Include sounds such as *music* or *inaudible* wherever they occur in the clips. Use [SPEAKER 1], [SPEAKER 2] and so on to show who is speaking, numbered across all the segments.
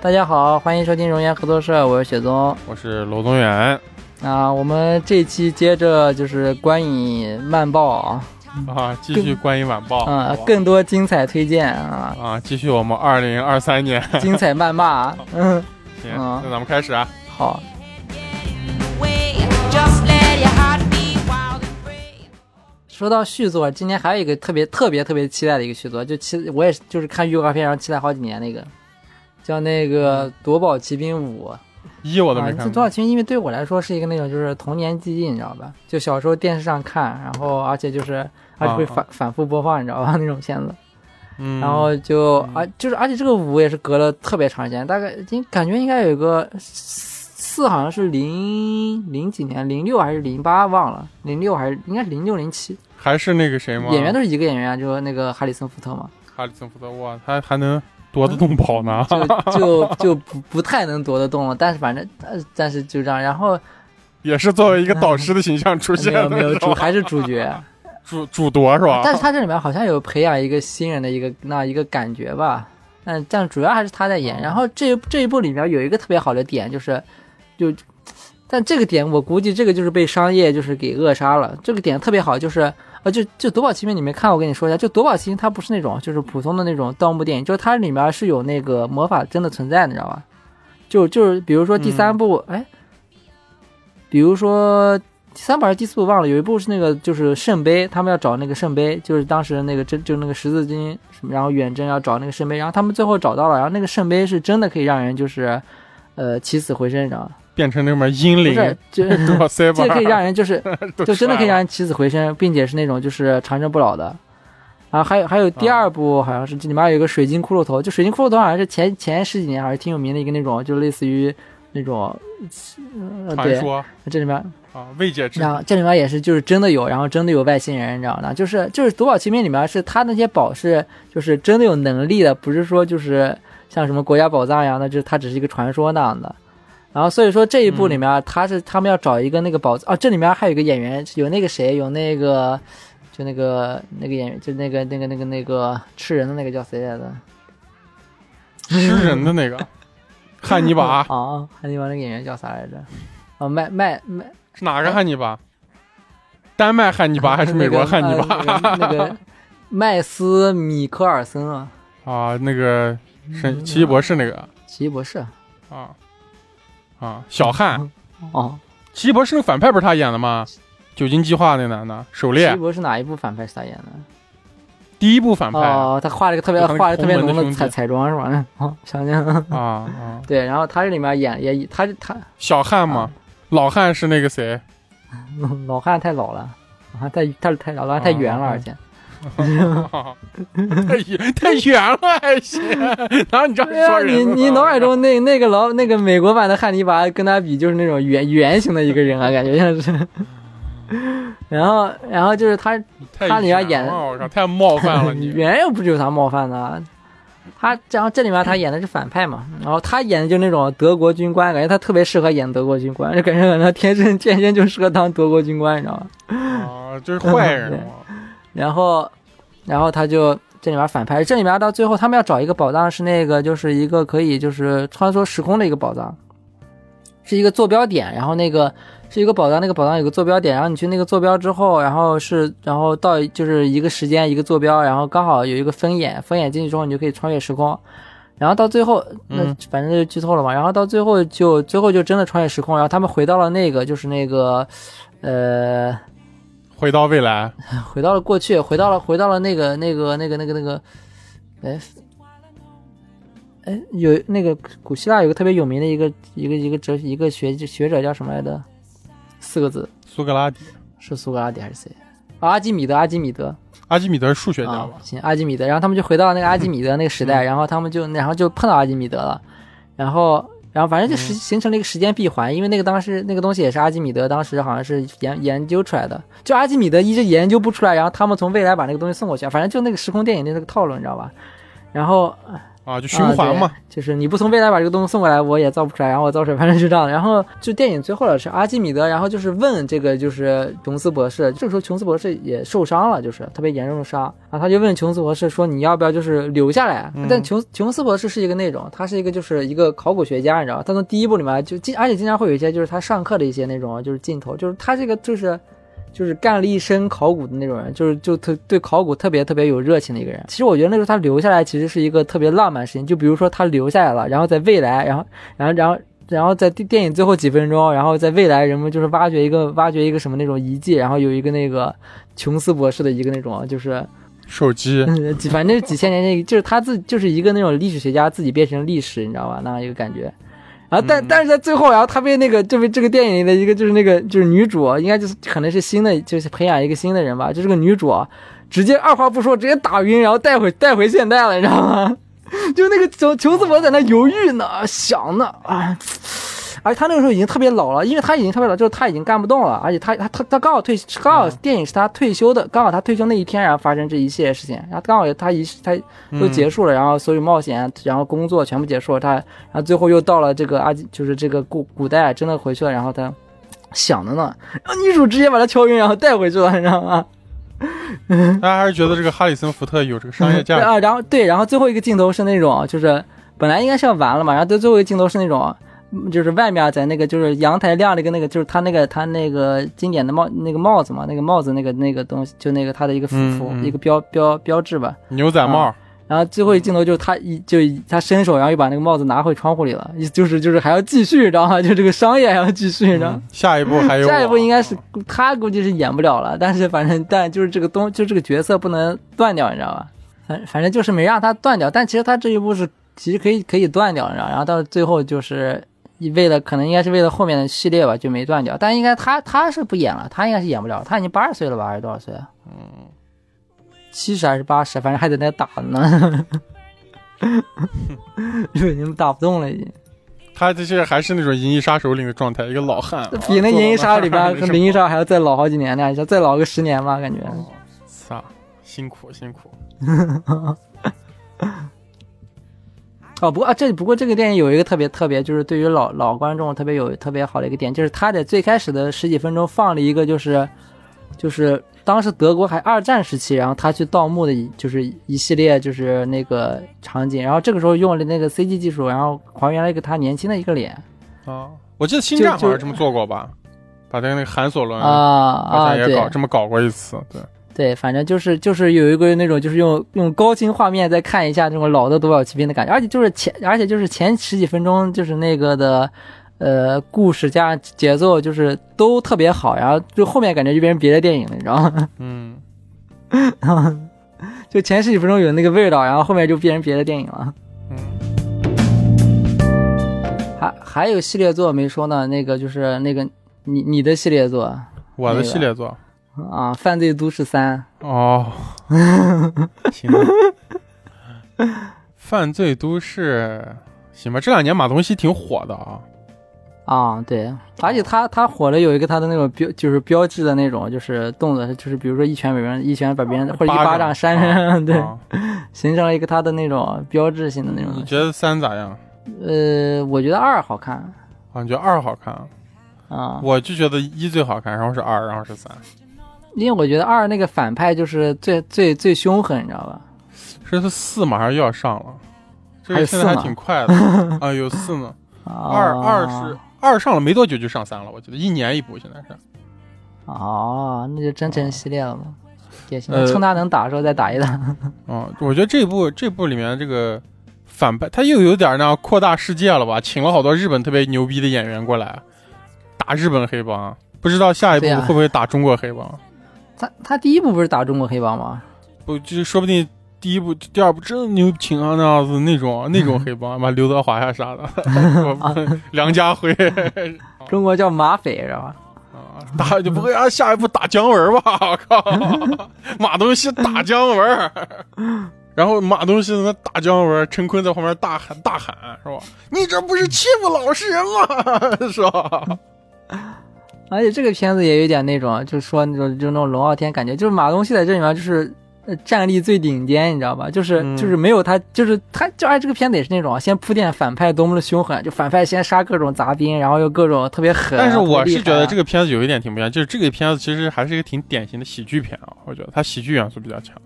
[SPEAKER 1] 大家好，欢迎收听熔岩合作社，我是雪宗。
[SPEAKER 2] 我是娄宗远
[SPEAKER 1] 啊，我们这期接着就是观影漫报啊，
[SPEAKER 2] 啊，继续观影晚报
[SPEAKER 1] 啊
[SPEAKER 2] 好，吧
[SPEAKER 1] 更多精彩推荐
[SPEAKER 2] *laughs*
[SPEAKER 1] 啊，
[SPEAKER 2] 啊，继续我们二零二三年，
[SPEAKER 1] 精彩谩骂，嗯，
[SPEAKER 2] 行，
[SPEAKER 1] 嗯
[SPEAKER 2] 那咱们开始啊。
[SPEAKER 1] 好，
[SPEAKER 3] Just let your heart be wild and free.
[SPEAKER 1] 说到续作，今年还有一个特别特别特别期待的一个续作，就期我也是就是看预告片，然后期待好几年那个，叫那个《夺宝奇兵五》。
[SPEAKER 2] 一我都没
[SPEAKER 1] 啊，这
[SPEAKER 2] 看
[SPEAKER 1] 多
[SPEAKER 2] 过
[SPEAKER 1] 少群？因为对我来说是一个那种就是童年记忆，你知道吧？就小时候电视上看，然后而且就是而且会
[SPEAKER 2] 啊啊
[SPEAKER 1] 反、反复播放，你知道吧？那种片子。
[SPEAKER 2] 嗯，
[SPEAKER 1] 然后就、啊，就是而且这个舞也是隔了特别长时间，大概已经感觉应该有个四，好像是零零几年，零六还是零八忘了，零六还是应该是零六零七，
[SPEAKER 2] 还是那个谁吗？
[SPEAKER 1] 演员都是一个演员啊，就那个哈里森福特
[SPEAKER 2] *laughs*
[SPEAKER 1] 嘛，
[SPEAKER 2] 哈里森福特，哇，他还能夺得动宝呢。
[SPEAKER 1] 就就就不不太能夺得动了，但是反正但是但是就这样，然后
[SPEAKER 2] *laughs* 也是作为一个导师的形象出
[SPEAKER 1] 没
[SPEAKER 2] 现
[SPEAKER 1] 有 *laughs*
[SPEAKER 2] 的，
[SPEAKER 1] 没有
[SPEAKER 2] 是
[SPEAKER 1] 主
[SPEAKER 2] 吧
[SPEAKER 1] 还是主角。
[SPEAKER 2] 主主夺是吧？
[SPEAKER 1] *laughs* 但是他这里面好像有培养一个新人的一个那一个感觉吧，但但主要还是他在
[SPEAKER 2] 哦
[SPEAKER 1] 演。然后这一这一部里面有一个特别好的点就是，就，但这个点我估计这个就是被商业就是给扼杀了。这个点特别好，就是呃，就就夺宝奇兵你没看，我跟你说一下，就夺宝奇兵它不是那种就是普通的那种盗墓电影，就是它里面是有那个魔法真的存在的，你知道吧？就就是比如说第三部，哎、比如说第三部还是第四部忘了，有一部是那个就是圣杯，他们要找那个圣杯，就是当时那个真就那个十字军什么，然后远征要找那个圣杯，然后他们最后找到了，然后那个圣杯是真的可以让人就是，呃，起死回生，你知道吗？
[SPEAKER 2] 变成那么阴
[SPEAKER 1] 不
[SPEAKER 2] 灵，
[SPEAKER 1] 是，就
[SPEAKER 2] 哇塞
[SPEAKER 1] *laughs*
[SPEAKER 2] 吧
[SPEAKER 1] 这可以让人就是
[SPEAKER 2] *laughs* 都
[SPEAKER 1] 就真的可以
[SPEAKER 2] 帅
[SPEAKER 1] 让
[SPEAKER 2] 了
[SPEAKER 1] 人起死回生，并且是那种就是长生不老的。啊，还有还有
[SPEAKER 2] 嗯
[SPEAKER 1] 第二部好像是这里面有一个水晶骷髅头，就水晶骷髅头好像是前前十几年好像挺有名的一个那种，就类似于那种，呃，
[SPEAKER 2] 传
[SPEAKER 1] 对，
[SPEAKER 2] 说
[SPEAKER 1] 这里面
[SPEAKER 2] 啊，未解之谜
[SPEAKER 1] 然后这里面也是就是真的有，然后真的有外星人，你知道吗？就是就是夺宝奇兵里面是他那些宝是就是真的有能力的，不是说就是像什么国家宝藏一样的，就是它只是一个传说那样的。然后所以说这一部里
[SPEAKER 2] 嗯
[SPEAKER 1] 面他是他们要找一个那个宝藏啊，这里面还有一个演员有那个谁有那个就那个那个演员就那个那个那个那个吃人的那个叫谁来着？
[SPEAKER 2] 吃人的
[SPEAKER 1] *laughs*
[SPEAKER 2] 那个汉尼拔
[SPEAKER 1] 啊，还有那个演员叫啥来着？哦，麦麦麦
[SPEAKER 2] 是哪个汉尼拔？丹麦汉尼拔还是美国汉
[SPEAKER 1] *laughs*
[SPEAKER 2] 尼拔？
[SPEAKER 1] 那个呃那个那个麦斯米科尔森啊，
[SPEAKER 2] 啊，那个
[SPEAKER 1] 嗯
[SPEAKER 2] 神奇异博士那个
[SPEAKER 1] 奇异博士
[SPEAKER 2] 啊啊，小汉，
[SPEAKER 1] 哦，
[SPEAKER 2] 奇异博士那个反派不是他演的吗？酒精计划那男的狩
[SPEAKER 1] 奇异
[SPEAKER 2] 猎
[SPEAKER 1] 博士哪一部反派是他演的？
[SPEAKER 2] 第一部反派啊
[SPEAKER 1] 哦，他画了一个特别
[SPEAKER 2] 就他那个
[SPEAKER 1] 画了特别
[SPEAKER 2] 红
[SPEAKER 1] 浓
[SPEAKER 2] 门的
[SPEAKER 1] 的彩
[SPEAKER 2] 兄弟
[SPEAKER 1] 彩妆是吧？ *laughs* 哦，想想
[SPEAKER 2] 啊，
[SPEAKER 1] 对，然后他这里面演也他他
[SPEAKER 2] 小汉
[SPEAKER 1] 啊
[SPEAKER 2] 嘛，老汉是那个
[SPEAKER 1] *laughs*
[SPEAKER 2] 谁？
[SPEAKER 1] 老汉太老了，老汉太太太老了，太圆了，
[SPEAKER 2] 哦
[SPEAKER 1] 而 *laughs* 且
[SPEAKER 2] 太远太远了还行，然后你这
[SPEAKER 1] 对
[SPEAKER 2] 样
[SPEAKER 1] 啊，
[SPEAKER 2] 说人
[SPEAKER 1] 你
[SPEAKER 2] 呢，
[SPEAKER 1] 你脑海中那那个老那个美国版的汉尼拔跟他比，就是那种圆圆形的一个人啊，感觉像是。 *laughs* 然后，然后就是他
[SPEAKER 2] 太
[SPEAKER 1] 他里边演
[SPEAKER 2] 远了我靠，太冒犯
[SPEAKER 1] *laughs*
[SPEAKER 2] 了你。
[SPEAKER 1] 原又不是有啥冒犯的啊。他然后这里面他演的是反派嘛，然后他演的就那种德国军官，感觉他特别适合演德国军官，就感觉可能他天生天生就适合当德国军官，你知道吗？
[SPEAKER 2] 啊，这是坏人啊嘛？
[SPEAKER 1] 然后，然后他就这里面反派，这里面到最后他们要找一个宝藏，是那个就是一个可以就是穿梭时空的一个宝藏，是一个坐标点，然后那个是一个宝藏，那个宝藏有个坐标点，然后你去那个坐标之后，然后是然后到就是一个时间一个坐标，然后刚好有一个分眼，分眼进去之后你就可以穿越时空。然后到最后，那
[SPEAKER 2] 嗯
[SPEAKER 1] 反正就剧透了嘛。然后到最后就最后就真的穿越时空，然后他们回到了那个就是那个，呃，
[SPEAKER 2] 回到未来，
[SPEAKER 1] 回到了过去，回到了回到了那个那个那个那个那个，哎，哎，有那个古希腊有个特别有名的一个一个一个哲一个学学者叫什么来着？四个字
[SPEAKER 2] 苏格拉底、
[SPEAKER 1] 是苏格拉底还是谁？啊阿基米德，阿基米德
[SPEAKER 2] 阿基米德是数学家
[SPEAKER 1] 啊
[SPEAKER 2] 吧，？
[SPEAKER 1] 行，阿基米德。然后他们就回到那个阿基米德那个时代，然后他们就然后就碰到阿基米德了，然后然后反正就时形成了一个时间闭环，因为那个当时那个东西也是阿基米德当时好像是研研究出来的，就阿基米德一直研究不出来，然后他们从未来把那个东西送过去，反正就那个时空电影的那个套路，你知道吧？然后，
[SPEAKER 2] 啊，就循环嘛
[SPEAKER 1] 啊。对就是你不从未来把这个东西送过来，我也造不出来，然后我造水反正是这样的。然后就电影最后了，是阿基米德，然后就是问这个就是琼斯博士，这个时候琼斯博士也受伤了，就是特别严重的伤，然后他就问琼斯博士说你要不要就是留下来？
[SPEAKER 2] 嗯
[SPEAKER 1] 但琼琼斯博士是一个那种，他是一个就是一个考古学家，你知道吗？他从第一部里面就经，而且经常会有一些就是他上课的一些那种就是镜头，就是他这个就是。就是干了一身考古的那种人，就是就特对考古特别特别有热情的一个人。其实我觉得那时候他留下来其实是一个特别浪漫的事情，就比如说他留下来了，然后在未来，然后然后然后然后在电电影最后几分钟，然后在未来人们就是挖掘一个挖掘一个什么那种遗迹，然后有一个那个琼斯博士的一个那种就是
[SPEAKER 2] 手机，
[SPEAKER 1] 嗯几反正几千年前就是他自就是一个那种历史学家自己变成历史，你知道吧？那样一个感觉。然后但
[SPEAKER 2] 嗯
[SPEAKER 1] 但是在最后，然后他被那个这被这个电影里的一个就是那个就是女主，应该就是可能是新的，就是培养一个新的人吧，就是个女主，直接二话不说直接打晕，然后带回带回现代了，你知道吗？ *laughs* 就那个琼琼斯伯在那犹豫呢，想呢啊。而且他那个时候已经特别老了，因为他已经特别老，就是他已经干不动了，而且他他他他刚好退，刚好电影是他退休的，刚好他退休那一天，然后发生这一系列事情，然后刚好他一他都结束了，然后所有冒险，然后工作全部结束了，他然后最后又到了这个阿基，就是这个古古代，真的回去了，然后他想着呢，然后女主直接把他敲晕，然后带回去了，你知道吗？
[SPEAKER 2] 嗯大家还是觉得这个哈里森福特有这个商
[SPEAKER 1] *laughs*
[SPEAKER 2] 业价值。
[SPEAKER 1] 啊，然后对，然后最后一个镜头是那种，就是本来应该是要完了嘛，然后最最后一个镜头是那种，嗯就是外面在那个就是阳台晾了一个那个，就是他那个他那个经典的帽那个帽子嘛，那个帽子那个那个东西，就那个他的一个服
[SPEAKER 2] 嗯
[SPEAKER 1] 服、
[SPEAKER 2] 嗯
[SPEAKER 1] 一个标标标志吧，
[SPEAKER 2] 牛仔帽，
[SPEAKER 1] 然后最后一镜头就是他一就一他伸手，然后又把那个帽子拿回窗户里了，意思就是就是还要继续，你知道吗？就这个商业还要继续，你知道吗
[SPEAKER 2] 嗯？下一步
[SPEAKER 1] *laughs*
[SPEAKER 2] 还有我
[SPEAKER 1] 下一步应该是他估计是演不了了，但是反正但就是这个东就这个角色不能断掉，你知道吧？反反正就是没让他断掉，但其实他这一步是其实可以可以断掉，你知道？然后到最后就是为了可能应该是为了后面的系列吧，就没断掉。但应该他他是不演了，他应该是演不了，他已经八十岁了吧，还是多少岁？嗯，七十还是八十，反正还在那打呢， *laughs* 就已经打不动了，已经。
[SPEAKER 2] 他这是还是那种《银翼杀手》里的状态，一个啊老汉，
[SPEAKER 1] 比那《银翼杀手》里边
[SPEAKER 2] 跟 *laughs*
[SPEAKER 1] 跟《银翼杀手》还要再老好几年呢，再老个十年吧，感觉。
[SPEAKER 2] 嗯操，哦辛苦辛苦。
[SPEAKER 1] 哦，不过、啊、这不过这个电影有一个特别特别，就是对于老老观众特别有特别好的一个点，就是他在最开始的十几分钟放了一个就是就是当时德国还二战时期，然后他去盗墓的一就是一系列就是那个场景，然后这个时候用了那个 CG 技术，然后还原了一个他年轻的一个脸
[SPEAKER 2] 啊，我记得星战
[SPEAKER 1] 就
[SPEAKER 2] 好像是这么做过吧，把他那个韩索伦
[SPEAKER 1] 啊
[SPEAKER 2] 嗯好
[SPEAKER 1] 啊，
[SPEAKER 2] 像也
[SPEAKER 1] 对
[SPEAKER 2] 搞这么搞过一次，对，
[SPEAKER 1] 对，反正就是就是有一个那种就是用用高清画面再看一下那种老的《夺宝奇兵》的感觉，而且就是前而且就是前十几分钟就是那个的，呃，故事加节奏就是都特别好，然后就后面感觉就变成别的电影了，你知道吗？ *laughs*
[SPEAKER 2] 嗯，
[SPEAKER 1] 就前十几分钟有那个味道，然后后面就变成别的电影了。
[SPEAKER 2] 嗯，
[SPEAKER 1] 还还有系列作没说呢，那个就是那个你你的系列作
[SPEAKER 2] 我
[SPEAKER 1] 那
[SPEAKER 2] 的
[SPEAKER 1] 个
[SPEAKER 2] 系列作
[SPEAKER 1] 啊，《犯罪都市三》 *laughs*
[SPEAKER 2] 哦，行吧，犯罪都市行吧，这两年马东锡挺火的啊，
[SPEAKER 1] 啊，对，而
[SPEAKER 2] 哦
[SPEAKER 1] 且他他火了有一个他的那种标，就是标志的那种，就是动作，就是比如说一拳把别人一拳把别人或者一巴掌扇
[SPEAKER 2] 哦
[SPEAKER 1] *laughs*
[SPEAKER 2] 啊
[SPEAKER 1] 上，对，
[SPEAKER 2] 啊
[SPEAKER 1] 形成了一个他的那种标志性的那
[SPEAKER 2] 你
[SPEAKER 1] 种。
[SPEAKER 2] 觉得三咋样？嗯
[SPEAKER 1] 呃，我觉得二好看
[SPEAKER 2] 啊，你觉得二好看？
[SPEAKER 1] 啊，
[SPEAKER 2] 我就觉得一最好看，然后是二，然后是三，
[SPEAKER 1] 因为我觉得二那个反派就是最最最凶狠，你知道吧？
[SPEAKER 2] 这是四马上又要上了，这
[SPEAKER 1] 还
[SPEAKER 2] 个
[SPEAKER 1] 有
[SPEAKER 2] 现在还
[SPEAKER 1] 四呢
[SPEAKER 2] 挺快的
[SPEAKER 1] *laughs*
[SPEAKER 2] 啊，有四呢。
[SPEAKER 1] 啊、
[SPEAKER 2] 二二是二上了没多久就上三了，我觉得一年一部现在是。
[SPEAKER 1] 哦，那就真成系列了嘛，也行，
[SPEAKER 2] 呃
[SPEAKER 1] 趁他能打的时候再打一打。
[SPEAKER 2] 嗯，我觉得这部这部里面这个反派他又有点那样扩大世界了吧，请了好多日本特别牛逼的演员过来打日本黑帮，不知道下一步
[SPEAKER 1] 对啊
[SPEAKER 2] 会不会打中国黑帮？
[SPEAKER 1] 他他第一部不是打中国黑帮吗？
[SPEAKER 2] 哦不，就是说不定第一部、第二部真牛请啊那样子那种那种黑帮，把刘德华呀啥的，我 *laughs* 梁家辉
[SPEAKER 1] 中国叫马匪，知道吧？
[SPEAKER 2] 啊，打就不会啊，下一步打姜文吧？我靠，马东锡打姜文，然后马东锡在那打姜文，陈坤在旁边大喊大喊，是吧？你这不是欺负老实人吗？是吧？
[SPEAKER 1] 啊而且这个片子也有点那种，就是说那种就那种龙傲天感觉，就是马东锡在这里面就是呃战力最顶尖，你知道吧？就是
[SPEAKER 2] 嗯
[SPEAKER 1] 就是没有他，就是他就按这个片子也是那种啊先铺垫反派多么的凶狠，就反派先杀各种杂兵，然后又各种特别狠啊。
[SPEAKER 2] 但是我是觉得这
[SPEAKER 1] 个
[SPEAKER 2] 个片子有一点挺不一样，就是这个片子其实还是一个挺典型的喜剧片啊，我觉得它喜剧元素比较强。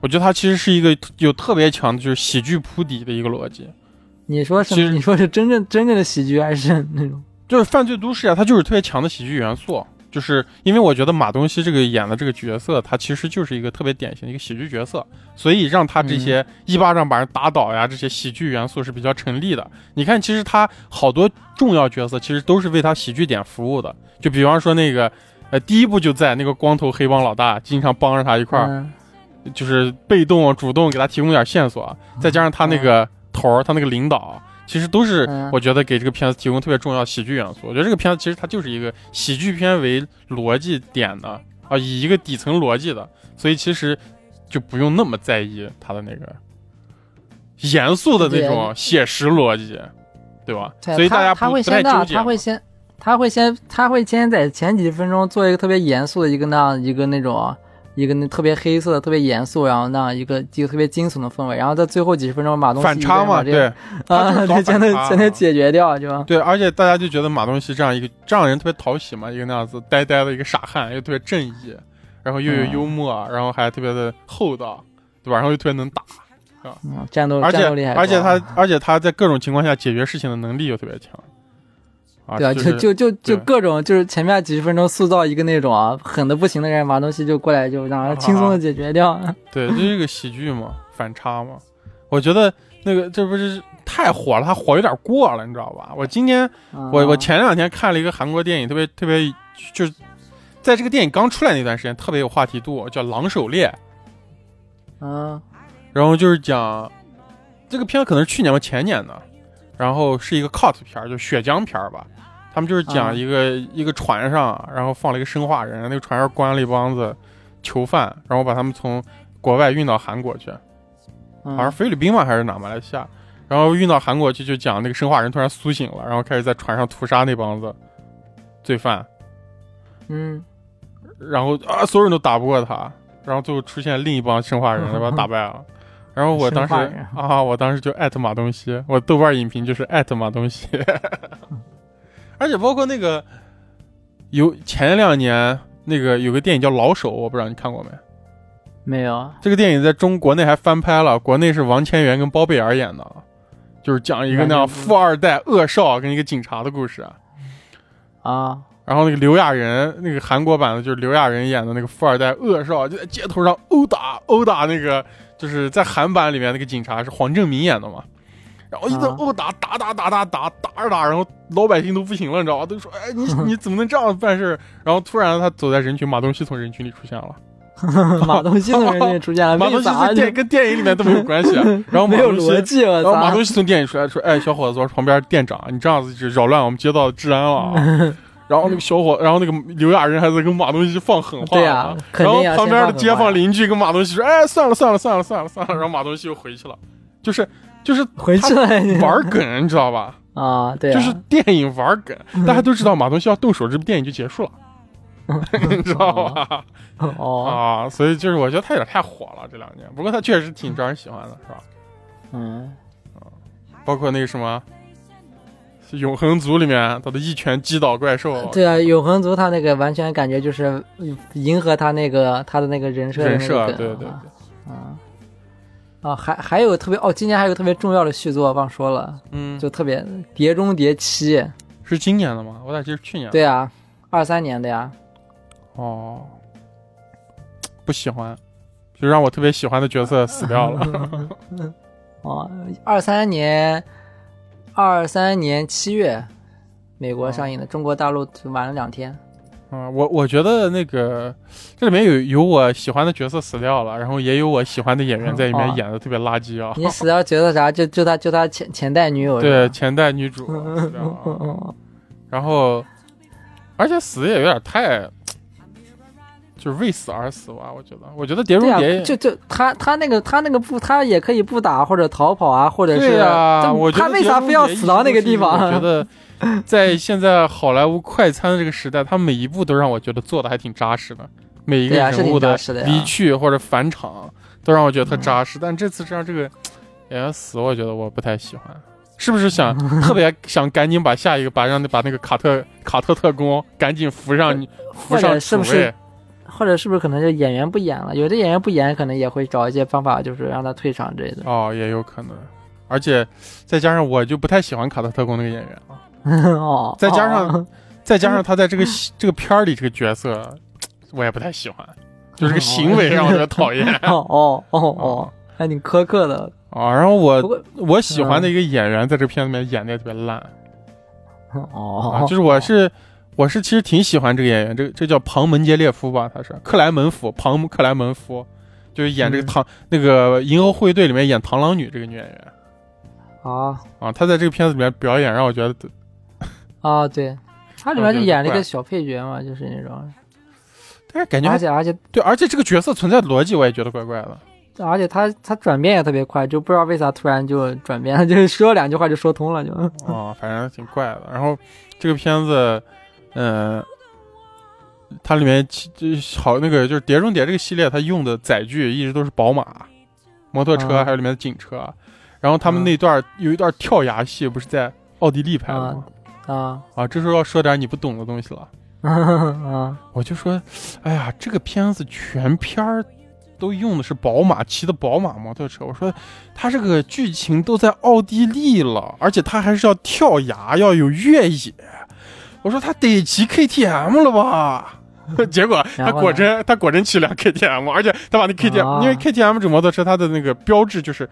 [SPEAKER 2] 我觉得它其实是一个有特别强的就是喜剧铺底的一个逻辑，
[SPEAKER 1] 你说是
[SPEAKER 2] 其实
[SPEAKER 1] 你说是真正真正的喜剧还是那种？
[SPEAKER 2] 就是《犯罪都市》啊，它就是特别强的喜剧元素。就是因为我觉得马东锡这个演的这个角色，他其实就是一个特别典型的一个喜剧角色，所以让他这些一巴掌把人打倒呀，这些喜剧元素是比较成立的。你看，其实他好多重要角色其实都是为他喜剧点服务的，就比方说那个。呃，第一部就在那个光头黑帮老大经常帮着他一块儿，
[SPEAKER 1] 嗯
[SPEAKER 2] 就是被动啊主动给他提供点线索，啊
[SPEAKER 1] 嗯
[SPEAKER 2] 再加上他那个头儿，他那个领导，其实都是
[SPEAKER 1] 嗯
[SPEAKER 2] 我觉得给这个片子提供特别重要的喜剧元素。我觉得这个片子其实它就是一个喜剧片为逻辑点的啊，以一个底层逻辑的，所以其实就不用那么在意它的那个严肃的那种写实逻辑，对吧？
[SPEAKER 1] 对
[SPEAKER 2] 所以大家
[SPEAKER 1] 他他
[SPEAKER 2] 不
[SPEAKER 1] 会
[SPEAKER 2] 不太
[SPEAKER 1] 先到，
[SPEAKER 2] 纠结
[SPEAKER 1] 他。会先，他会先，他会先在前几分钟做一个特别严肃的一个那样一个那种一个那特别黑色的、特别严肃，然后那样一个一个特别惊悚的氛围，然后在最后几十分钟马东锡
[SPEAKER 2] 反差嘛，
[SPEAKER 1] 一个人
[SPEAKER 2] 对
[SPEAKER 1] 把
[SPEAKER 2] 他就是
[SPEAKER 1] 这个啊，
[SPEAKER 2] 搞
[SPEAKER 1] *laughs* 对，
[SPEAKER 2] 反
[SPEAKER 1] 才能
[SPEAKER 2] 差
[SPEAKER 1] 才能解决掉，是吧？
[SPEAKER 2] 对，而且大家就觉得马东锡这样一个这样的人特别讨喜嘛，一个那样子呆呆的一个傻汉，又特别正义，然后又有
[SPEAKER 1] 嗯
[SPEAKER 2] 幽默，啊然后还特别的厚道，对吧？然后又特别能打，
[SPEAKER 1] 嗯，战斗
[SPEAKER 2] 而
[SPEAKER 1] 战斗力
[SPEAKER 2] 且
[SPEAKER 1] 还啊
[SPEAKER 2] 而且
[SPEAKER 1] 高
[SPEAKER 2] 他而且他在各种情况下解决事情的能力又特别强，啊
[SPEAKER 1] 对啊，
[SPEAKER 2] 就是
[SPEAKER 1] 就就就
[SPEAKER 2] 对
[SPEAKER 1] 就各种就是前面几十分钟塑造一个那种啊狠的不行的人，马东锡就过来就让他轻松的解决掉。
[SPEAKER 2] 对，这是一个喜剧嘛，反差嘛。我觉得那个这不是太火了，他火有点过了，你知道吧？我今天
[SPEAKER 1] 啊
[SPEAKER 2] 我我前两天看了一个韩国电影，特别特别就是在这个电影刚出来那段时间特别有话题度，叫《狼狩猎》。
[SPEAKER 1] 嗯
[SPEAKER 2] 然后就是讲这个片可能是去年吧前年的，然后是一个 cult 片儿，就血浆片儿吧。他们就是
[SPEAKER 1] 啊
[SPEAKER 2] 讲一个、一个船上，然后放了一个生化人，那个船上关了一帮子囚犯，然后把他们从国外运到韩国去，
[SPEAKER 1] 嗯
[SPEAKER 2] 好像菲律宾吧还是哪马来西亚，然后运到韩国去，就讲那个生化人突然苏醒了，然后开始在船上屠杀那帮子罪犯，
[SPEAKER 1] 嗯
[SPEAKER 2] 然后啊所有人都打不过他，然后最后出现另一帮生化
[SPEAKER 1] *laughs*
[SPEAKER 2] 人，把他打败了。然后我当时
[SPEAKER 1] 生化人
[SPEAKER 2] 啊，我当时就艾特马东锡，我豆瓣影评就是艾特马东锡， *laughs* 而且包括那个有前两年那个有个电影叫《老手》，我不知道你看过没？
[SPEAKER 1] 没有
[SPEAKER 2] 这个电影在中国内还翻拍了，国内是王千源跟包贝尔演的，就是讲一个那样
[SPEAKER 1] 完全不
[SPEAKER 2] 富二代恶少跟一个警察的故事。
[SPEAKER 1] 啊
[SPEAKER 2] 然后那个刘亚仁，那个韩国版的，就是刘亚仁演的那个富二代恶少，就在街头上殴打殴打那个，就是在韩版里面那个警察是黄正民演的嘛，然后一直
[SPEAKER 1] 啊
[SPEAKER 2] 殴打打打打打打打着打，然后老百姓都不行了，你知道吧？都说哎你你怎么能这样办事儿？然后突然他走在人群，马东锡从人群里出现了， *laughs*
[SPEAKER 1] 马东锡的人也出现了，
[SPEAKER 2] 马东锡
[SPEAKER 1] 为啥
[SPEAKER 2] 跟电跟电影里面都没有关系，然后
[SPEAKER 1] 没
[SPEAKER 2] 马
[SPEAKER 1] 有
[SPEAKER 2] 东锡
[SPEAKER 1] 逻辑，我
[SPEAKER 2] 然后马
[SPEAKER 1] 操！
[SPEAKER 2] 东锡从店里出来说：“哎，小伙子，我是旁边店长，你这样子就扰乱我们街道的治安
[SPEAKER 1] *laughs*
[SPEAKER 2] 了啊。”
[SPEAKER 1] 嗯
[SPEAKER 2] 然后那个小伙，然后那个刘亚仁还在跟马东锡放狠话
[SPEAKER 1] 对
[SPEAKER 2] 呢，
[SPEAKER 1] 呀肯
[SPEAKER 2] 然后
[SPEAKER 1] 定要
[SPEAKER 2] 旁边
[SPEAKER 1] 先放
[SPEAKER 2] 的
[SPEAKER 1] 狠话
[SPEAKER 2] 街坊邻居跟马东锡说：“哎，算了算了算了算了算了。”然后马东锡又回去了，就是就是
[SPEAKER 1] 回去了
[SPEAKER 2] 玩梗，你知道吧？
[SPEAKER 1] 啊， *laughs* 对啊，嗯
[SPEAKER 2] 就是电影玩梗，大家都知道马东锡要动手，这部电影就
[SPEAKER 1] *laughs*
[SPEAKER 2] 结束了， *laughs* 你知道吧？
[SPEAKER 1] 哦，
[SPEAKER 2] 啊，所以就是我觉得他有点太火了这两年，不过他确实挺招人喜欢的，是吧？
[SPEAKER 1] 嗯，
[SPEAKER 2] 包括那个什么《永恒族》里面，他的一拳击倒怪兽，
[SPEAKER 1] 对啊，永恒族他那个完全感觉就是迎合他那个他的那个人设的
[SPEAKER 2] 人
[SPEAKER 1] 那个
[SPEAKER 2] 设，
[SPEAKER 1] 梗啊
[SPEAKER 2] 对对对，
[SPEAKER 1] 啊啊，还还有特别哦，今年还有个特别重要的续作忘说了，
[SPEAKER 2] 嗯，
[SPEAKER 1] 就特别《碟中谍七》，
[SPEAKER 2] 是今年的吗？我咋记得是去年？，
[SPEAKER 1] 对啊，二三年的呀，
[SPEAKER 2] 哦，不喜欢，就让我特别喜欢的角
[SPEAKER 1] *laughs*
[SPEAKER 2] 色死掉了。
[SPEAKER 1] 哦，二三年二三年七月。美国上映
[SPEAKER 2] 哦
[SPEAKER 1] 的，中国大陆晚了两天。
[SPEAKER 2] 嗯，我我觉得那个这里面有有我喜欢的角色死掉了，然后也有我喜欢的
[SPEAKER 1] *laughs*
[SPEAKER 2] 演员在里面
[SPEAKER 1] 哦
[SPEAKER 2] 演的特别垃圾啊。
[SPEAKER 1] 你死要觉得啥？就就他就他前前代女友是吧
[SPEAKER 2] 对，前代
[SPEAKER 1] *laughs*
[SPEAKER 2] 女主死掉了啊
[SPEAKER 1] 嗯嗯
[SPEAKER 2] 然后，而且死也有点太，就是为死而死吧。我觉得，我觉得《碟中
[SPEAKER 1] 对
[SPEAKER 2] 谍》
[SPEAKER 1] 啊，就就他他那个他那个不，他也可以不打或者逃跑啊，或者是
[SPEAKER 2] 对呀、
[SPEAKER 1] 这
[SPEAKER 2] 我觉得
[SPEAKER 1] 他为啥非要死到那个地方？啊
[SPEAKER 2] 碟中谍一直都是我觉得，在现在好莱坞快餐的这个时代，他每一步都让我觉得做的还挺扎实的。每一个
[SPEAKER 1] 对啊是
[SPEAKER 2] 人
[SPEAKER 1] 挺
[SPEAKER 2] 物
[SPEAKER 1] 扎
[SPEAKER 2] 的
[SPEAKER 1] 实的呀嗯
[SPEAKER 2] 离去或者返场，都让我觉得特扎实。但这次让这个演员死，我觉得我不太喜欢。是不是想 *laughs* 特别想赶紧把下一个把让把那个卡特卡特特工赶紧扶上你扶
[SPEAKER 1] 或者
[SPEAKER 2] 上
[SPEAKER 1] 是不
[SPEAKER 2] 主
[SPEAKER 1] 是
[SPEAKER 2] 位？
[SPEAKER 1] 或者是不是可能就演员不演了？有的演员不演，可能也会找一些方法，就是让他退场之类的。 *laughs*
[SPEAKER 2] 哦，也有可能。而且再加上我就不太喜欢卡特特工那个演员了。
[SPEAKER 1] 哦，
[SPEAKER 2] 再加上
[SPEAKER 1] *laughs* 哦。
[SPEAKER 2] 再加上他在这个戏这个片儿里这个角色，我也不太喜欢，就这个行为让我觉得讨厌
[SPEAKER 1] *laughs* 哦哦哦哦，还挺苛刻的。
[SPEAKER 2] 啊，然后
[SPEAKER 1] 不
[SPEAKER 2] 我
[SPEAKER 1] 过嗯
[SPEAKER 2] 我喜欢的一个演员在这片里面演的也特别烂啊，
[SPEAKER 1] *laughs* 哦，
[SPEAKER 2] 就是我是我是其实挺喜欢这个演员，这个这叫庞门捷列夫吧，他是克莱门夫，庞克莱门夫，就是演这个
[SPEAKER 1] 嗯
[SPEAKER 2] 螳、那个银河护卫队里面演螳螂女这个女演员
[SPEAKER 1] 啊
[SPEAKER 2] 啊，她在这个片子里面表演让我觉得
[SPEAKER 1] 啊，对，他里面就
[SPEAKER 2] 嗯
[SPEAKER 1] 演了一
[SPEAKER 2] 怪
[SPEAKER 1] 个小配角嘛，就是那种，
[SPEAKER 2] 但是感觉
[SPEAKER 1] 而
[SPEAKER 2] 还
[SPEAKER 1] 且而且
[SPEAKER 2] 对，而且这个角色存在的逻辑我也觉得怪怪的。
[SPEAKER 1] 而且他他转变也特别快，就不知道为啥突然就转变了， *laughs* 就是说两句话就说通了，就
[SPEAKER 2] 啊、反正挺怪的。然后这个片子，嗯，它里面其这好那个就是《碟中谍》这个系列，它用的载具一直都是宝马、摩托车，
[SPEAKER 1] 啊
[SPEAKER 2] 还有里面的警车。然后他们那段、有一段跳崖戏，不是在奥地利拍的吗？
[SPEAKER 1] *laughs* 啊
[SPEAKER 2] 啊，这时候要说点你不懂的东西了。
[SPEAKER 1] 啊
[SPEAKER 2] 我就说，哎呀，这个片子全片儿都用的是宝马，骑的宝马摩托车。我说，它这个剧情都在奥地利了，而且它还是要跳崖，要有越野。我说他得骑 KTM 了吧？ *laughs* 结果他
[SPEAKER 1] 然后呢
[SPEAKER 2] 果真，他果真骑辆 KTM，而且他把那 KTM，、
[SPEAKER 1] 啊
[SPEAKER 2] 因为 KTM 这摩托车它的那个标志就是，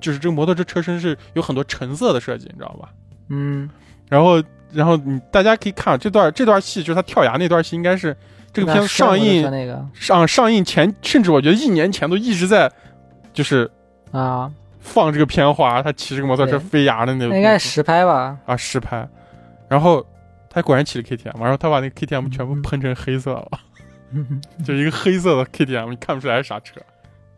[SPEAKER 2] 就是这个摩托车车身是有很多橙色的设计，你知道吧？
[SPEAKER 1] 嗯，
[SPEAKER 2] 然后，然后你大家可以看这段这段戏，就是他跳崖那段戏，应该是这个片子上
[SPEAKER 1] 说
[SPEAKER 2] 映
[SPEAKER 1] 那个
[SPEAKER 2] 上上映前，甚至我觉得一年前都一直在就是
[SPEAKER 1] 啊，
[SPEAKER 2] 放这个片花，他骑这个摩托车
[SPEAKER 1] 对
[SPEAKER 2] 飞崖的那
[SPEAKER 1] 那应该是实拍 *laughs* 吧？
[SPEAKER 2] 啊实拍，然后他果然骑了 KTM，然后他把那个 KTM
[SPEAKER 1] 嗯
[SPEAKER 2] 全部喷成黑色了， *laughs*
[SPEAKER 1] 嗯
[SPEAKER 2] 就一个黑色的 KTM，你看不出来是啥车，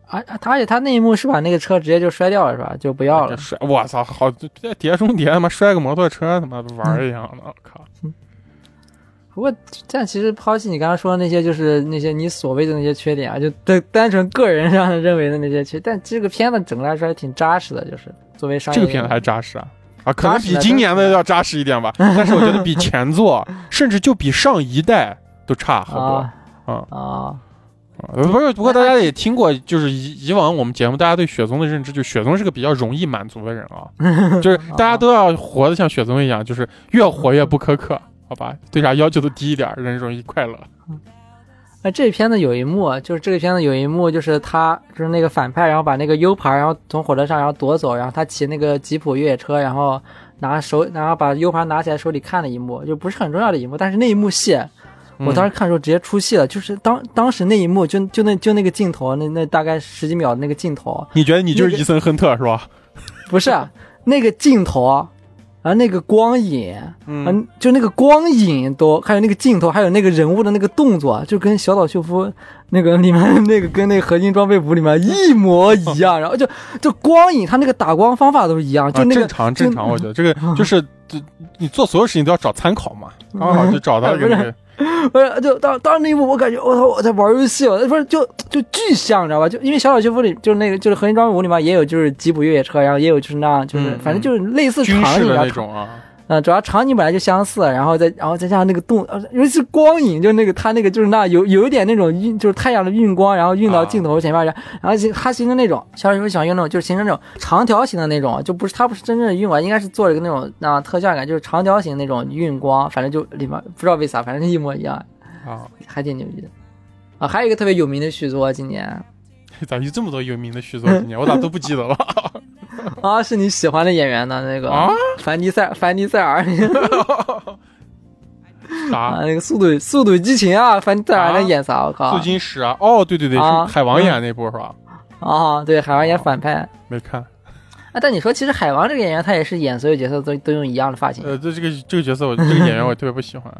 [SPEAKER 1] 而他啊而且他那一幕是把那个车直接就摔掉了是吧？就不要了
[SPEAKER 2] 给，摔，我操，好这这碟中谍他妈摔个摩托车他妈玩儿一样的，我靠，
[SPEAKER 1] 不过，但其实抛弃你刚刚说的那些，就是那些你所谓的那些缺点啊，就单单纯个人上认为的那些缺，但这个片子整个来说还挺扎实的，就是作为商业
[SPEAKER 2] 这个片子
[SPEAKER 1] 片
[SPEAKER 2] 还扎实啊。啊，可能
[SPEAKER 1] 扎实
[SPEAKER 2] 比
[SPEAKER 1] 呢
[SPEAKER 2] 今
[SPEAKER 1] 真
[SPEAKER 2] 年
[SPEAKER 1] 是
[SPEAKER 2] 的要扎实一点吧，但是我觉得比前作，甚至就比上一代都差好多。
[SPEAKER 1] 啊
[SPEAKER 2] 啊
[SPEAKER 1] 啊
[SPEAKER 2] 啊不是，不过大家也听过，就是以以往我们节目大家对雪宗的认知，就雪宗是个比较容易满足的人
[SPEAKER 1] *laughs*
[SPEAKER 2] 啊，就是大
[SPEAKER 1] 哦
[SPEAKER 2] 家都要活得像雪宗一样，就是越活越不苛刻，好吧？对啥要求都低一点，人容易快乐。
[SPEAKER 1] 那这片子有一幕啊，就是这个片子有一幕，就是他就是那个反派，然后把那个 U 盘，然后从火车上然后夺走，然后他骑那个吉普越野车，然后拿手，然后把 U 盘拿起来手里看了一幕，就不是很重要的一幕，但是那一幕戏，
[SPEAKER 2] 嗯
[SPEAKER 1] 我当时看的时候直接出戏了，就是当当时那一幕就就那就那个镜头，那那大概十几秒的那个镜头，
[SPEAKER 2] 你觉得你就是
[SPEAKER 1] 那个
[SPEAKER 2] 伊森亨特是吧？
[SPEAKER 1] 不是啊那个镜头，然后那个光影，
[SPEAKER 2] 嗯，
[SPEAKER 1] 嗯，就那个光影都，还有那个镜头，还有那个人物的那个动作，就跟小岛秀夫那个里面那个跟那个合金装备服里面一模一样，然后就就光影，他那个打光方法都是一样，就
[SPEAKER 2] 啊，
[SPEAKER 1] 那个
[SPEAKER 2] 正常正
[SPEAKER 1] *laughs*
[SPEAKER 2] 常，我觉得这个就是这你做所有事情都要找参考嘛，
[SPEAKER 1] 嗯
[SPEAKER 2] 刚好就找到一个那
[SPEAKER 1] *laughs* 不
[SPEAKER 2] 个
[SPEAKER 1] 不是，就当当时那一幕，我感觉我操，我在玩游戏，我不是就就巨像，你知道吧？就因为小岛秀夫里就是那个就是合金装备服里面也有就是吉普越野车，然后也有就是那样，就是、
[SPEAKER 2] 嗯
[SPEAKER 1] 反正就是类似
[SPEAKER 2] 军
[SPEAKER 1] 场
[SPEAKER 2] 事
[SPEAKER 1] 景
[SPEAKER 2] 的
[SPEAKER 1] 啊
[SPEAKER 2] 那，种啊。
[SPEAKER 1] 嗯，主要场景本来就相似，然后再然后再加上那个动，呃尤其是光影，就那个它那个就是那有有一点那种晕，就是太阳的晕光，然后晕到
[SPEAKER 2] 啊
[SPEAKER 1] 镜头前面，然后然后形它形成那种，小时候想用那种，就是形成那种长条形的那种，就不是它不是真正的晕光，应该是做了一个那种那特效感，就是长条形那种晕光，反正就里面不知道为啥，反正一模一样，
[SPEAKER 2] 啊，
[SPEAKER 1] 还挺牛逼的。啊，还有一个特别有名的续作，今年
[SPEAKER 2] 咋有这么多有名的续 *laughs* 作？今年我咋都不记得了
[SPEAKER 1] 啊，是你喜欢的演员呢，那个、
[SPEAKER 2] 啊？
[SPEAKER 1] 凡迪塞凡迪塞尔 *laughs* 啊
[SPEAKER 2] 啥，？
[SPEAKER 1] 那个速度速度与激情啊，凡迪塞尔
[SPEAKER 2] 啊
[SPEAKER 1] 在演啥？我靠！
[SPEAKER 2] 素金石啊？嗯哦，对对对，
[SPEAKER 1] 啊
[SPEAKER 2] 是海王演那部是吧？
[SPEAKER 1] 啊、对，海王演反派。啊，
[SPEAKER 2] 没看。
[SPEAKER 1] 但你说，其实海王这个演员，他也是演所有角色都都用一样的发型。
[SPEAKER 2] 呃，这这个这个角色我，这个演员我特别不喜欢。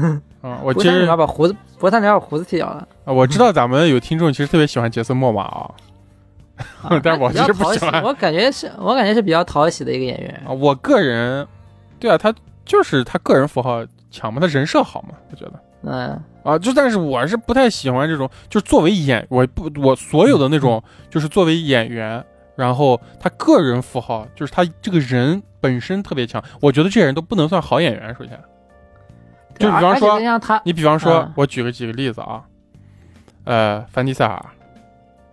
[SPEAKER 2] *laughs* 啊，我
[SPEAKER 1] 不
[SPEAKER 2] 其
[SPEAKER 1] 过他里
[SPEAKER 2] 实
[SPEAKER 1] 面把胡子，不过他里面把胡子剃掉了。
[SPEAKER 2] 啊我知道咱们有听众其实特别喜欢杰森·莫玛啊，
[SPEAKER 1] 啊
[SPEAKER 2] *laughs* 但是我
[SPEAKER 1] 比较
[SPEAKER 2] 其实不
[SPEAKER 1] 讨
[SPEAKER 2] 喜
[SPEAKER 1] 喜
[SPEAKER 2] 欢
[SPEAKER 1] 我感觉是，我感觉是比较讨喜的一个演员。
[SPEAKER 2] 啊，我个人，对啊，他就是他个人符号强嘛，他人设好嘛，我觉得
[SPEAKER 1] 嗯
[SPEAKER 2] 啊，就但是我是不太喜欢这种，就是作为演，我不我所有的那
[SPEAKER 1] 嗯
[SPEAKER 2] 种，就是作为演员，然后他个人符号，就是他这个人本身特别强，我觉得这些人都不能算好演员。首先，就
[SPEAKER 1] 对
[SPEAKER 2] 比方
[SPEAKER 1] 而且
[SPEAKER 2] 说
[SPEAKER 1] 人家他，
[SPEAKER 2] 你比方说
[SPEAKER 1] 嗯，
[SPEAKER 2] 我举个几个例子啊，呃，凡迪塞尔，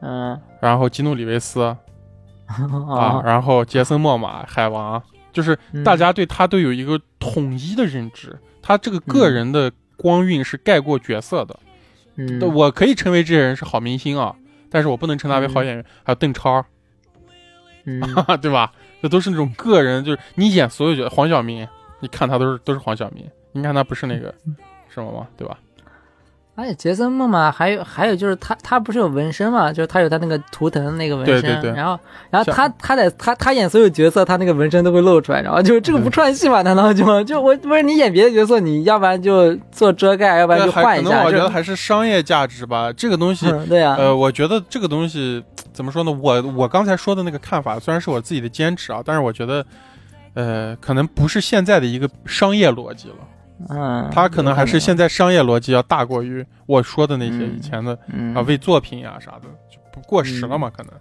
[SPEAKER 1] 嗯
[SPEAKER 2] 然后基努里维斯啊，
[SPEAKER 1] *laughs* 啊，
[SPEAKER 2] 然后杰森莫玛、海王，就是
[SPEAKER 1] 嗯
[SPEAKER 2] 大家对他都有一个统一的认知，他这个个
[SPEAKER 1] 嗯
[SPEAKER 2] 人的光晕是盖过角色的。
[SPEAKER 1] 嗯
[SPEAKER 2] 对，我可以称为这些人是好明星啊，但是我不能称他为好演员。还有邓 *laughs* 超，
[SPEAKER 1] 嗯
[SPEAKER 2] 对吧？这都是那种个人，就是你演所有角，黄晓明，你看他都是都是黄晓明，你看他不是那个
[SPEAKER 1] 嗯
[SPEAKER 2] 什么吗？对吧？
[SPEAKER 1] 而且哎杰森·莫玛还有还有就是他他不是有纹身嘛，就是他有他那个图腾的那个纹身，
[SPEAKER 2] 对对对
[SPEAKER 1] 然后然后他他在他他演所有角色，他那个纹身都会露出来，然后就这个不
[SPEAKER 2] 嗯
[SPEAKER 1] 串戏嘛？难道就就我不是你演别的角色，你要不然就做遮盖，要不然
[SPEAKER 2] 但
[SPEAKER 1] 就
[SPEAKER 2] 呃还可
[SPEAKER 1] 换一
[SPEAKER 2] 能
[SPEAKER 1] 下，
[SPEAKER 2] 我觉
[SPEAKER 1] 就
[SPEAKER 2] 得还是商业价值吧，这个东西。
[SPEAKER 1] 嗯对啊，
[SPEAKER 2] 呃，我觉得这个东西怎么说呢？我我刚才说的那个看法，虽然是我自己的坚持啊，但是我觉得，呃，可能不是现在的一个商业逻辑了，
[SPEAKER 1] 嗯，
[SPEAKER 2] 它可能还是现在商业逻辑要大过于我说的那些
[SPEAKER 1] 嗯
[SPEAKER 2] 以前的
[SPEAKER 1] 嗯
[SPEAKER 2] 啊，为作品呀、啥的，就不过时了嘛，可能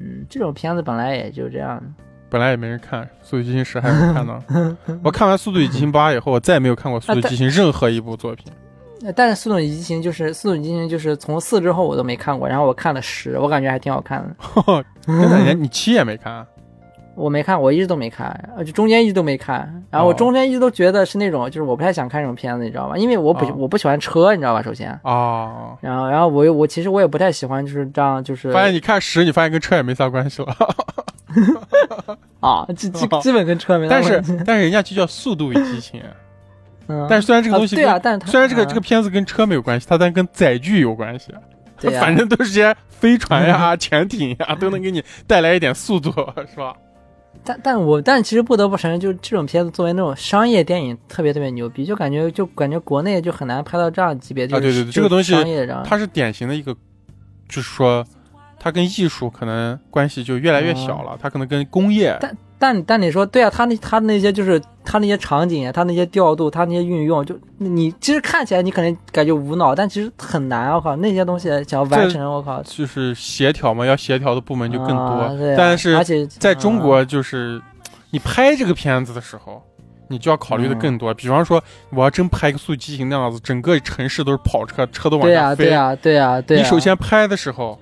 [SPEAKER 1] 嗯这种片子本来也就这样，
[SPEAKER 2] 本来也没人看《速度与激情十》，还没
[SPEAKER 1] *laughs*
[SPEAKER 2] 看到。我看完《速度与激情八》以后，我再也没有看过《速度与激情》任何一部作
[SPEAKER 1] *laughs*
[SPEAKER 2] 品。
[SPEAKER 1] 呃但是《速度与激情》就是《速度与激情》就是从四之后我都没看过，然后我看了十，我感觉还挺好看的，
[SPEAKER 2] *laughs* 真的，连你七也没看啊？
[SPEAKER 1] 我没看，我一直都没看，呃就中间一直都没看。然后我
[SPEAKER 2] 哦
[SPEAKER 1] 中间一直都觉得是那种，就是我不太想看这种片子，你知道吧？因为我不、
[SPEAKER 2] 哦
[SPEAKER 1] 我不喜欢车，你知道吧？首先，
[SPEAKER 2] 哦
[SPEAKER 1] 然后然后我又我其实我也不太喜欢就是这样，就是
[SPEAKER 2] 发现你看十，你发现跟车也没啥关系
[SPEAKER 1] *laughs*
[SPEAKER 2] 了。
[SPEAKER 1] 啊，基基
[SPEAKER 2] 哦
[SPEAKER 1] 基本跟车没啥
[SPEAKER 2] 但是
[SPEAKER 1] 关系。
[SPEAKER 2] 但是人家就叫《速度与激情》，
[SPEAKER 1] 啊
[SPEAKER 2] 啊
[SPEAKER 1] 嗯，
[SPEAKER 2] 但
[SPEAKER 1] 是
[SPEAKER 2] 是虽然这个东西
[SPEAKER 1] 对
[SPEAKER 2] 跟、
[SPEAKER 1] 啊，但是它
[SPEAKER 2] 虽然这个、这个
[SPEAKER 1] 嗯
[SPEAKER 2] 片子跟车没有关系，它但跟载具有关系。
[SPEAKER 1] 对啊
[SPEAKER 2] 反正都是些飞船呀、潜艇呀，都能给你带来一点速度，是吧？
[SPEAKER 1] 但但我但其实不得不承认，就是这种片子作为那种商业电影，特别特别牛逼，就感觉就感觉国内就很难拍到这样级别，就是、
[SPEAKER 2] 啊对对对
[SPEAKER 1] 就是
[SPEAKER 2] 这个东西
[SPEAKER 1] 商业这样
[SPEAKER 2] 它是典型的一个，就是说，它跟艺术可能关系就越来越小
[SPEAKER 1] 哦
[SPEAKER 2] 了，它可能跟工业，
[SPEAKER 1] 但但但你说对啊，他那他那些就是他那些场景啊，他那些调度，他那些运用，就你其实看起来你可能感觉无脑，但其实很难。啊我靠，那些东西想要完成，我靠，
[SPEAKER 2] 就是协调嘛，要协调的部门就更多。
[SPEAKER 1] 啊对啊
[SPEAKER 2] 但是
[SPEAKER 1] 而且啊嗯
[SPEAKER 2] 在中国，就是你拍这个片子的时候，你就要考虑的
[SPEAKER 1] 嗯
[SPEAKER 2] 更多。比方说，我要真拍个《速度与激情》那样子，整个城市都是跑车，车都往
[SPEAKER 1] 对
[SPEAKER 2] 下
[SPEAKER 1] 啊
[SPEAKER 2] 飞。
[SPEAKER 1] 对啊对啊对啊，
[SPEAKER 2] 你首先拍的时候，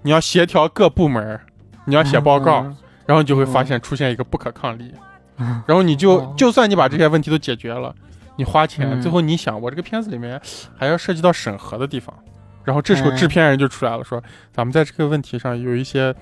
[SPEAKER 2] 你要协调各部门，你要写报告，
[SPEAKER 1] 嗯
[SPEAKER 2] 然后你就会发现出现一个不可抗力，
[SPEAKER 1] 嗯
[SPEAKER 2] 然后你就
[SPEAKER 1] 哦
[SPEAKER 2] 就算你把这些问题都解决了，你花钱，
[SPEAKER 1] 嗯
[SPEAKER 2] 最后你想我这个片子里面还要涉及到审核的地方，然后这时候
[SPEAKER 1] 嗯
[SPEAKER 2] 制片人就出来了，说咱们在这个问题上有一些。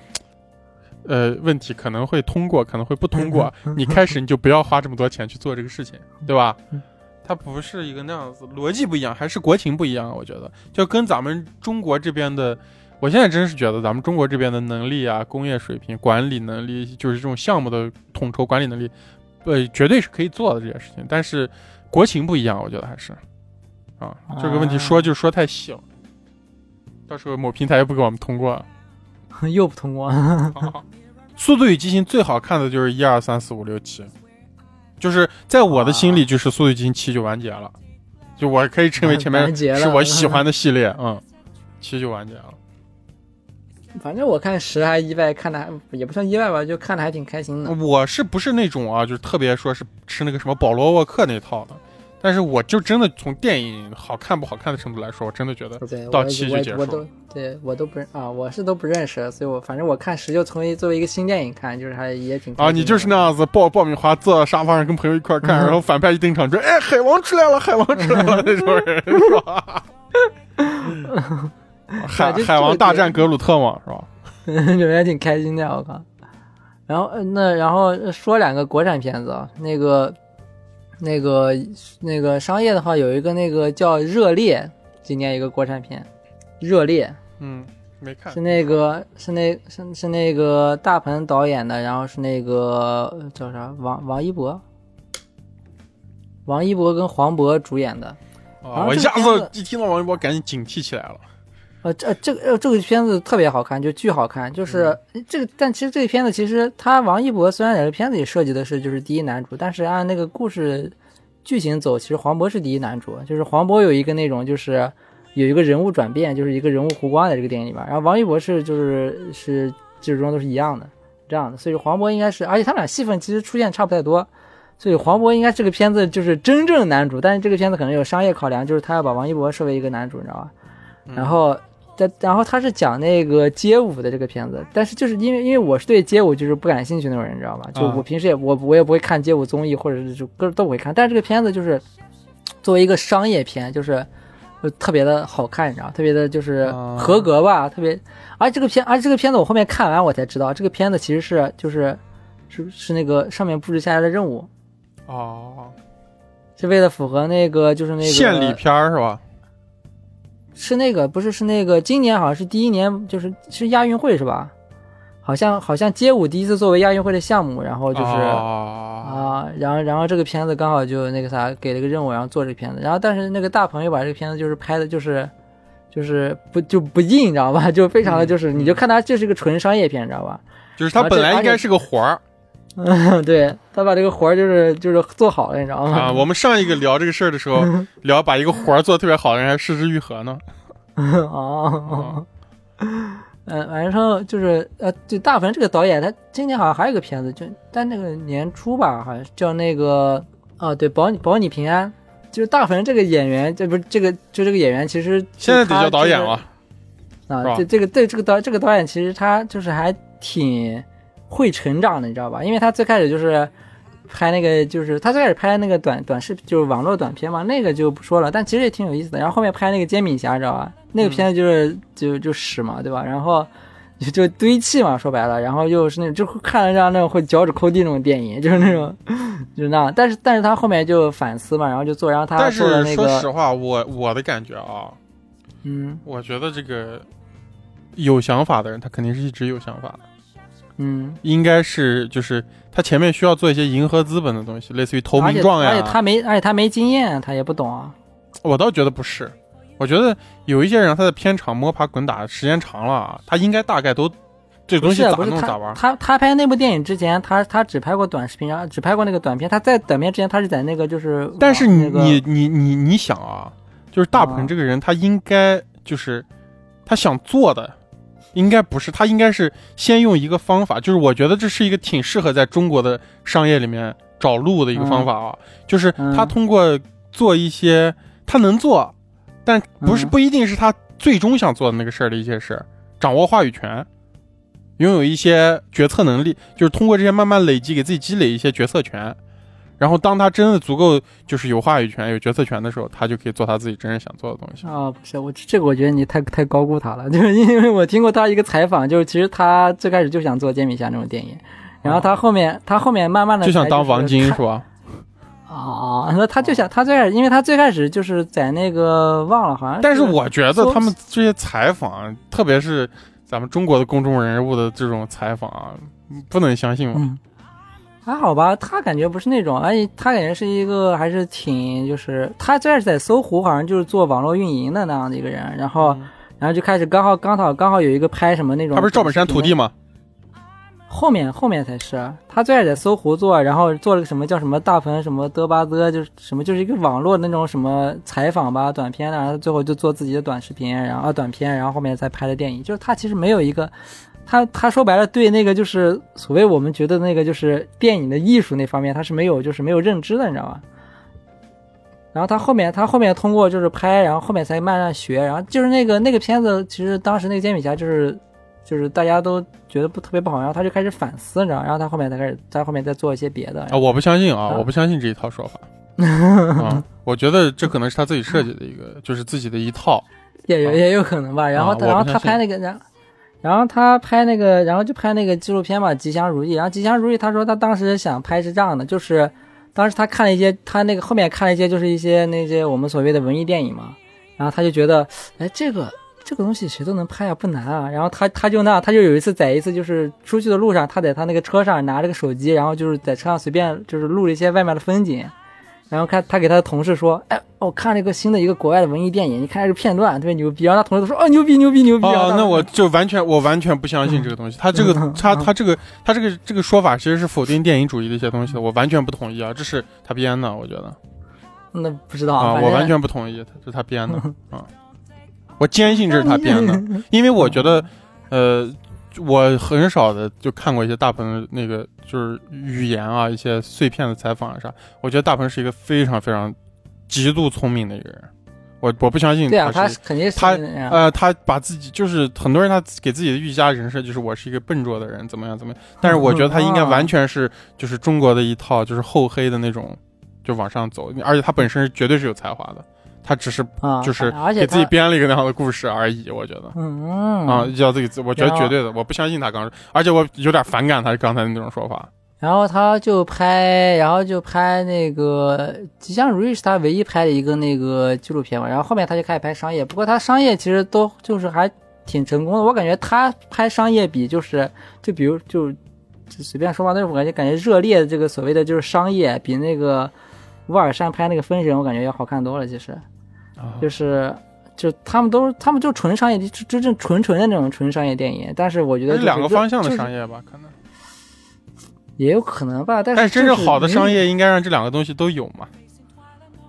[SPEAKER 2] 呃，问题可能会通过，可能会不通过。你开始你就不要花这么多钱去做这个事情，对吧
[SPEAKER 1] 嗯？
[SPEAKER 2] 它不是一个那样子，逻辑不一样，还是国情不一样。我觉得，就跟咱们中国这边的我现在真是觉得咱们中国这边的能力啊、工业水平、管理能力，就是这种项目的统筹管理能力，呃，绝对是可以做的这件事情。但是国情不一样，我觉得还是啊，这个问题说就说太细了，到时候某平台又不给我们通过。
[SPEAKER 1] 嗯 *laughs* 又不通过，
[SPEAKER 2] 速度与激情》最好看的就是一二三四五六七，就是在我的心里，就是《速度与激情七》就完结了，就我可以称为前面
[SPEAKER 1] 啊完结了
[SPEAKER 2] 是我喜欢的系列，嗯，七就完结了。
[SPEAKER 1] 反正我看十还意外，看的还也不算意外吧，就看的还挺开心的。
[SPEAKER 2] 我是不是那种啊，就是特别说是吃那个什么保罗沃克那套的？但是我就真的从电影好看不好看的程度来说，我真的觉得
[SPEAKER 1] 对，我
[SPEAKER 2] 嗯到期就结
[SPEAKER 1] 我我
[SPEAKER 2] 束
[SPEAKER 1] 都对我都不认啊，我是都不认识，所以我反正我看十就成为作为一个新电影看，就是还也挺开
[SPEAKER 2] 啊，
[SPEAKER 1] 心
[SPEAKER 2] 你
[SPEAKER 1] 的
[SPEAKER 2] 就是那样子爆爆米花坐到沙发上跟朋友一块儿看，
[SPEAKER 1] 嗯
[SPEAKER 2] 然后反派一登场说：“哎，海王出来了，海王出来了！”那种人是
[SPEAKER 1] *laughs*
[SPEAKER 2] 吧？海
[SPEAKER 1] 啊就
[SPEAKER 2] 海
[SPEAKER 1] 这
[SPEAKER 2] 王
[SPEAKER 1] 个
[SPEAKER 2] 大
[SPEAKER 1] 点
[SPEAKER 2] 战格鲁特嘛，是吧？
[SPEAKER 1] *laughs* 这边挺开心的，我靠。然后呃那然后呃说两个国产片子啊，那个那个那个商业的话有一个那个叫《热烈》，今年一个国产片，《热烈
[SPEAKER 2] 嗯，没》看
[SPEAKER 1] 是那个是那是是那个大鹏导演的，然后是那个呃叫啥王王一博，王一博跟黄渤主演的。
[SPEAKER 2] 啊！
[SPEAKER 1] 啊
[SPEAKER 2] 我一
[SPEAKER 1] 这
[SPEAKER 2] 下
[SPEAKER 1] 个片
[SPEAKER 2] 子
[SPEAKER 1] 子
[SPEAKER 2] 一听到王一博，赶紧警惕起来了。
[SPEAKER 1] 呃，这这个、呃、这个片子特别好看，就巨好看，就是、嗯这个。但其实这个片子其实他王一博虽然在这片子里设计的是就是第一男主，但是按那个故事剧情走，其实黄渤是第一男主，就是黄渤有一个那种就是有一个人物转变，就是一个人物弧光在这个电影里边儿。然后王一博是就是是最终都是一样的这样的，所以黄渤应该是，而且他们俩戏份其实出现差不太多。所以黄渤应该这个片子就是真正男主，但是这个片子可能有商业考量，就是他要把王一博设为一个男主，你知道吧？然后，但然后他是讲那个街舞的这个片子，但是就是因为因为我是对街舞就是不感兴趣那种人，你知道吧？就
[SPEAKER 2] 啊
[SPEAKER 1] 我平时也我我也不会看街舞综艺或者是就歌都不会看，但是这个片子就是作为一个商业片，就是就特别的好看，你知道，特别的就是
[SPEAKER 2] 啊
[SPEAKER 1] 合格吧，特别。而这个片，啊而这个片子我后面看完我才知道，这个片子其实是就是是是那个上面布置下来的任务，
[SPEAKER 2] 哦，
[SPEAKER 1] 是为了符合那个就是那个
[SPEAKER 2] 献礼片儿是吧？
[SPEAKER 1] 是那个不是是那个今年好像是第一年，就是是亚运会是吧？好像好像街舞第一次作为亚运会的项目，然后就是啊、
[SPEAKER 2] 哦
[SPEAKER 1] 然后然后这个片子刚好就那个啥给了个任务，然后做这个片子，然后但是那个大朋友把这个片子就是拍的就是。就是不就不硬，你知道吧？就非常的就是，你就看它就是一个纯商业片，你知道吧？ *laughs*
[SPEAKER 2] 就是他
[SPEAKER 1] 啊
[SPEAKER 2] 本
[SPEAKER 1] 这
[SPEAKER 2] 来应
[SPEAKER 1] 而
[SPEAKER 2] 该
[SPEAKER 1] 且
[SPEAKER 2] 是个活儿
[SPEAKER 1] 嗯，对他把这个活儿就是就是做好了，你知道
[SPEAKER 2] *laughs* 啊。
[SPEAKER 1] 吗？
[SPEAKER 2] 我们上一个聊这个事儿的时候，
[SPEAKER 1] 嗯
[SPEAKER 2] 聊把一个活儿做得特别好的人还失之愈合呢。
[SPEAKER 1] *laughs*
[SPEAKER 2] 啊
[SPEAKER 1] 哦，嗯，反正就是呃，对，大鹏这个导演，他今年好像还有一个片子，就但那个年初吧，好像叫那个啊，对，保你保你平安。就是大鹏这个演员，这不是这个就这个演员，其实
[SPEAKER 2] 现在得
[SPEAKER 1] 他
[SPEAKER 2] 叫导演
[SPEAKER 1] 就是
[SPEAKER 2] 了，是吧
[SPEAKER 1] 啊，这这个对这个导这个导演其实他就是还挺会成长的，你知道吧？因为他最开始就是拍那个，就是他最开始拍那个短短视，就是网络短片嘛，那个就不说了，但其实也挺有意思的。然后后面拍那个煎饼侠，知道吧？那
[SPEAKER 2] 嗯
[SPEAKER 1] 个片子就是、就就屎嘛，对吧？然后。就就堆砌嘛，说白了，然后又是那种就会看了让那种会脚趾抠地那种电影，就是那种，就是那样。但是但是他后面就反思嘛，然后就做，然后他
[SPEAKER 2] 但
[SPEAKER 1] 做了
[SPEAKER 2] 是
[SPEAKER 1] 那
[SPEAKER 2] 说
[SPEAKER 1] 个，
[SPEAKER 2] 实话，我我的感觉啊，
[SPEAKER 1] 嗯
[SPEAKER 2] 我觉得这个有想法的人，他肯定是一直有想法的，
[SPEAKER 1] 嗯，
[SPEAKER 2] 应该是就是他前面需要做一些迎合资本的东西，类似于投
[SPEAKER 1] 而
[SPEAKER 2] 名
[SPEAKER 1] 且
[SPEAKER 2] 状
[SPEAKER 1] 而且
[SPEAKER 2] 呀。
[SPEAKER 1] 他没，而且他没经验，他也不懂啊。
[SPEAKER 2] 我倒觉得不是，我觉得有一些人他在片场摸爬滚打时间长了啊，他应该大概都这个
[SPEAKER 1] 不
[SPEAKER 2] 东西
[SPEAKER 1] 是啊
[SPEAKER 2] 咋
[SPEAKER 1] 不是
[SPEAKER 2] 弄
[SPEAKER 1] 他
[SPEAKER 2] 咋玩。
[SPEAKER 1] 他他拍那部电影之前，他他只拍过短视频，然后只拍过那个短片。他在短片之前，他是在那个就是，
[SPEAKER 2] 但是
[SPEAKER 1] 那
[SPEAKER 2] 你、
[SPEAKER 1] 个
[SPEAKER 2] 你你你你想啊，就是大
[SPEAKER 1] 啊
[SPEAKER 2] 鹏这个人，他应该就是他想做的，应该不是他应该是先用一个方法，就是我觉得这是一个挺适合在中国的商业里面找路的一个方法啊，就是他
[SPEAKER 1] 嗯
[SPEAKER 2] 通过做一些他能做，但不是
[SPEAKER 1] 嗯
[SPEAKER 2] 不一定是他最终想做的那个事儿的一些事儿，掌握话语权。拥有一些决策能力，就是通过这些慢慢累积，给自己积累一些决策权。然后，当他真的足够就是有话语权、有决策权的时候，他就可以做他自己真正想做的东西。
[SPEAKER 1] 啊、不是我这个，我觉得你太太高估他了， *laughs* 就是因为我听过他一个采访，就是其实他最开始就想做《煎饼侠》那种电影，然后他后面、他后面慢慢的
[SPEAKER 2] 就想当王晶是吧？
[SPEAKER 1] 啊，那他就想他最开始，因为他最开始就是在那个忘了好像，
[SPEAKER 2] 但是我觉得
[SPEAKER 1] 说
[SPEAKER 2] 他们这些采访，特别是咱们中国的公众人物的这种采访啊，不能相信我。
[SPEAKER 1] 嗯，还好吧，他感觉不是那种，而且他感觉是一个还是挺就是他最开始在搜狐好像就是做网络运营的那样的一个人，然后、然后就开始刚好刚好刚好有一个拍什么那种，
[SPEAKER 2] 嗯他不是赵本山徒弟，吗？
[SPEAKER 1] 后面后面才是他最开始在搜狐做，然后做了个什么叫什么大鹏什么嘚吧嘚，就是什么就是一个网络那种什么采访吧短片啊，然后最后就做自己的短视频，然后、啊、短片，然后后面再拍的电影，就是他其实没有一个。他他说白了，对那个就是所谓我们觉得那个就是电影的艺术那方面，他是没有就是没有认知的，你知道吧？然后他后面他后面通过就是拍，然后后面才慢慢学，然后就是那个那个片子，其实当时那个煎饼侠就是就是大家都觉得不特别不好，然后他就开始反思，你知道吗，然后他后面才开始在后面再做一些别的，
[SPEAKER 2] 啊，我不相信啊，
[SPEAKER 1] 啊
[SPEAKER 2] 我不相信这一套说
[SPEAKER 1] *laughs*
[SPEAKER 2] 法。啊，我觉得这可能是他自己设计的一个，就是自己的一
[SPEAKER 1] *laughs*
[SPEAKER 2] 套。
[SPEAKER 1] 也有
[SPEAKER 2] 啊
[SPEAKER 1] 也有可能吧。然后他、
[SPEAKER 2] 我
[SPEAKER 1] 然
[SPEAKER 2] 不
[SPEAKER 1] 后
[SPEAKER 2] 相
[SPEAKER 1] 他拍那个然。然后他拍那个，然后就拍那个纪录片嘛，《吉祥如意》。然后《吉祥如意》，他说他当时想拍是这样的，就是当时他看了一些，他那个后面看了一些，就是一些那些我们所谓的文艺电影嘛。然后他就觉得，哎，这个这个东西谁都能拍啊，不难啊。然后他他就那他就有一次在一次就是出去的路上，他在他那个车上拿着个手机，然后就是在车上随便就是录了一些外面的风景。然后看他给他的同事说，哎，我看了一个新的一个国外的文艺电影，你看这个片段特别牛逼。然后他同事都说，哦，牛逼牛逼牛逼。啊然后
[SPEAKER 2] 哦，
[SPEAKER 1] 他
[SPEAKER 2] 那我就完全我完全不相信这个东西。他这个
[SPEAKER 1] 嗯
[SPEAKER 2] 他
[SPEAKER 1] 嗯
[SPEAKER 2] 他这个他这个这个说法其实是否定电影主义的一些东西的，我完全不同意啊！这是他编的，我觉得。
[SPEAKER 1] 那不知道，
[SPEAKER 2] 啊，
[SPEAKER 1] 反
[SPEAKER 2] 我
[SPEAKER 1] 正
[SPEAKER 2] 完全不同意，这是
[SPEAKER 1] *laughs*
[SPEAKER 2] 他编的啊，我坚信这是他编的，因为我觉得，
[SPEAKER 1] 嗯
[SPEAKER 2] 呃，我很少的就看过一些大鹏那个就是语言啊，一些碎片的采访啊啥，我觉得大鹏是一个非常非常极度聪明的一个人，我我不相信
[SPEAKER 1] 对啊，
[SPEAKER 2] 他
[SPEAKER 1] 他
[SPEAKER 2] 是。
[SPEAKER 1] 肯定是嗯
[SPEAKER 2] 他
[SPEAKER 1] 那样
[SPEAKER 2] 呃，他把自己就是很多人他给自己的预加人设就是我是一个笨拙的人，怎么样怎么样？但是我觉得他应
[SPEAKER 1] 嗯
[SPEAKER 2] 该完全是就是中国的一套就是厚黑的那种，就往上走，而且他本身绝对是有才华的，他只是
[SPEAKER 1] 啊，
[SPEAKER 2] 就是
[SPEAKER 1] 而且
[SPEAKER 2] 给自己
[SPEAKER 1] 他
[SPEAKER 2] 编了一个那样的故事而已，我觉得。
[SPEAKER 1] 嗯
[SPEAKER 2] 啊，要自己自，我觉得
[SPEAKER 1] 然后
[SPEAKER 2] 绝对的，我不相信他刚，而且我有点反感他刚才那种说法。
[SPEAKER 1] 然后他就拍，然后就拍那个《吉祥如意》是他唯一拍的一个那个纪录片嘛。然后后面他就开始拍商业，不过他商业其实都就是还挺成功的。我感觉他拍商业比就是就比如就就随便说吧，但是我感觉感觉热烈的这个所谓的就是商业比那个乌尔善拍那个《封神》我感觉要好看多了。其实
[SPEAKER 2] 嗯
[SPEAKER 1] 啊就是就他们都他们就纯商业，就真正纯纯的那种纯商业电影。但是我觉得
[SPEAKER 2] 这
[SPEAKER 1] 就是
[SPEAKER 2] 两个
[SPEAKER 1] 热
[SPEAKER 2] 方向的
[SPEAKER 1] 就是
[SPEAKER 2] 商业吧，可能。
[SPEAKER 1] 也有可能吧，但
[SPEAKER 2] 但
[SPEAKER 1] 是
[SPEAKER 2] 是真正
[SPEAKER 1] 就是
[SPEAKER 2] 好的
[SPEAKER 1] 你
[SPEAKER 2] 商业应该让这两个东西都有嘛。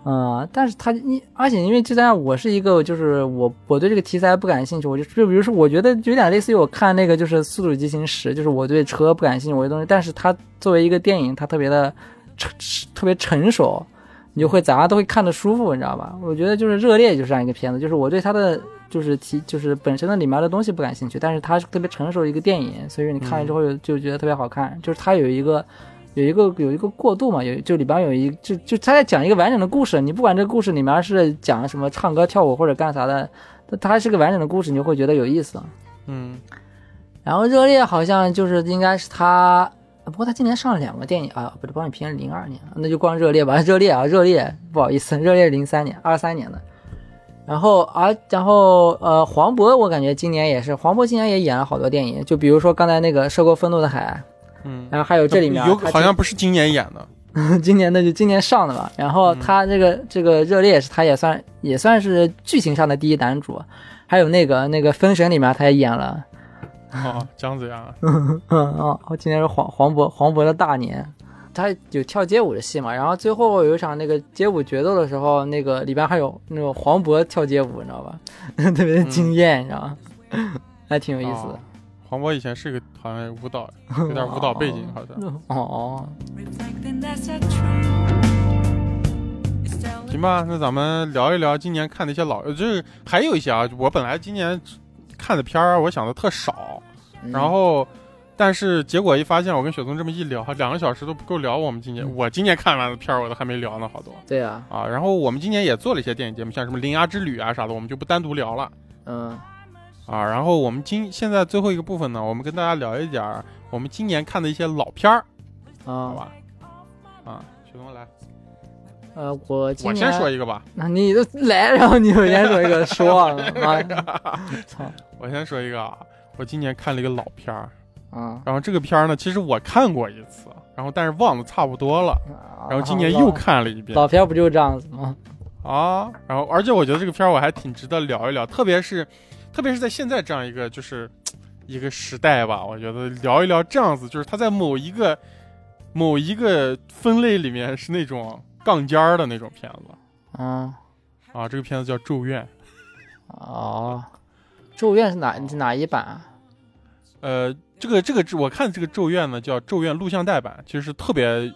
[SPEAKER 1] 嗯，但是他你，而且因为就在我是一个，就是我我对这个题材不感兴趣，我就就比如说，我觉得有点类似于我看那个就是《速度与激情十》，就是我对车不感兴趣，我对东西，但是它作为一个电影，它特别的成特别成熟，你就会咋样都会看得舒服，你知道吧？我觉得就是《热烈》就是这样一个片子，就是我对它的就是题就是本身的里面的东西不感兴趣，但是它是特别成熟的一个电影，所以说你看了之后有就觉得特别好看，就是它有一个。有一个有一个过渡嘛，有就里边有一就就他在讲一个完整的故事，你不管这个故事里面是讲什么唱歌跳舞或者干啥的，它它是个完整的故事，你就会觉得有意思。
[SPEAKER 2] 嗯，
[SPEAKER 1] 然后热烈好像就是应该是他，不过他今年上了两个电影啊，不是帮你评零二年，那就光热烈吧， *laughs* 热烈啊，热烈，不好意思，热烈零三年，二三年的。然后啊，然后呃，黄渤我感觉今年也是，黄渤今年也演了好多电影，就比如说刚才那个《涉过愤怒的海》，
[SPEAKER 2] 嗯
[SPEAKER 1] 然后还有这里面啊
[SPEAKER 2] 有
[SPEAKER 1] 他
[SPEAKER 2] 好像不是今年演
[SPEAKER 1] *laughs*
[SPEAKER 2] 的，
[SPEAKER 1] 今年的就今年上的吧。然后
[SPEAKER 2] 嗯
[SPEAKER 1] 他这个、这个热烈是他也算也算是剧情上的第一男主，还有那个那个《封神》里面他也演了，啊
[SPEAKER 2] 哦，姜子
[SPEAKER 1] *laughs*
[SPEAKER 2] 牙，
[SPEAKER 1] 嗯啊，我今年是黄黄渤黄渤的大年，他有跳街舞的戏嘛，然后最后有一场那个街舞决斗的时候，那个里边还有那种黄渤跳街舞，你知道吧？ *laughs* 特别的惊艳，你知道吗？还挺有意思的
[SPEAKER 2] 哦。黄渤以前是个好像
[SPEAKER 1] *laughs*
[SPEAKER 2] 舞蹈，有点舞蹈背景，好像。
[SPEAKER 1] 哦，
[SPEAKER 3] Reflecting that's a truth. It's telling
[SPEAKER 2] 行吧，那咱们聊一聊今年看的一些老，呃就是还有一些啊，我本来今年看的片儿，我想的特少，然
[SPEAKER 1] 嗯
[SPEAKER 2] 后。但是结果一发现，我跟雪松这么一聊，两个小时都不够聊。我们今
[SPEAKER 1] 嗯
[SPEAKER 2] 年，我今年看完的片儿，我都还没聊呢，好多
[SPEAKER 1] 对啊，
[SPEAKER 2] 啊。然后我们今年也做了一些电影节目，像什么《铃芽之旅》啊啥的，我们就不单独聊了。
[SPEAKER 1] 嗯
[SPEAKER 2] 啊，然后我们今现在最后一个部分呢，我们跟大家聊一点儿我们今年看的一些老片儿，好
[SPEAKER 1] 啊
[SPEAKER 2] 吧？啊，雪松来，
[SPEAKER 1] 呃，我今
[SPEAKER 2] 我
[SPEAKER 1] 年
[SPEAKER 2] 先说一个吧，
[SPEAKER 1] 那你就来，然后你就先说一个说
[SPEAKER 2] *laughs*
[SPEAKER 1] 了，啊妈呀，操，
[SPEAKER 2] 我先说一个啊，我今年看了一个老片儿，
[SPEAKER 1] 嗯，
[SPEAKER 2] 然后这个片儿呢，其实我看过一次，然后但是忘得差不多了，然后今年又看了一遍
[SPEAKER 1] 老片不就这样子吗？
[SPEAKER 2] 啊，然后而且我觉得这个片儿我还挺值得聊一聊，特别是特别是在现在这样一个就是一个时代吧，我觉得聊一聊这样子，就是它在某一个某一个分类里面是那种杠尖儿的那种片子
[SPEAKER 1] 嗯，
[SPEAKER 2] 啊。这个片子叫《咒怨》，嗯
[SPEAKER 1] 哦，咒怨是哪是哪一版啊？
[SPEAKER 2] 呃，这个这个我看这个《咒怨》呢叫《咒怨》录像带版，其实是特别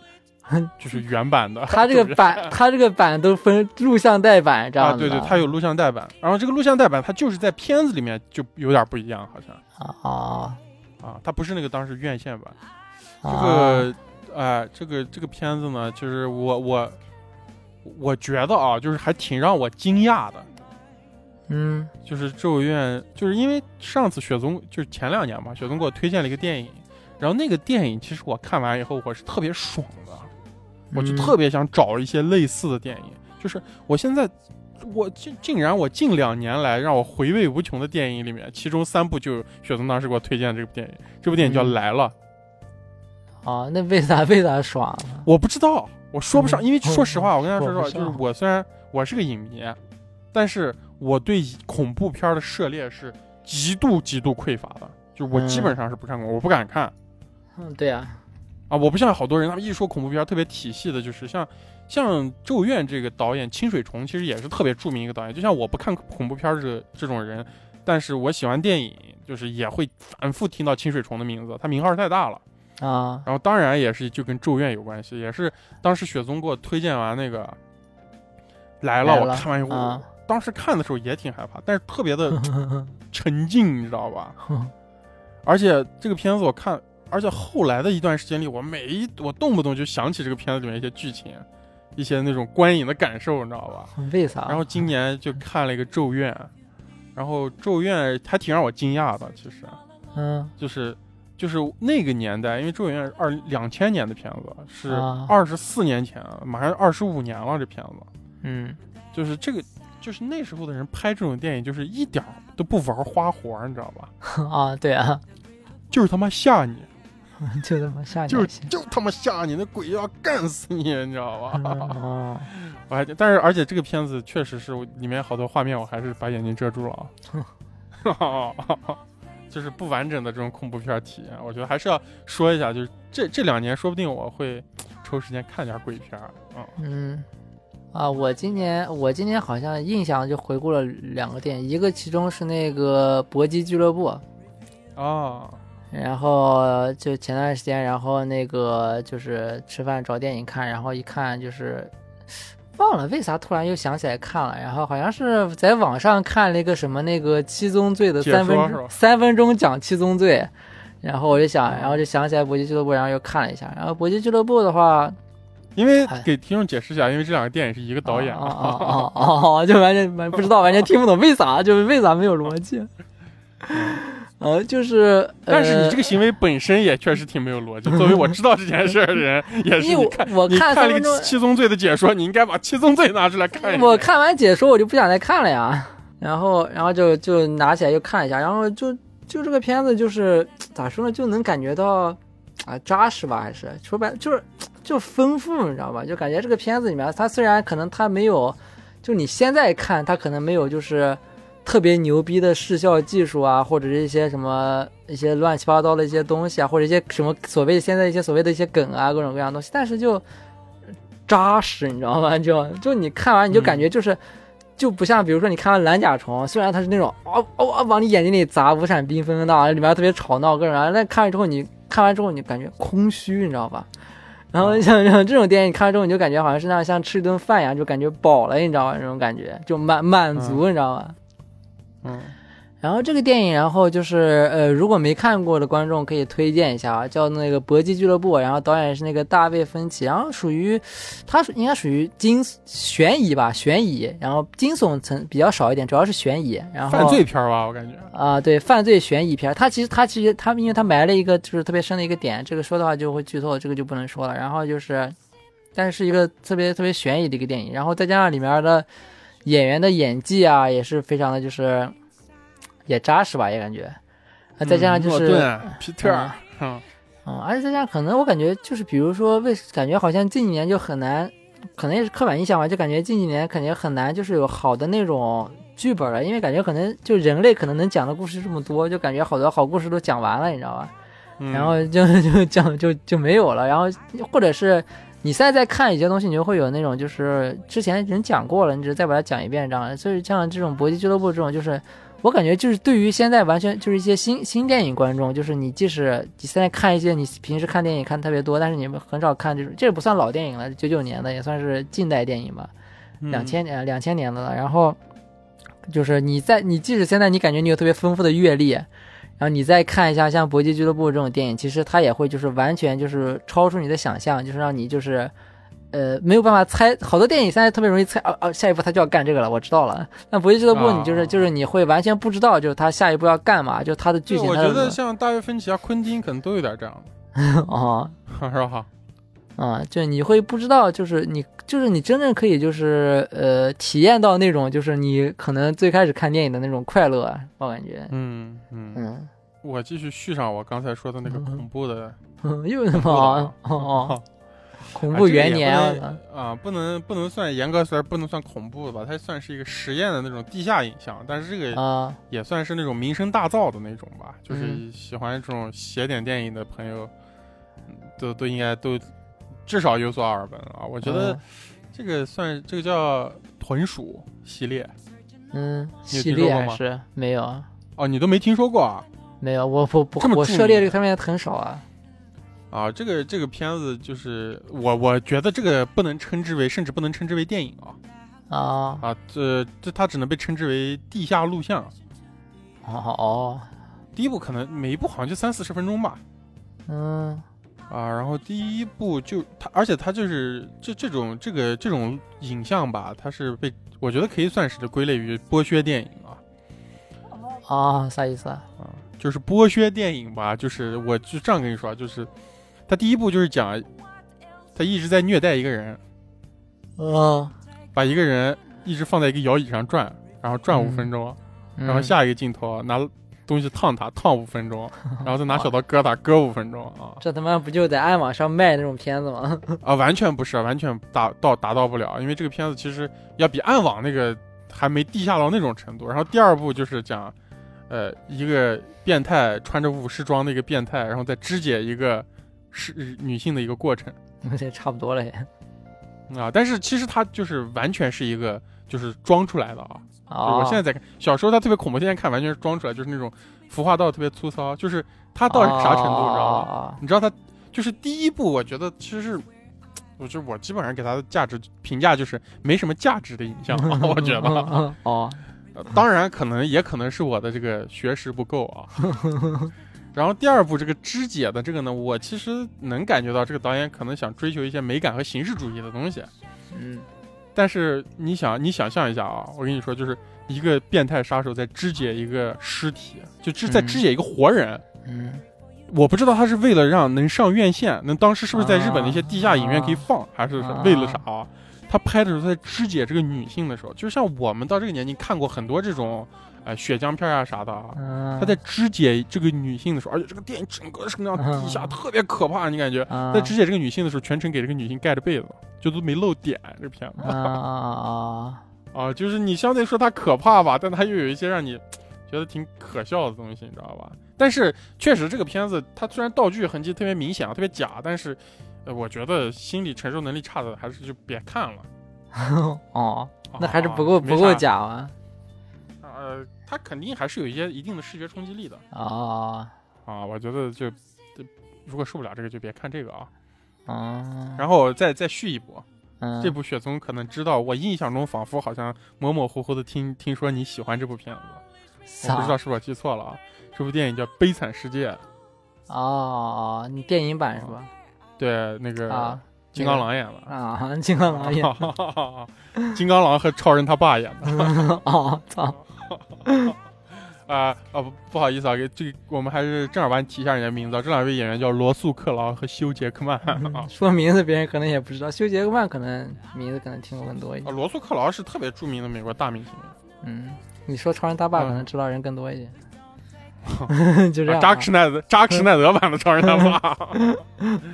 [SPEAKER 2] 就是原版的。
[SPEAKER 1] 他这个版，他这个版都分录像带版 *laughs* 这
[SPEAKER 2] 啊，
[SPEAKER 1] 样子
[SPEAKER 2] 对
[SPEAKER 1] 的。
[SPEAKER 2] 对，它有录像带版，然后这个录像带版它就是在片子里面就有点不一样，好像
[SPEAKER 1] 哦，
[SPEAKER 2] 啊，它不是那个当时院线版。
[SPEAKER 1] 这
[SPEAKER 2] 这个，哎、这个这个片子呢，就是我我我觉得啊，就是还挺让我惊讶的，
[SPEAKER 1] 嗯
[SPEAKER 2] 就是《咒怨》，就是因为上次雪松就是前两年嘛，雪松给我推荐了一个电影，然后那个电影其实我看完以后我是特别爽的，我就
[SPEAKER 1] 嗯
[SPEAKER 2] 特别想找一些类似的电影，就是我现在。我竟竟然我近两年来让我回味无穷的电影里面，其中三部就有雪松当时给我推荐的这部电影，这部电影叫《
[SPEAKER 1] 嗯
[SPEAKER 2] 来了》，
[SPEAKER 1] 哦，那为啥 *laughs* 为啥爽？啊
[SPEAKER 2] 我不知道，我说不上，
[SPEAKER 1] 嗯
[SPEAKER 2] 因为说实话，我跟大家说
[SPEAKER 1] 我不
[SPEAKER 2] 实话，
[SPEAKER 1] 知
[SPEAKER 2] 就
[SPEAKER 1] 道
[SPEAKER 2] 是我虽然我是个影迷，但是我对恐怖片的涉猎是啊极度极度匮乏的，就是我基本上是不看恐怖，我不敢看
[SPEAKER 1] 嗯，对啊，
[SPEAKER 2] 啊，我不像好多人，他们一说恐怖片儿特别体系的，就是像像《咒怨》这个导演清水崇，其实也是特别著名一个导演。就像我不看恐怖片儿这这种人，但是我喜欢电影，就是也会反复听到清水崇的名字，他名号太大了。
[SPEAKER 1] 啊， *laughs*
[SPEAKER 2] 然后当然也是就跟《咒怨》有关系，也是当时雪松给我推荐完那个来了，
[SPEAKER 1] 来
[SPEAKER 2] 我
[SPEAKER 1] 了
[SPEAKER 2] 看完以后，
[SPEAKER 1] 啊
[SPEAKER 2] 当时看的时候也挺害怕，但是特别的沉浸，你知道吧？而且这个片子我看，而且后来的一段时间里，我每一我动不动就想起这个片子里面一些剧情，一些那种观影的感受，你知道吧？
[SPEAKER 1] 为啥？
[SPEAKER 2] 然后今年就看了一个《咒怨》，然后《咒怨》还挺让我惊讶的，其实。
[SPEAKER 1] 嗯
[SPEAKER 2] 就是就是那个年代，因为《咒怨》二两千年的片子，是
[SPEAKER 1] 啊
[SPEAKER 2] 二十四年前，马上二十五年了。这片子
[SPEAKER 1] 嗯 *laughs*
[SPEAKER 2] 就是这个，就是那时候的人拍这种电影，就是一点儿都不玩花活儿，你知道吧？
[SPEAKER 1] 啊，对啊，
[SPEAKER 2] 就是他妈吓你，
[SPEAKER 1] 就这么下
[SPEAKER 2] 就是
[SPEAKER 1] 去。
[SPEAKER 2] 就他妈吓你，那鬼就要干死你，你知道吧？
[SPEAKER 1] 哦，
[SPEAKER 2] 我还但是而且这个片子确实是我里面好多画面，我还是把眼睛遮住了啊。 *laughs* 就是不完整的这种恐怖片体验，我觉得还是要说一下，就是这这两年说不定我会抽时间看点鬼片儿啊、
[SPEAKER 1] 嗯，啊，我今年我今年好像印象就回顾了两个电影，一个其中是那个搏击俱乐部，哦
[SPEAKER 2] 啊，
[SPEAKER 1] 然后就前段时间，然后那个就是吃饭找电影看，然后一看就是忘了为啥突然又想起来看了，然后好像是在网上看了一个什么那个七宗罪的
[SPEAKER 2] 解说
[SPEAKER 1] 三分
[SPEAKER 2] 是吧嗯
[SPEAKER 1] 钟三分钟讲七宗罪，然后我就想，然后就想起来搏击俱乐部，然后又看了一下，然后搏击俱乐部的话，
[SPEAKER 2] 因为
[SPEAKER 1] 哎
[SPEAKER 2] 给听众解释一下，因为这两个电影是一个导演 *laughs*
[SPEAKER 1] 啊啊啊啊啊啊！就完全完不知道，完全听不懂为啥，就是为啥没有逻
[SPEAKER 2] *laughs*
[SPEAKER 1] 辑。呃，就是，呃
[SPEAKER 2] 但是你这
[SPEAKER 1] 个
[SPEAKER 2] 个行为本身也确实挺没有逻辑。作为我知道这件事儿的人，
[SPEAKER 1] *laughs*
[SPEAKER 2] 也是
[SPEAKER 1] 因为
[SPEAKER 2] 你
[SPEAKER 1] 我
[SPEAKER 2] 看
[SPEAKER 1] 我
[SPEAKER 2] 你
[SPEAKER 1] 看三
[SPEAKER 2] 看了一
[SPEAKER 1] 分
[SPEAKER 2] 个
[SPEAKER 1] 钟
[SPEAKER 2] 七宗罪的解说，你应该把七宗罪拿出来 *laughs* 看一下。
[SPEAKER 1] 我看完解说我就不想再看了呀，然后然后就就拿起来又看了一下，然后就就这个片子就是咋说呢，就能感觉到啊扎实吧，还是说白了就是就丰富，你知道吧？就感觉这个片子里面，它虽然可能它没有，就你现在看它可能没有就是特别牛逼的视效技术啊，或者是一些什么一些乱七八糟的一些东西啊，或者一些什么所谓现在一些所谓的一些梗啊，各种各样的东西，但是就扎实，你知道吗？ *laughs* 就就你看完你就感觉就是。就不像，比如说你看完《蓝甲虫》，虽然它是那种哦哦哦往你眼睛里砸五闪缤纷的啊，里面特别吵闹各种啊，但看完之后你看完之后你感觉空虚，你知道吧？然
[SPEAKER 2] 啊
[SPEAKER 1] 后像 *laughs* 像这种电影，你看完之后你就感觉好像是那样像吃一顿饭一样，就感觉饱了，你知道吧？那种感觉就满满足，你知道吧？
[SPEAKER 2] 嗯，
[SPEAKER 1] 然后这个电影，然后就是呃，如果没看过的观众可以推荐一下啊，叫那个《搏击俱乐部》，然后导演是那个大卫芬奇，然后属于它属应该属于惊悬疑吧，悬疑，然后惊悚层比较少一点，主要是悬疑，然后
[SPEAKER 2] 犯罪片儿吧，我感觉。
[SPEAKER 1] 啊、对，犯罪悬疑片儿，它其实它其实它因为它埋了一个就是特别深的一个点，这个说的话就会剧透，这个就不能说了。然后就是，但是一个特别特别悬疑的一个电影，然后再加上里面的演员的演技啊，也是非常的就是也扎实吧，也感觉。啊，再加上就
[SPEAKER 2] 诺
[SPEAKER 1] 是
[SPEAKER 2] 顿、嗯哦皮特
[SPEAKER 1] 嗯
[SPEAKER 2] 儿，嗯，
[SPEAKER 1] 嗯，而且再加上可能我感觉就是，比如说为感觉好像近几年就很难，可能也是刻板印象吧，就感觉近几年感觉很难就是有好的那种剧本了，因为感觉可能就人类可能能讲的故事这么多，就感觉好多好故事都讲完了，你知道吧？
[SPEAKER 2] 嗯
[SPEAKER 1] 然后就就讲就就没有了，然后或者是你现在在看有些东西，你就会有那种就是之前人讲过了，你只是再把它讲一遍这样。所以像这种搏击俱乐部这种，就是我感觉就是对于现在完全就是一些新新电影观众，就是你即使你现在看一些你平时看电影看特别多，但是你们很少看这种，这也不算老电影了，九九年的也算是近代电影吧。
[SPEAKER 2] 嗯
[SPEAKER 1] 两千年两千年的了。然后就是你在你即使现在你感觉你有特别丰富的阅历，然后你再看一下像《搏击俱乐部》这种电影，其实它也会就是完全就是超出你的想象，就是让你就是。呃，没有办法猜，好多电影现在特别容易猜，啊啊，下一步他就要干这个了，我知道了。那《搏击俱乐部》，你就是、
[SPEAKER 2] 啊
[SPEAKER 1] 就是你会完全不知道，就是他下一步要干嘛，就是他的剧
[SPEAKER 2] 对
[SPEAKER 1] 情。
[SPEAKER 2] 我
[SPEAKER 1] 他
[SPEAKER 2] 觉
[SPEAKER 1] 的
[SPEAKER 2] 得像大卫芬奇啊、昆汀可能都有点这样
[SPEAKER 1] *laughs* 哦，
[SPEAKER 2] 的， *laughs* 是吧？
[SPEAKER 1] 啊、就你会不知道，就是你，就是你真正可以，就是呃，体验到那种，就是你可能最开始看电影的那种快乐，啊我感觉，
[SPEAKER 2] 嗯嗯，
[SPEAKER 1] 嗯，
[SPEAKER 2] 我继续续上我刚才说的那个
[SPEAKER 1] 嗯
[SPEAKER 2] 恐怖的
[SPEAKER 1] 嗯 *laughs* 又什么
[SPEAKER 2] 恐
[SPEAKER 1] 哦
[SPEAKER 2] 怖的
[SPEAKER 1] 哦，恐
[SPEAKER 2] 啊
[SPEAKER 1] 怖
[SPEAKER 2] 这个也
[SPEAKER 1] 元年
[SPEAKER 2] 不能
[SPEAKER 1] 啊，
[SPEAKER 2] *laughs* 啊，不能不能算严格来说不能算恐怖吧，它算是一个实验的那种地下影像，但是这个
[SPEAKER 1] 啊，
[SPEAKER 2] 也算是那种名声大噪的那种吧，就是
[SPEAKER 1] 嗯
[SPEAKER 2] 喜欢这种邪点电影的朋友，嗯都都应该都至少有所耳闻啊。我觉得
[SPEAKER 1] 嗯
[SPEAKER 2] 这个算这个叫豚鼠系列
[SPEAKER 1] 嗯，
[SPEAKER 2] 你
[SPEAKER 1] 系
[SPEAKER 2] 有听说
[SPEAKER 1] 列
[SPEAKER 2] 过
[SPEAKER 1] 还
[SPEAKER 2] 吗
[SPEAKER 1] 是没有啊？
[SPEAKER 2] 哦，你都没听说过啊？
[SPEAKER 1] 没有，我不不
[SPEAKER 2] 这，么
[SPEAKER 1] 我
[SPEAKER 2] 著
[SPEAKER 1] 涉猎
[SPEAKER 2] 名
[SPEAKER 1] 这个方面很少啊。
[SPEAKER 2] 啊，这个这个片子就是我我觉得这个不能称之为，甚至不能称之为电影啊
[SPEAKER 1] 啊，
[SPEAKER 2] 啊，这这它只能被称之为地下录像。啊
[SPEAKER 1] 哦哦，
[SPEAKER 2] 第一部可能每一部好像就三四十分钟吧，
[SPEAKER 1] 嗯
[SPEAKER 2] 啊，然后第一部就它，而且它就是这这种这个这种影像吧，它是被我觉得可以算是归类于剥削电影啊
[SPEAKER 1] 啊，啥意思啊？
[SPEAKER 2] 啊，就是剥削电影吧，就是我就这样跟你说啊，就是它第一部就是讲他一直在虐待一个人，
[SPEAKER 1] 嗯
[SPEAKER 2] 把一个人一直放在一个摇椅上转，然后转五
[SPEAKER 1] 嗯
[SPEAKER 2] 分钟，
[SPEAKER 1] 嗯，
[SPEAKER 2] 然后下一个镜头拿东西烫他烫五
[SPEAKER 1] *laughs*
[SPEAKER 2] 分钟，然后再拿小刀割他割五分钟啊
[SPEAKER 1] 这他妈不就在暗网上卖那种片子吗？ *laughs*
[SPEAKER 2] 啊，完全不是，完全达到达到不了，因为这个片子其实要比暗网那个还没地下到那种程度。然后第二部就是讲，呃，一个变态穿着武士装的一个变态，然后再肢解一个是女性的一个过程
[SPEAKER 1] 这差不多了也。
[SPEAKER 2] 啊，但是其实它就是完全是一个就是装出来的啊。对
[SPEAKER 1] 啊，
[SPEAKER 2] 我现在在看，小时候它特别恐怖，现在看完全是装出来，就是那种服化道特别粗糙，就是它到啥程度，你知道吗？
[SPEAKER 1] 吗？
[SPEAKER 2] 你知道它就是第一部，我觉得其实是，我就我基本上给它的价值评价就是没什么价值的影像，我觉
[SPEAKER 1] *laughs*
[SPEAKER 2] 得啊。
[SPEAKER 1] 嗯哦，
[SPEAKER 2] 呃当然，可能也可能是我的这个学识不够啊。然后第二部这个肢解的这个呢，我其实能感觉到这个导演可能想追求一些美感和形式主义的东西，
[SPEAKER 1] 嗯
[SPEAKER 2] 但是你想，你想象一下啊，我跟你说，就是一个变态杀手在肢解一个尸体，就肢在
[SPEAKER 1] 嗯
[SPEAKER 2] 肢解一个活人。
[SPEAKER 1] 嗯，
[SPEAKER 2] 我不知道他是为了让能上院线，那当时是不是在日本的一些
[SPEAKER 1] 啊
[SPEAKER 2] 地下影院可以放，还是
[SPEAKER 1] 啊
[SPEAKER 2] 为了啥啊？他拍的时候在肢解这个女性的时候，就像我们到这个年纪看过很多这种，呃，血浆片啊啥的啊。
[SPEAKER 1] 他
[SPEAKER 2] 他在肢解这个女性的时候，而且这个电影整个是那样地下
[SPEAKER 1] 啊
[SPEAKER 2] 特别可怕，你感觉在肢解这个女性的时候，全程给这个女性盖着被子，就都没露点这片子。
[SPEAKER 1] 啊啊
[SPEAKER 2] 啊，就是你相对说它可怕吧，但它又有一些让你觉得挺可笑的东西，你知道吧？但是确实这个片子，它虽然道具痕迹特别明显啊，特别假，但是，呃，我觉得心理承受能力差的还是就别看了。
[SPEAKER 1] 啊！哦，
[SPEAKER 2] 啊
[SPEAKER 1] 那还是不够
[SPEAKER 2] 没
[SPEAKER 1] 不够
[SPEAKER 2] 啥
[SPEAKER 1] 假啊！
[SPEAKER 2] 呃，它肯定还是有一些一定的视觉冲击力的
[SPEAKER 1] 哦，
[SPEAKER 2] 啊。我觉得就，就如果受不了这个，就别看这个啊。
[SPEAKER 1] 嗯，
[SPEAKER 2] 然后再再续一部，
[SPEAKER 1] 嗯
[SPEAKER 2] 这部雪松可能知道，我印象中仿佛好像模模糊糊的听听说你喜欢这部片子。我不知
[SPEAKER 1] 啥？
[SPEAKER 2] 道是不是我记错了啊。这部电影叫《悲惨世界》，
[SPEAKER 1] 哦，你电影版是吧？
[SPEAKER 2] 对，那个
[SPEAKER 1] 啊
[SPEAKER 2] 金刚狼演的。
[SPEAKER 1] 啊，金刚狼也
[SPEAKER 2] *laughs* 金刚狼和超人他爸演的。
[SPEAKER 1] 哦，操，
[SPEAKER 2] 啊啊不不好意思啊，给这个我们还是正儿八经提一下人家名字啊。这两位演员叫罗素·克劳和休·杰克曼啊。
[SPEAKER 1] 说名字别人可能也不知道，修杰克曼可能名字可能听过更多一
[SPEAKER 2] 啊，
[SPEAKER 1] 点。
[SPEAKER 2] 罗素·克劳是特别著名的美国大明星，啊
[SPEAKER 1] 嗯，你说超人他爸
[SPEAKER 2] 嗯
[SPEAKER 1] 可能知道人更多一点，就这样啊。嗯
[SPEAKER 2] 扎克施奈德扎克施奈德版的超人他爸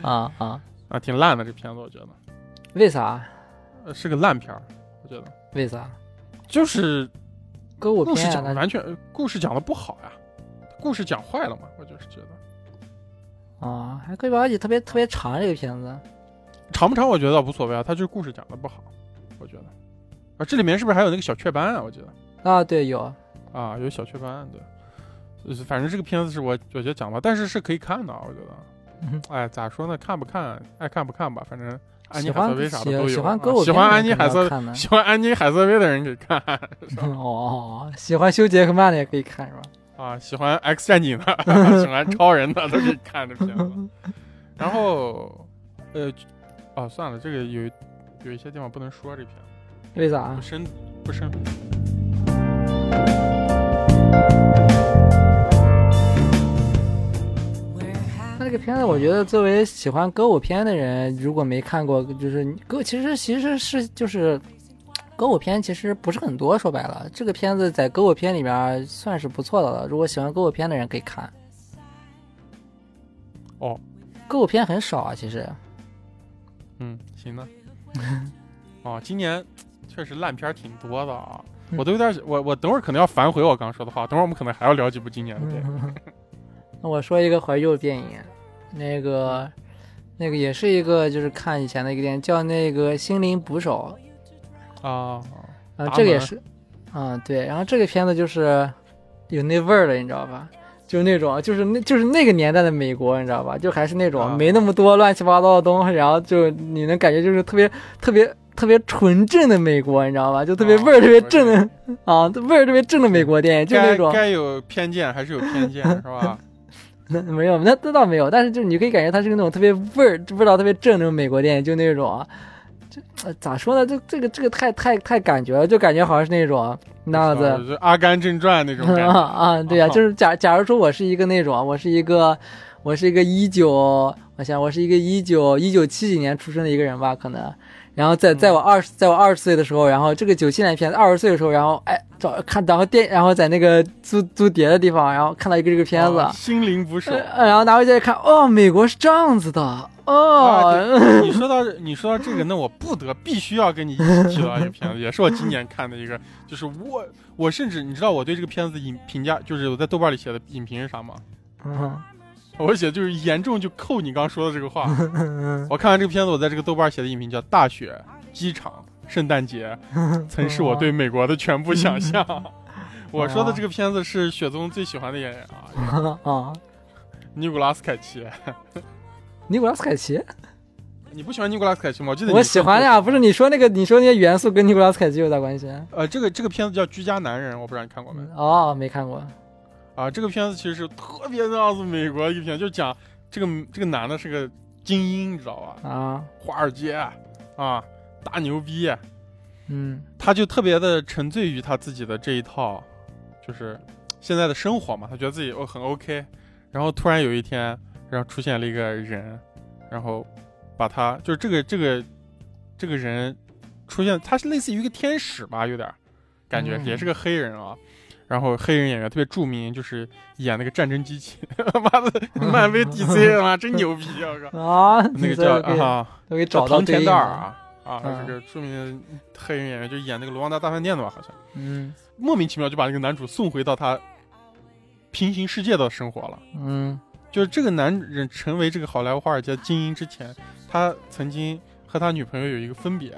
[SPEAKER 1] 啊啊，
[SPEAKER 2] 啊，挺烂的这片子，我觉得
[SPEAKER 1] 为啥？
[SPEAKER 2] 呃是个烂片儿，我觉得
[SPEAKER 1] 为啥？
[SPEAKER 2] 就是
[SPEAKER 1] 歌舞
[SPEAKER 2] 故事
[SPEAKER 1] 片
[SPEAKER 2] 讲
[SPEAKER 1] 啊
[SPEAKER 2] 的，完全呃故事讲的不好呀，故事讲坏了嘛，我就是觉得
[SPEAKER 1] 它啊，还可以吧，而且特别特别长这个片子，
[SPEAKER 2] 长不长我觉得倒无所谓啊，他就是故事讲的不好，我觉得。啊，这里面是不是还有那个小雀斑啊？我觉得
[SPEAKER 1] 啊，对，有，
[SPEAKER 2] 啊，有小雀斑，对。就是反正这个片子是我我觉得讲吧，但是是可以看的啊，我觉
[SPEAKER 1] 嗯
[SPEAKER 2] 得。哎，咋说呢？看不看，爱看不看吧，反正安妮
[SPEAKER 1] 喜
[SPEAKER 2] 海瑟
[SPEAKER 1] 欢
[SPEAKER 2] 薇啥的
[SPEAKER 1] 喜
[SPEAKER 2] 都有啊。
[SPEAKER 1] 喜欢歌舞片
[SPEAKER 2] 喜
[SPEAKER 1] 的人
[SPEAKER 2] 欢安妮
[SPEAKER 1] 肯定
[SPEAKER 2] 海
[SPEAKER 1] 要
[SPEAKER 2] 瑟
[SPEAKER 1] 看的，
[SPEAKER 2] 喜欢安妮海瑟薇的人可以看
[SPEAKER 1] 哦哦，哦喜欢修杰克曼的也可以看是吧？
[SPEAKER 2] 啊，喜欢 X 战警的， *laughs* 喜欢超人的都可以看这片子。然后，呃，哦，算了，这个有有一些地方不能说这篇，
[SPEAKER 1] 为啥啊
[SPEAKER 2] 不？深不深。
[SPEAKER 1] 那这个片子，我觉得作为喜欢歌舞片的人，如果没看过，就是你歌，其实其实是就是歌舞片，其实不是很多。说白了，这个片子在歌舞片里面算是不错的了。如果喜欢歌舞片的人可以看。
[SPEAKER 2] 哦，
[SPEAKER 1] 歌舞片很少啊，其实。
[SPEAKER 2] 嗯，
[SPEAKER 1] *laughs*
[SPEAKER 2] 行的。哦，今年确实烂片儿挺多的啊，
[SPEAKER 1] 嗯
[SPEAKER 2] 我都有点，我我等会儿可能要反悔我刚说的话，等会儿我们可能还要聊几
[SPEAKER 1] 嗯
[SPEAKER 2] 部今年的电影。
[SPEAKER 1] 那我说一个怀旧电影，那个那个也是一个就是看以前的一个电影，叫那个《心灵捕手》
[SPEAKER 2] 啊，
[SPEAKER 1] 啊、
[SPEAKER 2] 达
[SPEAKER 1] 这个也
[SPEAKER 2] 门
[SPEAKER 1] 是，啊、对，然后这个片子就是有那味儿了，你知道吧？就是那种，就是那，就是那个年代的美国，你知道吧？就还是那种
[SPEAKER 2] 啊
[SPEAKER 1] 没那么多乱七八糟的东西，然后就你能感觉就是特别特别特别纯正的美国，你知道吧？就特别
[SPEAKER 2] 啊
[SPEAKER 1] 味儿特别
[SPEAKER 2] 我
[SPEAKER 1] 正的啊，味儿特别正的美国电影，就那
[SPEAKER 2] 该
[SPEAKER 1] 种
[SPEAKER 2] 该有偏见还是有偏见是
[SPEAKER 1] *laughs*
[SPEAKER 2] 吧？
[SPEAKER 1] 那没有，那那倒没有，但是就是你可以感觉它是那种特别味儿，味道特别正那种美国电影，就那种啊，这、呃咋说呢？这这个这个太太太感觉了，就感觉好像是那种那样
[SPEAKER 2] 啊
[SPEAKER 1] 子。
[SPEAKER 2] 就是《阿甘正传》那种感
[SPEAKER 1] *laughs* 啊
[SPEAKER 2] 觉。
[SPEAKER 1] 啊，对呀、
[SPEAKER 2] 啊
[SPEAKER 1] 就是假假如说我是一个那种，我是一个，我是一个一九，我想我是一个一九一九七几年出生的一个人吧，可能，然后
[SPEAKER 2] 嗯
[SPEAKER 1] 在在我二十在我二十岁的时候，然后这个九七年片子，二十岁的时候，然后哎找看，然后电，然后在那个租租碟的地方，然后看到一个这个片子，
[SPEAKER 2] 啊心灵捕手。
[SPEAKER 1] 呃 *laughs* 然后拿回家一看，哦，美国是这样子的，
[SPEAKER 2] 啊
[SPEAKER 1] 哦，
[SPEAKER 2] 对你说到你说到这个，那我不得必须要跟你一起提到一个片子，也是我今年看的一个，就是我我甚至你知道我对这个片子影评价，就是我在豆瓣里写的影评是啥吗？
[SPEAKER 1] 嗯
[SPEAKER 2] 我写就是严重就扣你刚说的这
[SPEAKER 1] *laughs*
[SPEAKER 2] 个话。我看完这个片子，我在这个豆瓣写的影评叫《大雪、机场、圣
[SPEAKER 1] *laughs*
[SPEAKER 2] 诞节》，曾是我对美国的全部想象。我说
[SPEAKER 1] 哦
[SPEAKER 2] 的这个片子是雪宗最喜欢的演员啊，
[SPEAKER 1] *laughs* 啊，
[SPEAKER 2] 尼古拉斯凯奇。
[SPEAKER 1] 尼古拉斯凯奇，
[SPEAKER 2] 你不喜欢尼古拉斯凯奇吗？我记得你
[SPEAKER 1] 我喜欢呀、
[SPEAKER 2] 说过
[SPEAKER 1] 不是你说那个，你说那些元素跟尼古拉斯凯奇有啥关系？
[SPEAKER 2] 呃，这个这个片子叫《居家男人》，我不知道你看过没？
[SPEAKER 1] 哦，没看过，
[SPEAKER 2] 啊，这个片子其实是特别让子美国的一个片，就讲这个这个男的是个精英，你知道吧？
[SPEAKER 1] 啊，
[SPEAKER 2] 华尔街啊，大牛逼，
[SPEAKER 1] 嗯
[SPEAKER 2] 他就特别的沉醉于他自己的这一套，就是现在的生活嘛，他觉得自己哦很 OK，然后突然有一天，然后出现了一个人，然后把他就是这个这个这个人出现，他是类似于一个天使吧，有点儿感觉、
[SPEAKER 1] 嗯
[SPEAKER 2] 也是个黑人啊。然后黑人演员特别著名，就是演那个战争机器， *laughs* 妈的，漫威 DC 他妈真牛逼啊！我靠，
[SPEAKER 1] 啊，
[SPEAKER 2] 那个
[SPEAKER 1] 这
[SPEAKER 2] 叫
[SPEAKER 1] 给
[SPEAKER 2] 啊，
[SPEAKER 1] 都给找
[SPEAKER 2] 叫
[SPEAKER 1] 到
[SPEAKER 2] 唐
[SPEAKER 1] 对
[SPEAKER 2] 田
[SPEAKER 1] 应
[SPEAKER 2] 蛋儿
[SPEAKER 1] 了，嗯
[SPEAKER 2] 啊啊，这个著名的黑人演员，就演那个《卢旺达大饭店》的吧，好像
[SPEAKER 1] 嗯
[SPEAKER 2] 莫名其妙就把这个男主送回到他平行世界的生活了。
[SPEAKER 1] 嗯
[SPEAKER 2] 就是这个男人成为这个好莱坞华尔街精英之前，他曾经和他女朋友有一个分别，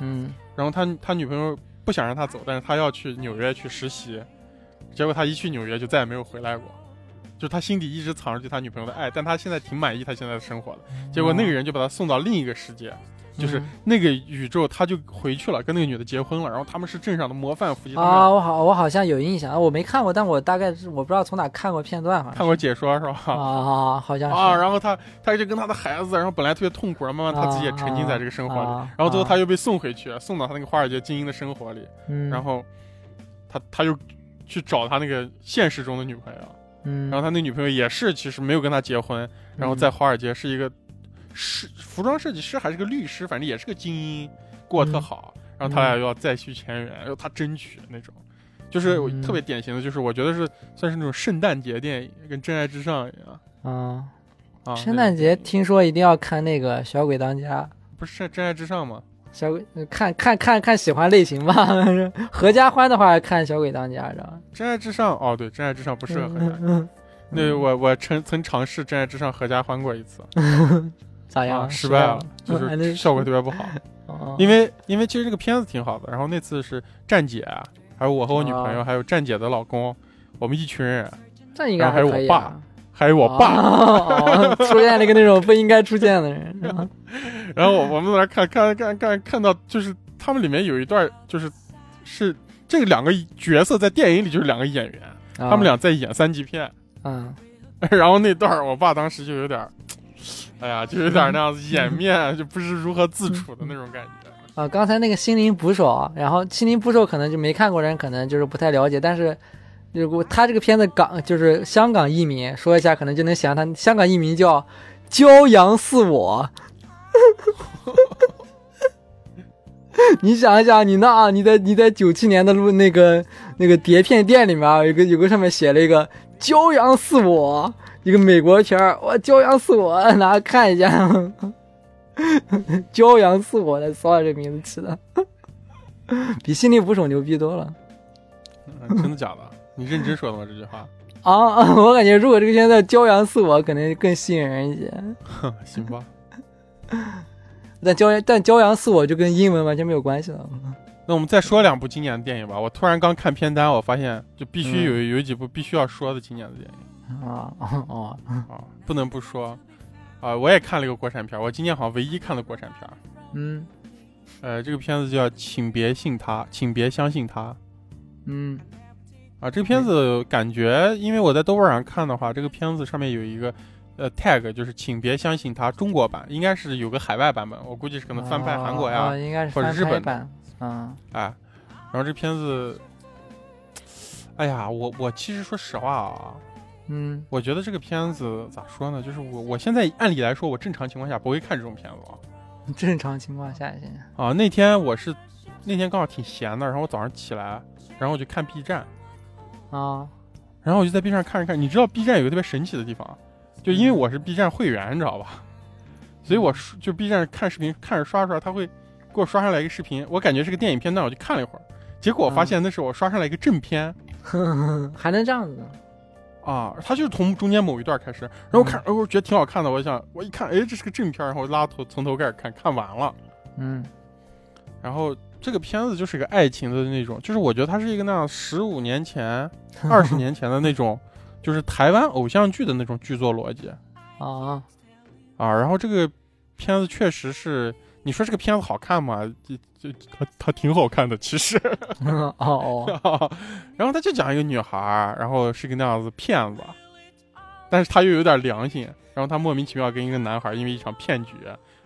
[SPEAKER 1] 嗯
[SPEAKER 2] 然后他他女朋友不想让他走，但是他要去纽约去实习，结果他一去纽约就再也没有回来过。就是他心底一直藏着对他女朋友的爱，但他现在挺满意他现在的生活的。结果那个人就把他送到另一个世界，就是
[SPEAKER 1] 哦嗯
[SPEAKER 2] 那个宇宙，他就回去了，跟那个女的结婚了。然后他们是镇上的模范夫妻。他们
[SPEAKER 1] 啊，我好，我好像有印象，我没看过，但我大概是我不知道从哪看过片段，好像
[SPEAKER 2] 看过解说是吧？
[SPEAKER 1] 啊，好像是
[SPEAKER 2] 啊，然后他他就跟他的孩子，然后本来特别痛苦，然后慢慢他自己也沉浸在这个生活里，
[SPEAKER 1] 啊
[SPEAKER 2] 然后最后
[SPEAKER 1] 啊
[SPEAKER 2] 他又被送回去，送到他那个华尔街精英的生活里，
[SPEAKER 1] 嗯
[SPEAKER 2] 然后他他又去找他那个现实中的女朋友，
[SPEAKER 1] 嗯，
[SPEAKER 2] 然后他那女朋友也是其实没有跟他结婚，然后在华尔街是一个是服装设计师还是个律师，反正也是个精英，过得特
[SPEAKER 1] 嗯
[SPEAKER 2] 好，然后他俩又要再续前缘，要他争取那种。就是我
[SPEAKER 1] 嗯
[SPEAKER 2] 特别典型的，就是我觉得是算是那种圣诞节电影，跟《真爱至上》一样
[SPEAKER 1] 啊。
[SPEAKER 2] 啊。
[SPEAKER 1] 圣
[SPEAKER 2] 那
[SPEAKER 1] 诞
[SPEAKER 2] 种
[SPEAKER 1] 节听说一定要看那个《小鬼当家》，
[SPEAKER 2] 不是《真爱至上》吗？
[SPEAKER 1] 小鬼看看看看喜欢类型吧。 *laughs* 合家欢的话看《小鬼当家》，知道吧？
[SPEAKER 2] 《真爱至上》哦，对，《真爱至上》不适合合家。
[SPEAKER 1] 嗯，
[SPEAKER 2] 那我我曾曾尝试《真爱至上》合家欢过一次，
[SPEAKER 1] 咋样？
[SPEAKER 2] 啊，失败
[SPEAKER 1] 败
[SPEAKER 2] 了，就
[SPEAKER 1] 嗯哎那
[SPEAKER 2] 是效果特别不好。
[SPEAKER 1] 哦
[SPEAKER 2] 因为因为其实这个片子挺好的，然后那次是站姐，啊还有我和我女朋友，
[SPEAKER 1] 啊
[SPEAKER 2] 还有站姐的老公，我们一群人，
[SPEAKER 1] 这应该
[SPEAKER 2] 然后还有
[SPEAKER 1] 可以
[SPEAKER 2] 我
[SPEAKER 1] 啊、
[SPEAKER 2] 爸还有我爸，
[SPEAKER 1] 哦，哦出现了一个那种不应该出现的人，是吧
[SPEAKER 2] 然后我我们在那看看看看看到，就是他们里面有一段就是是这两个角色在电影里就是两个演员，他们俩在演三级片。 *laughs*
[SPEAKER 1] 啊，
[SPEAKER 2] 然后那段儿，我爸当时就有点儿，哎呀，就有点儿那
[SPEAKER 1] *laughs*
[SPEAKER 2] 样子掩面，啊就不知如何自处的那种感觉。
[SPEAKER 1] 啊，刚才那个心灵捕手啊，然后心灵捕手可能就没看过人，可能就是不太了解，但是 *laughs* 如果他这个片子港就是香港译名，说一下可能就能想他香港译名叫《骄阳似我》。 *laughs* 你想一想，你那啊，你在你在九七年的录那个那个碟片店里面啊，有个有个上面写了一个“骄阳似我”，一个美国片儿，哇，“骄阳似我”， *laughs* 拿看一下，“骄阳似我”的，骚这名字起的， *laughs* 比心灵捕手牛逼多了
[SPEAKER 2] 嗯真的假的？你认真说的吗？这句话？
[SPEAKER 1] 啊啊！我感觉如果这个片子叫骄阳似我”，可能更吸引人一些。
[SPEAKER 2] 行吧。
[SPEAKER 1] 但骄阳但骄阳似我就跟英文完全没有关系了。
[SPEAKER 2] 那我们再说两部经典的电影吧。我突然刚看片单，我发现就必
[SPEAKER 1] 嗯
[SPEAKER 2] 须有、有几部必须要说的经典的电影
[SPEAKER 1] 啊哦，
[SPEAKER 2] 啊，不能不说。啊、我也看了一个国产片儿，我今年好像唯一看的国产片儿。
[SPEAKER 1] 嗯
[SPEAKER 2] 呃，这个片子叫《请别信他，请别相信他》
[SPEAKER 1] 嗯
[SPEAKER 2] 啊。这个片子感觉，因为我在豆瓣上看的话，这个片子上面有一个呃 tag，就是“请别相信他”中国版，应该是有个海外版本，我估计是可能翻拍韩国呀
[SPEAKER 1] 哦，哦应该是
[SPEAKER 2] 或者
[SPEAKER 1] 翻
[SPEAKER 2] 日
[SPEAKER 1] 拍
[SPEAKER 2] 本
[SPEAKER 1] 版。嗯
[SPEAKER 2] 哎，然后这片子，哎呀，我我其实说实话啊，
[SPEAKER 1] 嗯
[SPEAKER 2] 我觉得这个片子咋说呢？就是我我现在按理来说，我正常情况下不会看这种片子啊。
[SPEAKER 1] 正常情况下行。
[SPEAKER 2] 啊，那天我是那天刚好挺闲的，然后我早上起来，然后我就看 B 站，
[SPEAKER 1] 啊 *laughs*
[SPEAKER 2] 然后我就在 B 站看着看，你知道 B 站有个特别神奇的地方，啊就因为我是 B 站会员，你知道吧？所以我刷就 B 站看视频看着刷着刷，他会给我刷上来一个视频，我感觉是个电影片段，我就看了一会儿，结果我发现那是我刷上来一个正片。
[SPEAKER 1] 还能这样子？
[SPEAKER 2] 啊，他就是从中间某一段开始，然后我看，哎、我觉得挺好看的，我想，我一看，哎，这是个正片，然后我拉头从头开始看，看完了，
[SPEAKER 1] 嗯
[SPEAKER 2] 然后这个片子就是个爱情的那种，就是我觉得它是一个那样十五年前、二十年前的那种，就是台湾偶像剧的那种剧作逻辑
[SPEAKER 1] 啊，
[SPEAKER 2] 啊。然后这个片子确实是，你说这个片子好看吗？就就它它挺好看的，其实。
[SPEAKER 1] 哦哦，
[SPEAKER 2] 然后他就讲一个女孩儿，然后是个那样子骗子，但是他又有点良心，然后他莫名其妙跟一个男孩儿因为一场骗局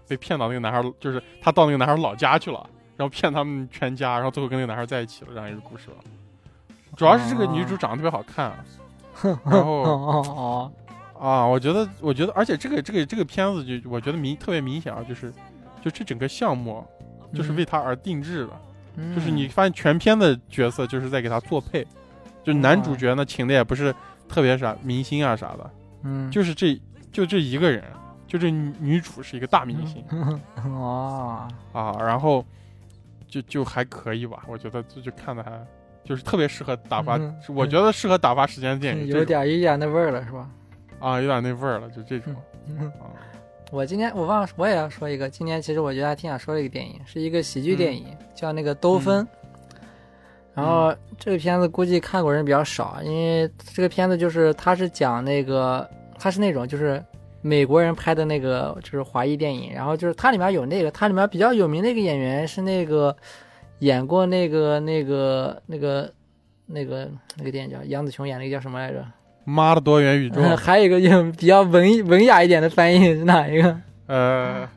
[SPEAKER 2] 被骗到那个男孩儿，就是他到那个男孩儿老家去了，然后骗他们全家，然后最后跟那个男孩儿在一起了，这样一个故事了。主要是这个女主长得特别好看，然
[SPEAKER 1] 哦
[SPEAKER 2] 后
[SPEAKER 1] 哦
[SPEAKER 2] 啊，我觉得，我觉得，而且这个这个这个片子就我觉得明特别明显啊，就是就这整个项目
[SPEAKER 1] 哦，
[SPEAKER 2] 就是为他而定制的。
[SPEAKER 1] 嗯
[SPEAKER 2] 就是你发现全片的角色就是在给他做配，就男主角呢请的也不是特别啥明星啊啥的，
[SPEAKER 1] 嗯
[SPEAKER 2] 就是这就这一个人，就这女女主是一个大
[SPEAKER 1] *laughs*
[SPEAKER 2] 明星
[SPEAKER 1] 嗯哦
[SPEAKER 2] 啊，然后就就还可以吧，我觉得就就看的还就是特别适合打发
[SPEAKER 1] 嗯，
[SPEAKER 2] 我觉得适合打发时间的电影，
[SPEAKER 1] 有
[SPEAKER 2] 这种
[SPEAKER 1] 点有点那味儿了是吧？
[SPEAKER 2] 啊有点那味儿了，就这种
[SPEAKER 1] 嗯
[SPEAKER 2] 啊
[SPEAKER 1] *laughs* 我今天我忘了，我也要说一个。今天其实我觉得还挺想说的一个电影，是一个喜剧电影，叫那个《兜风》。然后这个片子估计看过人比较少，啊因为这个片子就是它是讲那个，它是那种就是美国人拍的那个就是华裔电影，然后就是它里面有那个，它里面比较有名的一个演员是那个演过那个那个那个那个那个电影叫杨紫琼演那个叫什么来着？
[SPEAKER 2] 妈的多元宇宙，
[SPEAKER 1] *laughs* 还有一个就比较文文雅一点的翻译是哪一个？嗯 *laughs*
[SPEAKER 2] 呃，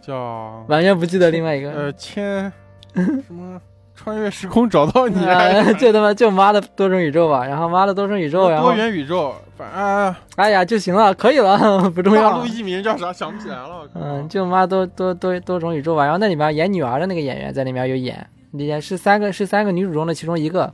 [SPEAKER 2] 叫
[SPEAKER 1] 完全不记得另外一个。
[SPEAKER 2] 呃千什么穿越时空找到你。
[SPEAKER 1] 啊， *laughs* 就他妈就妈的多种宇宙吧，然后妈的多种宇宙，然后
[SPEAKER 2] 多元宇宙，反
[SPEAKER 1] *laughs*
[SPEAKER 2] 正、啊、
[SPEAKER 1] 哎呀就行了，可以了， *laughs* 不重
[SPEAKER 2] 大 *laughs*
[SPEAKER 1] 要
[SPEAKER 2] 陆
[SPEAKER 1] 了。
[SPEAKER 2] 艺名叫啥想不起来了。
[SPEAKER 1] 啊嗯，就妈多多多多种宇宙吧。然后那里面演女儿的那个演员在里面有演，演是三个是三个女主中的其中一个。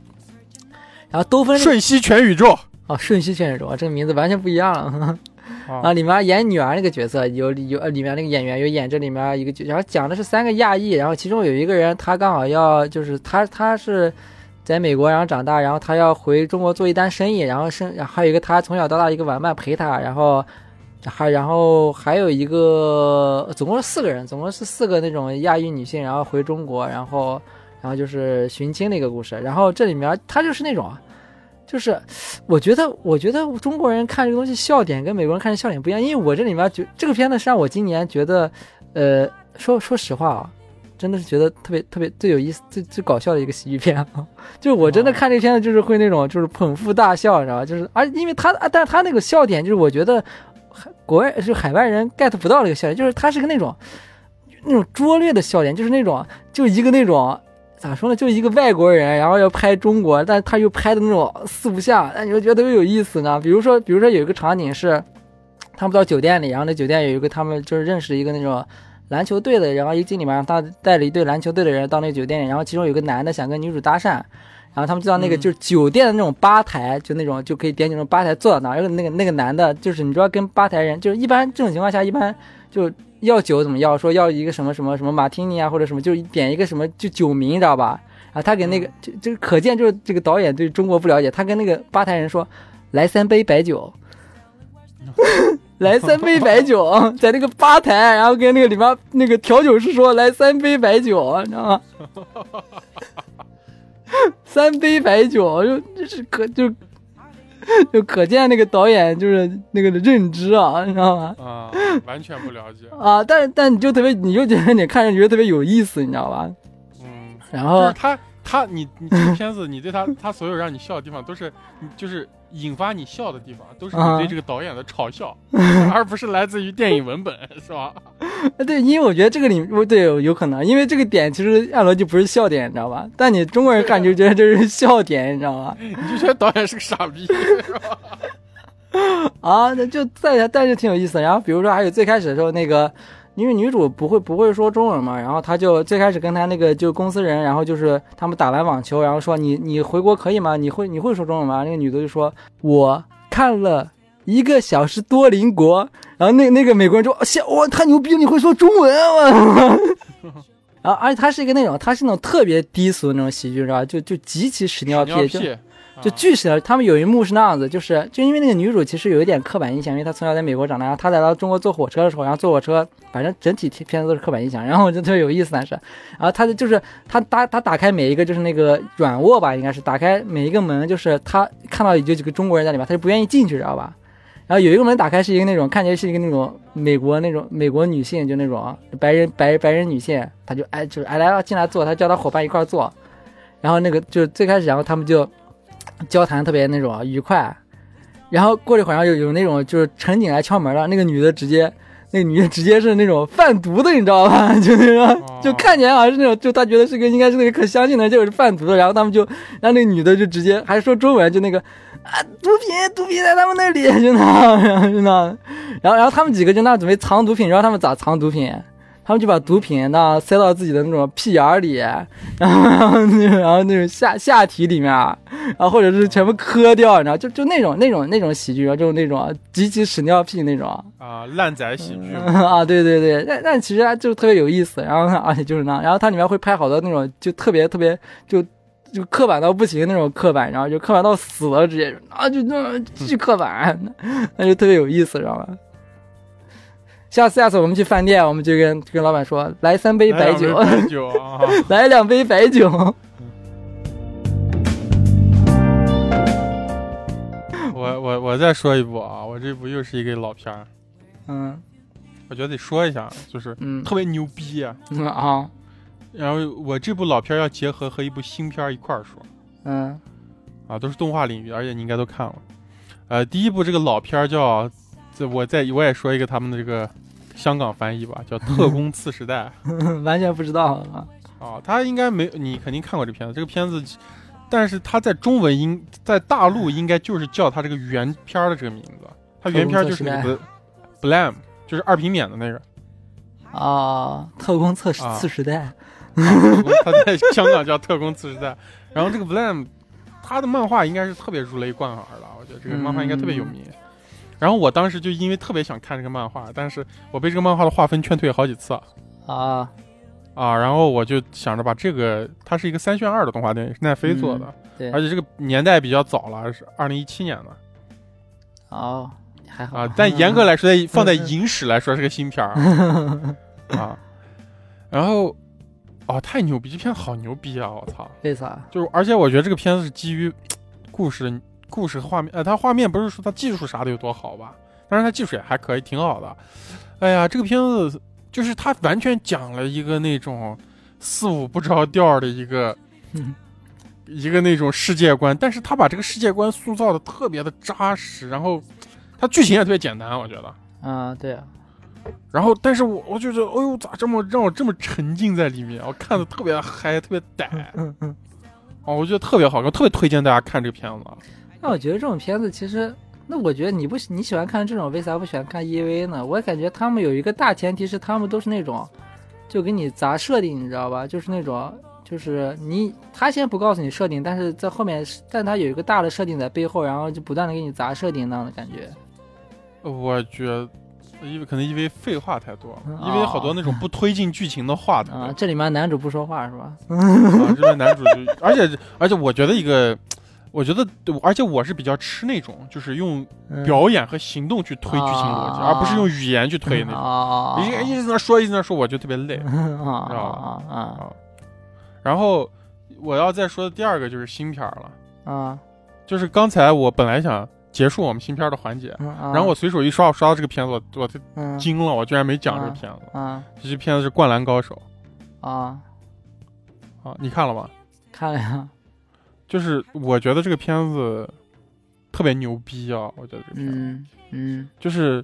[SPEAKER 1] 然后兜风这个
[SPEAKER 2] 瞬息全宇宙
[SPEAKER 1] 哦，瞬息全宇宙，这个名字完全不一样了。啊，
[SPEAKER 2] 啊，
[SPEAKER 1] 里面演女儿那个角色有有呃，里面那个演员有演这里面一个角，然后讲的是三个亚裔，然后其中有一个人他刚好要就是他他是在美国然后长大，然后他要回中国做一单生意，然后生然后还有一个他从小到大一个玩伴陪他，然后还然后还有一个总共是四个人，总共是四个那种亚裔女性，然后回中国，然后然后就是寻亲的一个故事，然后这里面他就是那种。啊就是我觉得，我觉得中国人看这个东西笑点跟美国人看的笑点不一样，因为我这里面觉这个片子是让我今年觉得，呃，说说实话啊，真的是觉得特别特别最有意思、最最搞笑的一个喜剧片、啊。 *laughs* 就是我真的看这个片子，就是会那种就是捧腹大笑，你知道吧？就是而因为他，啊但是他那个笑点就是我觉得海国外就是海外人 get 不到那个笑点，就是他是个那种那种拙劣的笑点，就是那种就一个那种咋说呢，就一个外国人，然后要拍中国，但他又拍的那种四不像，但你又觉得特别有意思呢。比如说，比如说有一个场景是，他们到酒店里，然后那酒店有一个他们就是认识一个那种篮球队的，然后一经理嘛，他带了一队篮球队的人到那酒店里，然后其中有一个男的想跟女主搭讪。然后他们就到那个
[SPEAKER 2] 嗯
[SPEAKER 1] 就是酒店的那种吧台，就那种就可以点酒那种吧台坐到那儿。然后那个那个男的，就是你知道跟吧台人，就是一般这种情况下，一般就要酒怎么要说要一个什么什么什么马丁尼啊，或者什么，就是点一个什么就酒名，你知道吧？然后他给那个就就是可见就是这个导演对中国不了解，他跟那个吧台人说，来三杯白酒，来三杯白酒， *laughs* 在那个吧台，然后跟那个里面那个调酒师说来三杯白酒，你知道吗？ *laughs* 三杯白酒，就就是可就就可见那个导演就是那个认知啊，你知道吗？
[SPEAKER 2] 啊，完全不了解。
[SPEAKER 1] 啊，但是但你就特别，你就觉得你看着觉得特别有意思，你知道吧？ *laughs*
[SPEAKER 2] 嗯，
[SPEAKER 1] 然
[SPEAKER 2] 就是
[SPEAKER 1] 后
[SPEAKER 2] 他他你你这个片子，你对他他所有让你笑的地方，都是你就是引发你笑的地方，都是你
[SPEAKER 1] 啊
[SPEAKER 2] 对这个导演的嘲笑，而不是来自于电影文本，是吧？ *laughs*
[SPEAKER 1] 啊对，因为我觉得这个里我对有可能，因为这个点其实按逻辑不是笑点，你知道吧？但你中国人看就觉得这是笑点，你知道吗？
[SPEAKER 2] 你就觉得导演是个傻
[SPEAKER 1] *laughs*
[SPEAKER 2] 逼，是吧？
[SPEAKER 1] 啊，那就在，但是挺有意思的。然后比如说还有最开始的时候那个。因为女主不会不会说中文嘛，然后她就最开始跟她那个就公司人，然后就是他们打完网球，然后说你你回国可以吗？你会你会说中文吗？那个女的就说我看了一个小时多邻国，然后那那个美国人说哦谢哇、太牛逼了，你会说中文啊！ *laughs* 我然后而且他是一个那种他是那种特别低俗的那种喜剧，你知道吧？就就极其屎尿
[SPEAKER 2] 你要
[SPEAKER 1] 屁，就
[SPEAKER 2] 屁，
[SPEAKER 1] 就
[SPEAKER 2] 啊
[SPEAKER 1] 巨是的，他们有一幕是那样子，就是就因为那个女主其实有一点刻板印象，因为她从小在美国长大，然后她来到中国坐火车的时候，然后坐火车，反正整体片子都是刻板印象，然后我觉得特别有意思，但是，然后她的啊就是她打她打开每一个就是那个软卧吧，应该是打开每一个门，就是她看到有几个中国人在里面，她就不愿意进去，知道吧？然后有一个门打开是一个那种看起来是一个那种美国那种美国女性，就那种白人白白人女性，她就哎就是哎来了进来坐，她叫她伙伴一块儿坐，然后那个就是最开始，然后他们就。交谈特别那种愉快。然后过了一会儿，然后有有那种就是乘警来敲门啊了，那个女的直接，那个女的直接是那种贩毒的，你知道吧？ *laughs* 就那种
[SPEAKER 2] 哦，
[SPEAKER 1] 就看起来好像是那种，就她觉得是个应该是那个可相信的，就是贩毒的。然后他们就，然后那个女的就直接还说中文，就那个啊，毒品，毒品在他们那里，就那，然后就那，然后然后他们几个就那准备藏毒品，然后他们咋藏毒品？他们就把毒品那塞到自己的那种屁眼儿里， *laughs* 然后然后那种然后那种下下体里面，然后或者是全部磕掉，你知道，就就那种那种那种喜剧，然后就是那种极其屎尿屁那种 *laughs*
[SPEAKER 2] 啊，烂仔喜剧嘛，
[SPEAKER 1] 啊，对对对，但但其实它就特别有意思，然后而且就是那样，然后它里面会拍好多那种就特别特别就就刻板到不行那种刻板，然后就刻板到死了，直接啊就那巨刻板， *laughs* 那就特别有意思，知道吧？下次下次我们去饭店，我们就跟跟老板说，来三杯白酒，
[SPEAKER 2] 来两杯白酒啊，
[SPEAKER 1] *laughs* 来两杯白酒。
[SPEAKER 2] 我我我再说一部啊，我这部又是一个老片儿，
[SPEAKER 1] 嗯
[SPEAKER 2] 我觉得得说一下，就是
[SPEAKER 1] 嗯
[SPEAKER 2] 特别牛逼 *laughs* 啊。
[SPEAKER 1] 嗯啊
[SPEAKER 2] 然后我这部老片儿要结合和一部新片儿一块儿说
[SPEAKER 1] 嗯 *laughs*
[SPEAKER 2] 啊，都是动画领域，而且你应该都看了。呃，第一部这个老片儿叫，这我再我也说一个他们的这个香港翻译吧，叫《特工次时代》
[SPEAKER 1] 完全不知道啊。
[SPEAKER 2] 啊，他应该没你肯定看过这片子，这个片子，但是他在中文应在大陆应该就是叫他这个原片儿的这个名字，他原片儿就是那个 Blam，就是二皮免的那个。
[SPEAKER 1] 啊，特工测试
[SPEAKER 2] 啊
[SPEAKER 1] 次时代，
[SPEAKER 2] 他在香港叫特工次时代。然后这个 Blam，他的漫画应该是特别如雷贯耳了，我觉得这个漫画应该特别
[SPEAKER 1] 嗯
[SPEAKER 2] 有名。然后我当时就因为特别想看这个漫画，但是我被这个漫画的划分劝退好几次啊
[SPEAKER 1] 啊，
[SPEAKER 2] 啊！然后我就想着把这个，它是一个三选二的动画电影，是奈飞做的，
[SPEAKER 1] 嗯对
[SPEAKER 2] 而且这个年代比较早了，是二零一七年的
[SPEAKER 1] 哦，还好
[SPEAKER 2] 啊。但严格
[SPEAKER 1] *laughs*
[SPEAKER 2] 来说，在放在
[SPEAKER 1] 嗯嗯
[SPEAKER 2] 影史来说是个新片儿
[SPEAKER 1] *laughs*
[SPEAKER 2] 啊啊。然后，哦，太牛逼！这片好牛逼啊！我操，
[SPEAKER 1] 为啥？
[SPEAKER 2] 就是而且我觉得这个片子是基于故事、故事和画面，呃，它画面不是说它技术啥的有多好吧，但是它技术也还可以，挺好的。哎呀，这个片子就是它完全讲了一个那种四五不着调儿的一个
[SPEAKER 1] 嗯
[SPEAKER 2] 一个那种世界观，但是他把这个世界观塑造的特别的扎实，然后它剧情也特别简单，我觉得。
[SPEAKER 1] 啊，对啊，
[SPEAKER 2] 然后，但是我我就觉得，哎呦，咋这么让我这么沉浸在里面？我看的特别嗨，特别逮，
[SPEAKER 1] 嗯嗯。
[SPEAKER 2] 哦，我觉得特别好看，我特别推荐大家看这个片子。
[SPEAKER 1] 那我觉得这种片子其实，那我觉得你不喜你喜欢看这种，为啥不喜欢看 EVA 呢？我感觉他们有一个大前提是他们都是那种，就给你砸设定，你知道吧？就是那种，就是你他先不告诉你设定，但是在后面，但他有一个大的设定在背后，然后就不断的给你砸设定那样的感觉。
[SPEAKER 2] 我觉得，因为可能因为废话太多了，
[SPEAKER 1] 嗯
[SPEAKER 2] 因为好多那种不推进剧情的话啊特别
[SPEAKER 1] 啊啊，这里面男主不说话是吧？ *laughs*
[SPEAKER 2] 多，啊这边男主就，而且而且我觉得一个我觉得，对而且我是比较吃那种，就是用
[SPEAKER 1] 嗯
[SPEAKER 2] 表演和行动去推剧情逻辑，
[SPEAKER 1] 啊
[SPEAKER 2] 而不是用语言去推那种。
[SPEAKER 1] 啊
[SPEAKER 2] 一一直在那说，一直在那说，我就特别累。
[SPEAKER 1] 啊啊
[SPEAKER 2] 然后我要再说的第二个就是新片儿了，
[SPEAKER 1] 啊啊！
[SPEAKER 2] 就是刚才我本来想结束我们新片儿的环节，
[SPEAKER 1] 然
[SPEAKER 2] 然后我随手一刷，我刷到这个片子，我我就
[SPEAKER 1] 嗯
[SPEAKER 2] 惊了，我居然没讲这个片子。
[SPEAKER 1] 啊
[SPEAKER 2] 这片子是《灌篮高手
[SPEAKER 1] 啊，》
[SPEAKER 2] 啊，你看了吗？
[SPEAKER 1] 看了呀，
[SPEAKER 2] 就是我觉得这个片子特别牛逼啊！我觉得这个片子、
[SPEAKER 1] 嗯嗯
[SPEAKER 2] 就是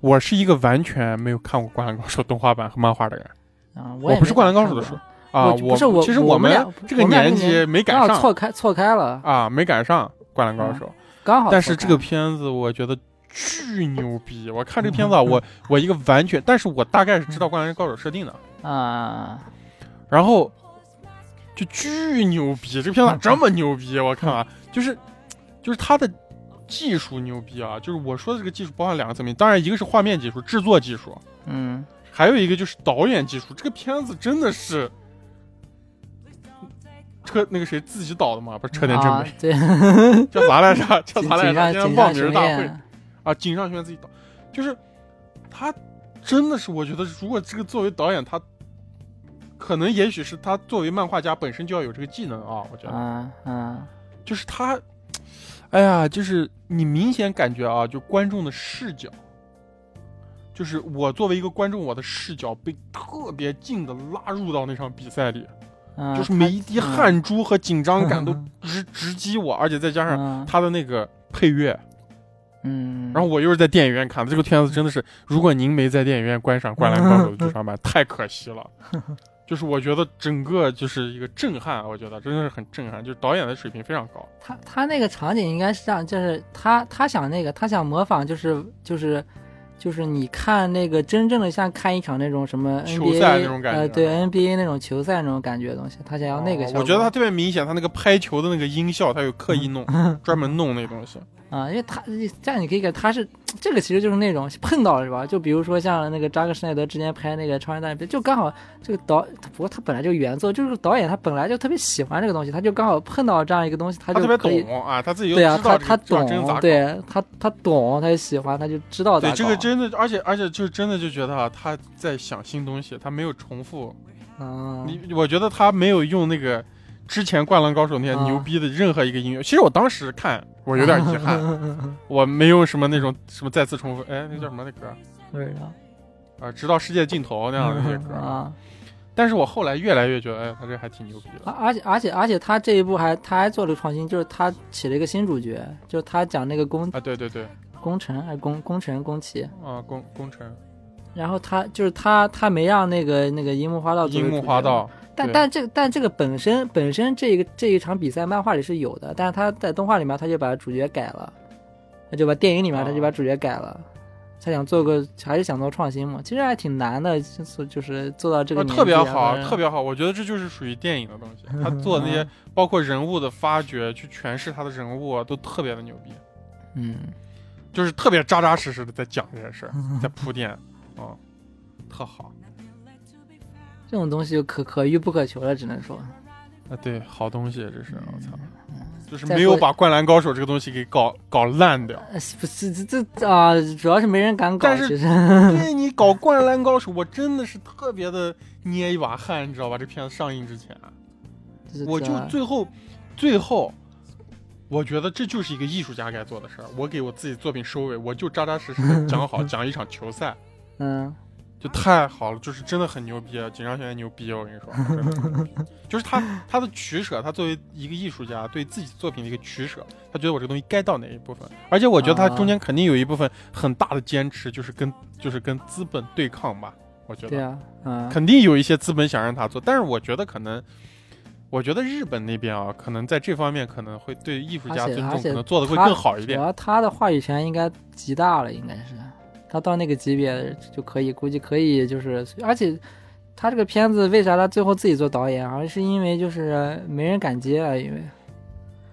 [SPEAKER 2] 我是一个完全没有看过《灌篮高手》动画版和漫画的人
[SPEAKER 1] 啊，
[SPEAKER 2] 我
[SPEAKER 1] 也
[SPEAKER 2] 不是
[SPEAKER 1] 没
[SPEAKER 2] 灌篮高
[SPEAKER 1] 看
[SPEAKER 2] 手的
[SPEAKER 1] 过
[SPEAKER 2] 书啊，
[SPEAKER 1] 我不是我
[SPEAKER 2] 其实
[SPEAKER 1] 我们俩
[SPEAKER 2] 们这个
[SPEAKER 1] 我们俩
[SPEAKER 2] 年
[SPEAKER 1] 这个
[SPEAKER 2] 纪没赶
[SPEAKER 1] 刚好
[SPEAKER 2] 上
[SPEAKER 1] 错开错开了，
[SPEAKER 2] 啊，没赶上《灌篮高手》
[SPEAKER 1] 刚好错开。
[SPEAKER 2] 但是这个片子我觉得巨牛逼！我看这个片
[SPEAKER 1] *laughs*
[SPEAKER 2] 子啊，我我一个完全，但是我大概是知道
[SPEAKER 1] 嗯
[SPEAKER 2] 《灌篮高手》设定的，
[SPEAKER 1] 啊，
[SPEAKER 2] 然后就巨牛
[SPEAKER 1] *laughs*
[SPEAKER 2] 逼！这片子咋这么牛逼？我看啊，就是就是它的技术牛逼啊！就是我说的这个技术包含两个层面，当然一个是画面技术、制作技术，
[SPEAKER 1] 嗯
[SPEAKER 2] 还有一个就是导演技术。这个片子真的是。车那个谁自己导的嘛，不是车田正
[SPEAKER 1] 啊
[SPEAKER 2] 美、，
[SPEAKER 1] 对，
[SPEAKER 2] 叫啥
[SPEAKER 1] *laughs*
[SPEAKER 2] 来着？叫
[SPEAKER 1] 井
[SPEAKER 2] 啥来
[SPEAKER 1] 井
[SPEAKER 2] 着？
[SPEAKER 1] 上井上
[SPEAKER 2] 今天忘名儿
[SPEAKER 1] 雄
[SPEAKER 2] 大会
[SPEAKER 1] 彦，
[SPEAKER 2] 啊，井上轩自己导，就是他真的是，我觉得如果这个作为导演，他可能也许是他作为漫画家本身就要有这个技能啊，我觉得、
[SPEAKER 1] 啊啊
[SPEAKER 2] 就是他，哎呀，就是你明显感觉啊，就观众的视角。就是我作为一个观众，我的视角被特别近的拉入到那场比赛里，
[SPEAKER 1] 啊，
[SPEAKER 2] 就是每一滴
[SPEAKER 1] 嗯
[SPEAKER 2] 汗珠和紧张感
[SPEAKER 1] *laughs*
[SPEAKER 2] 都直直击我，而且再加上
[SPEAKER 1] 上，
[SPEAKER 2] 他的那个配乐，
[SPEAKER 1] 嗯，
[SPEAKER 2] 然后我又是在电影院看的，这个片子真的是，如果您没在电影院观赏《灌篮高手》的剧
[SPEAKER 1] *laughs*
[SPEAKER 2] 场版，太可惜了。就是我觉得整个就是一个震撼，啊我觉得真的是很震撼，就是导演的水平非常高。
[SPEAKER 1] 他他那个场景应该是这样，就是他他想那个，他想模仿，就是就是就是你看那个真正的像看一场那种什么 NBA
[SPEAKER 2] 球赛那种感觉
[SPEAKER 1] 呃，对 NBA 那种球赛那种感觉的东西，他想要那个
[SPEAKER 2] 哦
[SPEAKER 1] 效果。嗯
[SPEAKER 2] 我觉得他特别明显，他那个拍球的那个音效，他有刻意弄，
[SPEAKER 1] *laughs*
[SPEAKER 2] 专门弄那东西。
[SPEAKER 1] 啊，因为他这样你可以感他是这个其实就是那种碰到了是吧？就比如说像那个扎克施耐德之前拍那个《超人大战》，就刚好这个导，不过他本来就原作就是导演他本来就特别喜欢这个东西，他就刚好碰到这样一个东西，他
[SPEAKER 2] 他
[SPEAKER 1] 就
[SPEAKER 2] 特别
[SPEAKER 1] 可以
[SPEAKER 2] 懂啊，他自己又知
[SPEAKER 1] 对啊，他
[SPEAKER 2] 道这
[SPEAKER 1] 他
[SPEAKER 2] 个剧场真咋
[SPEAKER 1] 懂，
[SPEAKER 2] 搞。
[SPEAKER 1] 对他他懂，他就喜欢，他就知道咋
[SPEAKER 2] 对，
[SPEAKER 1] 搞。
[SPEAKER 2] 这个真的，而且而且就真的就觉得啊，他在想新东西，他没有重复
[SPEAKER 1] 啊，
[SPEAKER 2] 你我觉得他没有用那个之前《灌篮高手》那些
[SPEAKER 1] 啊
[SPEAKER 2] 牛逼的任何一个音乐。其实我当时看，我有点遗憾，
[SPEAKER 1] *laughs*
[SPEAKER 2] 我没有什么那种什么再次重复，哎，那叫什么那歌
[SPEAKER 1] 对
[SPEAKER 2] 啊？直到世界尽头那样的那些
[SPEAKER 1] *laughs*
[SPEAKER 2] 歌。
[SPEAKER 1] 啊，
[SPEAKER 2] 但是我后来越来越觉得，哎，他这还挺牛逼的。
[SPEAKER 1] 而而且而且而且他这一部还他还做了创新，就是他起了一个新主角，就是他讲那个工
[SPEAKER 2] 啊，对对对，
[SPEAKER 1] 工程哎工工程宫崎，
[SPEAKER 2] 啊，工工程，
[SPEAKER 1] 然后他就是他他没让那个那个樱木花道作
[SPEAKER 2] 樱
[SPEAKER 1] 为
[SPEAKER 2] 木
[SPEAKER 1] 主角
[SPEAKER 2] 花道，
[SPEAKER 1] 但
[SPEAKER 2] 对
[SPEAKER 1] 但这个但这个本身本身这一个这一场比赛漫画里是有的，但是他在动画里面他就把主角改了，他就把电影里面
[SPEAKER 2] 啊
[SPEAKER 1] 他就把主角改了，他想做个还是想做创新嘛，其实还挺难的，就是就是做到这个
[SPEAKER 2] 啊
[SPEAKER 1] 年纪、
[SPEAKER 2] 特别好，特
[SPEAKER 1] 别
[SPEAKER 2] 别好。我觉得这就是属于电影
[SPEAKER 1] *laughs*
[SPEAKER 2] 的东西，他做的那些
[SPEAKER 1] 啊
[SPEAKER 2] 包括人物的发掘，去诠释他的人物啊，都特别的牛逼。
[SPEAKER 1] 嗯
[SPEAKER 2] 就是特别扎扎实实的在讲这
[SPEAKER 1] *laughs*
[SPEAKER 2] 些事儿，在铺垫，啊，特好
[SPEAKER 1] 这种东西就可可遇不可求了，只能说
[SPEAKER 2] 啊，对，好东西，这是我操，就是
[SPEAKER 1] 嗯再
[SPEAKER 2] 没有
[SPEAKER 1] 说
[SPEAKER 2] 把《灌篮高手》这个东西给搞搞烂
[SPEAKER 1] *laughs*
[SPEAKER 2] 掉。
[SPEAKER 1] 呃不是这这啊、主要是没人敢搞，
[SPEAKER 2] 但是
[SPEAKER 1] 其实 *laughs*
[SPEAKER 2] 对你搞《灌篮高手》，我真的是特别的捏一把汗，你知道吧？这片子上映之前，
[SPEAKER 1] 就是
[SPEAKER 2] 我就
[SPEAKER 1] 这样
[SPEAKER 2] 最后最后。我觉得这就是一个艺术家该做的事儿。我给我自己作品收尾，我就扎扎实实
[SPEAKER 1] *laughs*
[SPEAKER 2] 的讲好讲一场球赛，
[SPEAKER 1] 嗯
[SPEAKER 2] 就太好了，就是真的很牛逼，啊！井上雄彦牛逼，我跟你说，真的
[SPEAKER 1] *laughs*
[SPEAKER 2] 很牛逼就是他他的取舍，他作为一个艺术家对自己作品的一个取舍，他觉得我这个东西该到哪一部分，而且我觉得他中
[SPEAKER 1] 啊
[SPEAKER 2] 间肯定有一部分很大的坚持，就是跟就是跟资本对抗吧，我觉
[SPEAKER 1] 对
[SPEAKER 2] 得
[SPEAKER 1] 啊嗯
[SPEAKER 2] 肯定有一些资本想让他做，但是我觉得可能。我觉得日本那边啊，可能在这方面可能会对艺术家
[SPEAKER 1] 而
[SPEAKER 2] 尊
[SPEAKER 1] 且
[SPEAKER 2] 重，
[SPEAKER 1] 而且
[SPEAKER 2] 可能做的会
[SPEAKER 1] 他
[SPEAKER 2] 更好一
[SPEAKER 1] 主
[SPEAKER 2] 点。
[SPEAKER 1] 要他的话语权应该极大了，应该是他到那个级别就可以，估计可以就是，而且他这个片子为啥他最后自己做导演，好像是因为就是没人敢接啊，因为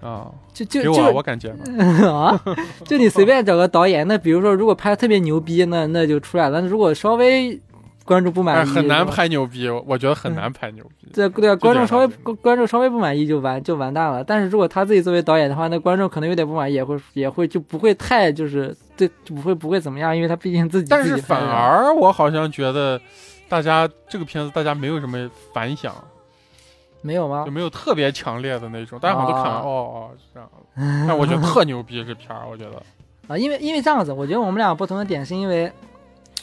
[SPEAKER 2] 啊、
[SPEAKER 1] 就就
[SPEAKER 2] 给
[SPEAKER 1] 就
[SPEAKER 2] 我啊，我感觉嘛，
[SPEAKER 1] 啊，就你随便找个导演，那比如说如果拍的特别牛逼，那那就出来了；那如果稍微观众不
[SPEAKER 2] 但
[SPEAKER 1] 满意，
[SPEAKER 2] 是很难
[SPEAKER 1] 就
[SPEAKER 2] 拍牛逼，我我觉得很难拍牛逼。
[SPEAKER 1] 对对啊，
[SPEAKER 2] 这
[SPEAKER 1] 观众
[SPEAKER 2] 样
[SPEAKER 1] 稍微
[SPEAKER 2] 的
[SPEAKER 1] 观观众稍微不满意就完就完蛋了。但是如果他自己作为导演的话，那观众可能有点不满意，也会也会就不会太就是对就不会不会怎么样，因为他毕竟自己
[SPEAKER 2] 但
[SPEAKER 1] 自
[SPEAKER 2] 是
[SPEAKER 1] 己拍
[SPEAKER 2] 反
[SPEAKER 1] 的
[SPEAKER 2] 而我好像觉得，大家这个片子大家没有什么反响，
[SPEAKER 1] 啊没有吗
[SPEAKER 2] 就？没有特别强烈的那种，大家好像都看完、
[SPEAKER 1] 啊
[SPEAKER 2] 哦哦这样。但我觉得特牛逼这片儿，我觉得
[SPEAKER 1] 啊，因为因为这样子，我觉得我们俩不同的点是因为，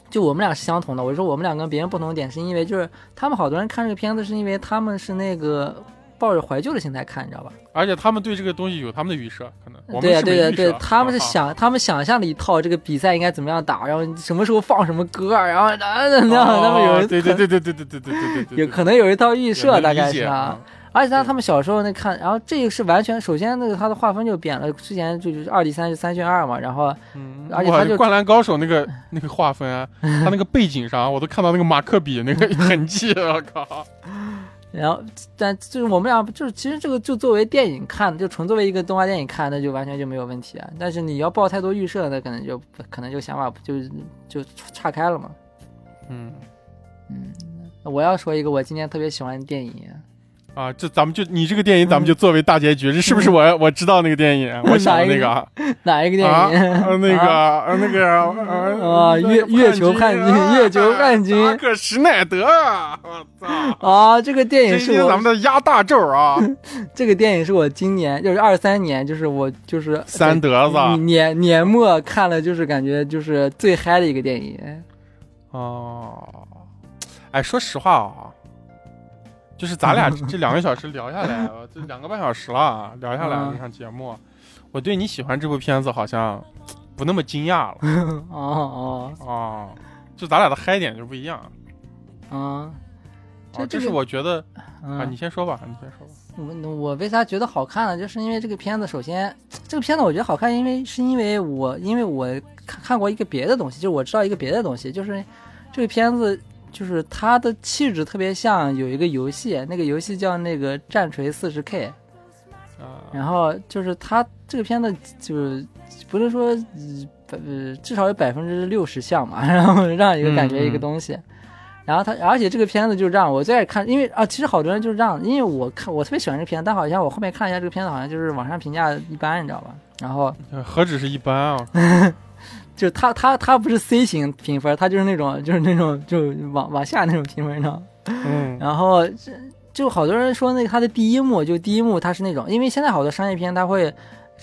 [SPEAKER 1] 就我们俩是相同的。我说我们俩跟别人不同的点是因为，就是他们好多人看这个片子是因为他们是那个抱着怀旧的心态看，你知道吧？
[SPEAKER 2] 而且他们对这个东西有他们的预设，可能我们
[SPEAKER 1] 对呀啊
[SPEAKER 2] 是没
[SPEAKER 1] 对呀
[SPEAKER 2] 预设
[SPEAKER 1] 对，他们是
[SPEAKER 2] 啊
[SPEAKER 1] 想他们想象了一套这个比赛应该怎么样打，然后什么时候放什么歌，然后啊 *laughs* 怎么样，
[SPEAKER 2] 哦
[SPEAKER 1] 他们有人
[SPEAKER 2] 对对对对对对对对对对对，
[SPEAKER 1] 有可能有一套预
[SPEAKER 2] 预
[SPEAKER 1] 设，大概是啊
[SPEAKER 2] 啊。，
[SPEAKER 1] 而且他
[SPEAKER 2] 对
[SPEAKER 1] 他们小时候那看，然后这个是完全，首先那个他的划分就变了，之前就是二比三是三选二嘛，然后
[SPEAKER 2] 嗯
[SPEAKER 1] 而且
[SPEAKER 2] 哇
[SPEAKER 1] 他就
[SPEAKER 2] 灌篮高手》那个那个划分
[SPEAKER 1] *laughs*
[SPEAKER 2] 啊，他那个背景上我都看到那个马克笔那个 *laughs* 痕迹，我
[SPEAKER 1] *laughs*
[SPEAKER 2] 靠！
[SPEAKER 1] 然后，但就是我们俩就是，其实这个就作为电影看，就纯作为一个动画电影看，那就完全就没有问题啊。但是你要抱太多预设，那可能就可能就想法就就岔开了嘛。
[SPEAKER 2] 嗯
[SPEAKER 1] 嗯，我要说一个我今年特别喜欢的电影， *laughs*
[SPEAKER 2] 啊，这咱们就你这个电影，咱
[SPEAKER 1] 嗯
[SPEAKER 2] 们就作为大结局，这是不是我我知道那个电影，我想的那个啊
[SPEAKER 1] *laughs* 哪一个电
[SPEAKER 2] 啊，
[SPEAKER 1] *laughs* 影？
[SPEAKER 2] 呃那个呃那个
[SPEAKER 1] *laughs*
[SPEAKER 2] 啊
[SPEAKER 1] 啊月月球
[SPEAKER 2] 叛
[SPEAKER 1] 叛军月球
[SPEAKER 2] *laughs*
[SPEAKER 1] 叛军
[SPEAKER 2] 扎克施耐德啊，我操！
[SPEAKER 1] 啊，这个电
[SPEAKER 2] 这
[SPEAKER 1] 影
[SPEAKER 2] 一
[SPEAKER 1] 是
[SPEAKER 2] 期咱
[SPEAKER 1] 我
[SPEAKER 2] 们的压大咒
[SPEAKER 1] *laughs*
[SPEAKER 2] 啊，
[SPEAKER 1] 这个电影是我今年就是二三年，就是我就是
[SPEAKER 2] 三德子
[SPEAKER 1] 年年年末看了，就是感觉就是最嗨的一个电影。
[SPEAKER 2] 哦，哎，说实话啊，就是咱俩这两个小时聊下
[SPEAKER 1] *laughs*
[SPEAKER 2] 来，这两个半小时了啊，聊下来
[SPEAKER 1] 嗯
[SPEAKER 2] 这场节目，我对你喜欢这部片子好像不那么惊讶了
[SPEAKER 1] 哦哦
[SPEAKER 2] 啊，就咱俩的嗨点就不一样。
[SPEAKER 1] 啊
[SPEAKER 2] 啊，
[SPEAKER 1] 这
[SPEAKER 2] 这
[SPEAKER 1] 这
[SPEAKER 2] 是
[SPEAKER 1] 个
[SPEAKER 2] 我觉得啊，
[SPEAKER 1] 嗯
[SPEAKER 2] 你。先说吧，你先说吧。
[SPEAKER 1] 我我为啥觉得好看呢？就是因为这个片子，首先这个片子我觉得好看，因为是因为我因为我看看过一个别的东西，就是我知道一个别的东西，就是这个片子就是它的气质特别像有一个游戏，那个游戏叫那个战锤四十 K，
[SPEAKER 2] 啊，
[SPEAKER 1] 然后就是它这个片子就是不是说呃百呃至少有百分之六十像嘛， *laughs* 然后让一个感觉一个东西。然后它，而且这个片子就让我最爱看，因为啊，其实好多人就是这样，因为我看我特别喜欢这个片子，但好像我后面看了一下这个片子，好像就是网上评价一般，你知道吧？然后
[SPEAKER 2] 何止是一般啊！
[SPEAKER 1] 就是它它它不是 C 型评分，它就是那种就是那种就往往下那种评分，你知道吗？
[SPEAKER 2] 嗯
[SPEAKER 1] 然后这就好多人说那个他的第一幕，就第一幕他是那种，因为现在好多商业片他会。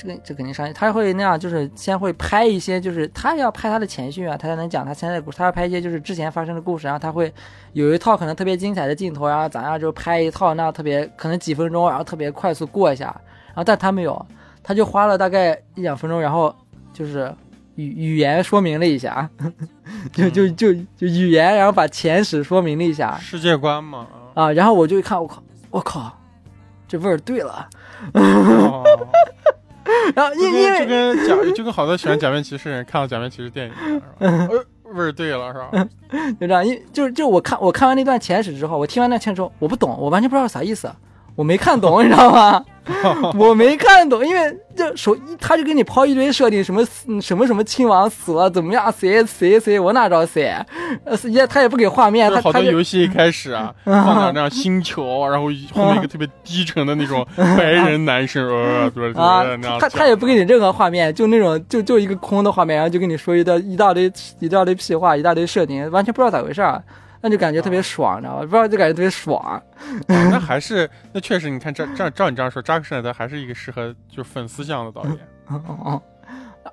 [SPEAKER 1] 这个这肯定商业，他会那样，就是先会拍一些，啊就是他要拍他的前序啊，他才能讲他现在的故事，他要拍一些就是之前发生的故事，然啊后他会有一套可能特别精彩的镜头，然后咱要就拍一套那样特别可能几分钟，然后特别快速过一下，然后但他没有，他就花了大概一两分钟，然后就是语语言说明了一下， *laughs* 就就就就语言，然后把前史说明了一下，
[SPEAKER 2] 世界观嘛，啊
[SPEAKER 1] 啊，然后我就一看，我靠，我靠，这味儿对了。 *laughs*
[SPEAKER 2] 哦
[SPEAKER 1] 然后因
[SPEAKER 2] 就
[SPEAKER 1] 因
[SPEAKER 2] 跟就
[SPEAKER 1] 为
[SPEAKER 2] 跟假就跟好多喜欢假面骑士的人看到假面骑士电影一
[SPEAKER 1] *laughs*
[SPEAKER 2] 样，是吧？呃味儿对了，是吧？
[SPEAKER 1] 就这样，因就是就我看我看完那段前史之后，我听完那段前史之后，我不懂，我完全不知道啥意思，我没看懂，你知道
[SPEAKER 2] *laughs*
[SPEAKER 1] 吗？我没看懂，因为就首他就给你抛一堆设定，什么死什么什么亲王死了怎么样，谁谁谁，我哪知道谁？呃，也他也不给画面，
[SPEAKER 2] 就是
[SPEAKER 1] 哎他嗯
[SPEAKER 2] 好
[SPEAKER 1] 他
[SPEAKER 2] 多
[SPEAKER 1] 就
[SPEAKER 2] 游戏一开始啊，放点那样星球，啊然后
[SPEAKER 1] 嗯
[SPEAKER 2] 后面一个特别低沉的那种白人男生，呃，对对
[SPEAKER 1] 啊，
[SPEAKER 2] 那样
[SPEAKER 1] 他他也不给你任何画面，就那种就就一个空的画面，然后就跟你说一段一大堆一大堆屁话，一大堆设定，完全不知道咋回事儿，那就感觉特
[SPEAKER 2] 啊
[SPEAKER 1] 别爽，你知道吧？不知道就感觉特别爽。
[SPEAKER 2] 讲啊那还是那确实，你看这这照你这样说，扎克施耐德还是一个适合就是粉丝向的导演。
[SPEAKER 1] 哦哦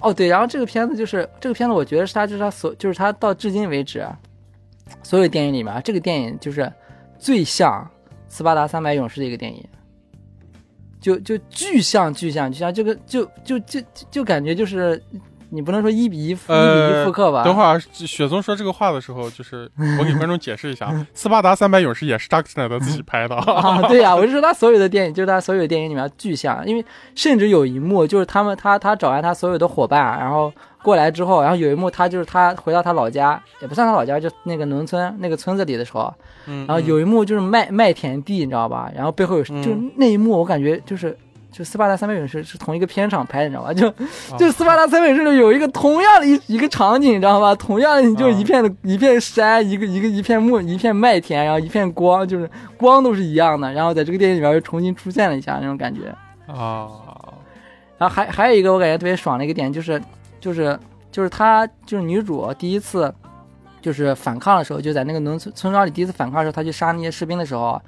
[SPEAKER 1] 哦，对，然后这个片子就是这个片子，我觉得是他就是他所就是他到至今为止所有电影里面啊，这个电影就是最像《斯巴达三百勇士》的一个电影。就就巨像巨像巨像，这个就就就就就感觉就是，你不能说一比一复、一比
[SPEAKER 2] 呃
[SPEAKER 1] 一复刻吧？
[SPEAKER 2] 等会儿雪松说这个话的时候，就是我给观众解释一下，
[SPEAKER 1] 嗯
[SPEAKER 2] 《斯巴达三百勇士》也是扎克施耐德自己拍的。 *laughs*
[SPEAKER 1] 啊，对呀、我就说他所有的电影，就是他所有的电影里面巨像，因为甚至有一幕就是他们他他找完他所有的伙伴，然后过来之后，然后有一幕他就是他回到他老家，也不算他老家，就那个农村那个村子里的时候，
[SPEAKER 2] 嗯
[SPEAKER 1] 啊然后有一幕就是麦麦田地，你知道吧？然后背后有
[SPEAKER 2] 嗯
[SPEAKER 1] 就那一幕，我感觉就是。就斯巴达三百勇士是同一个片场拍的，你知道吧？就
[SPEAKER 2] 嗯啊
[SPEAKER 1] 就斯巴达三百勇士里有一个同样的一一个场景，你知道吧？同样的你就
[SPEAKER 2] 啊
[SPEAKER 1] 一片的、一片山，一个一个一片木一片麦田，然后一片光，就是光都是一样的。然后在这个电影里边又重新出现了一下那种感觉。
[SPEAKER 2] 啊，
[SPEAKER 1] 然后还还有一个我感觉特别爽的一个点就是，就是就是她就是女主第一次就是反抗的时候，就在那个农村村庄里第一次反抗的时候，她去杀那些士兵的时候，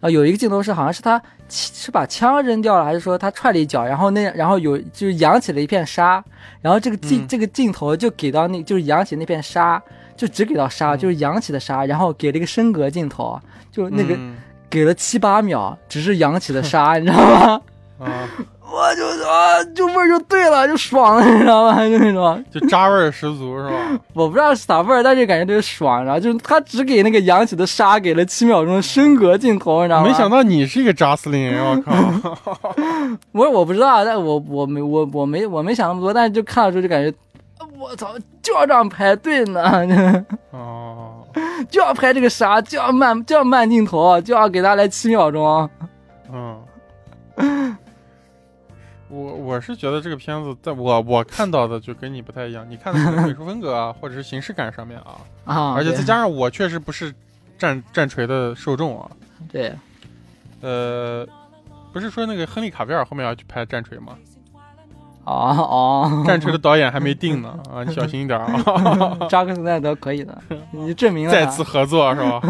[SPEAKER 1] 然后有一个镜头是好像是她是把枪扔掉了，还是说她踹了一脚，然后那然后有就是扬起了一片沙，然后这个镜、
[SPEAKER 2] 嗯
[SPEAKER 1] 这个镜头就给到那就是扬起那片沙。就只给到沙，
[SPEAKER 2] 嗯
[SPEAKER 1] 就是扬起的沙，然后给了一个升格镜头，就那个
[SPEAKER 2] 嗯
[SPEAKER 1] 给了七八秒，只是扬起的沙，你知道吗？
[SPEAKER 2] 啊，
[SPEAKER 1] 我就啊，就味儿就对了，就爽了，你知道吗？ *laughs* 就那种，
[SPEAKER 2] 就渣味儿十足是吧？
[SPEAKER 1] 我 *laughs* 不知道是啥味儿，但是感觉特别爽，然后就是他只给那个扬起的沙给了七秒钟的升格镜头，你知道吗？
[SPEAKER 2] 没想到你是一个扎斯林，我靠！ *laughs*
[SPEAKER 1] 我我不知道，但我我没我我没我没想那么多，但是就看的时候就感觉，我操，就要这样拍，对呢， *laughs*
[SPEAKER 2] 哦，
[SPEAKER 1] 就要拍这个沙，就要慢就要慢镜头，就要给他来七秒钟，
[SPEAKER 2] 嗯， *laughs* 我我是觉得这个片子，在我我看到的就跟你不太一样，你看的是美术风格啊，或者是形式感上面啊，
[SPEAKER 1] 啊，
[SPEAKER 2] 而且
[SPEAKER 1] 对
[SPEAKER 2] 再加上我确实不是战战锤的受众啊，
[SPEAKER 1] 对， *laughs*
[SPEAKER 2] 呃，不是说那个亨利卡维尔后面要去拍战锤吗？
[SPEAKER 1] 哦哦，
[SPEAKER 2] 战锤的导演还没定呢啊，你小心一点啊！
[SPEAKER 1] 扎克斯奈德可以的，你证明了
[SPEAKER 2] *laughs* 再
[SPEAKER 1] 他
[SPEAKER 2] 次合作
[SPEAKER 1] *laughs*
[SPEAKER 2] 是吧？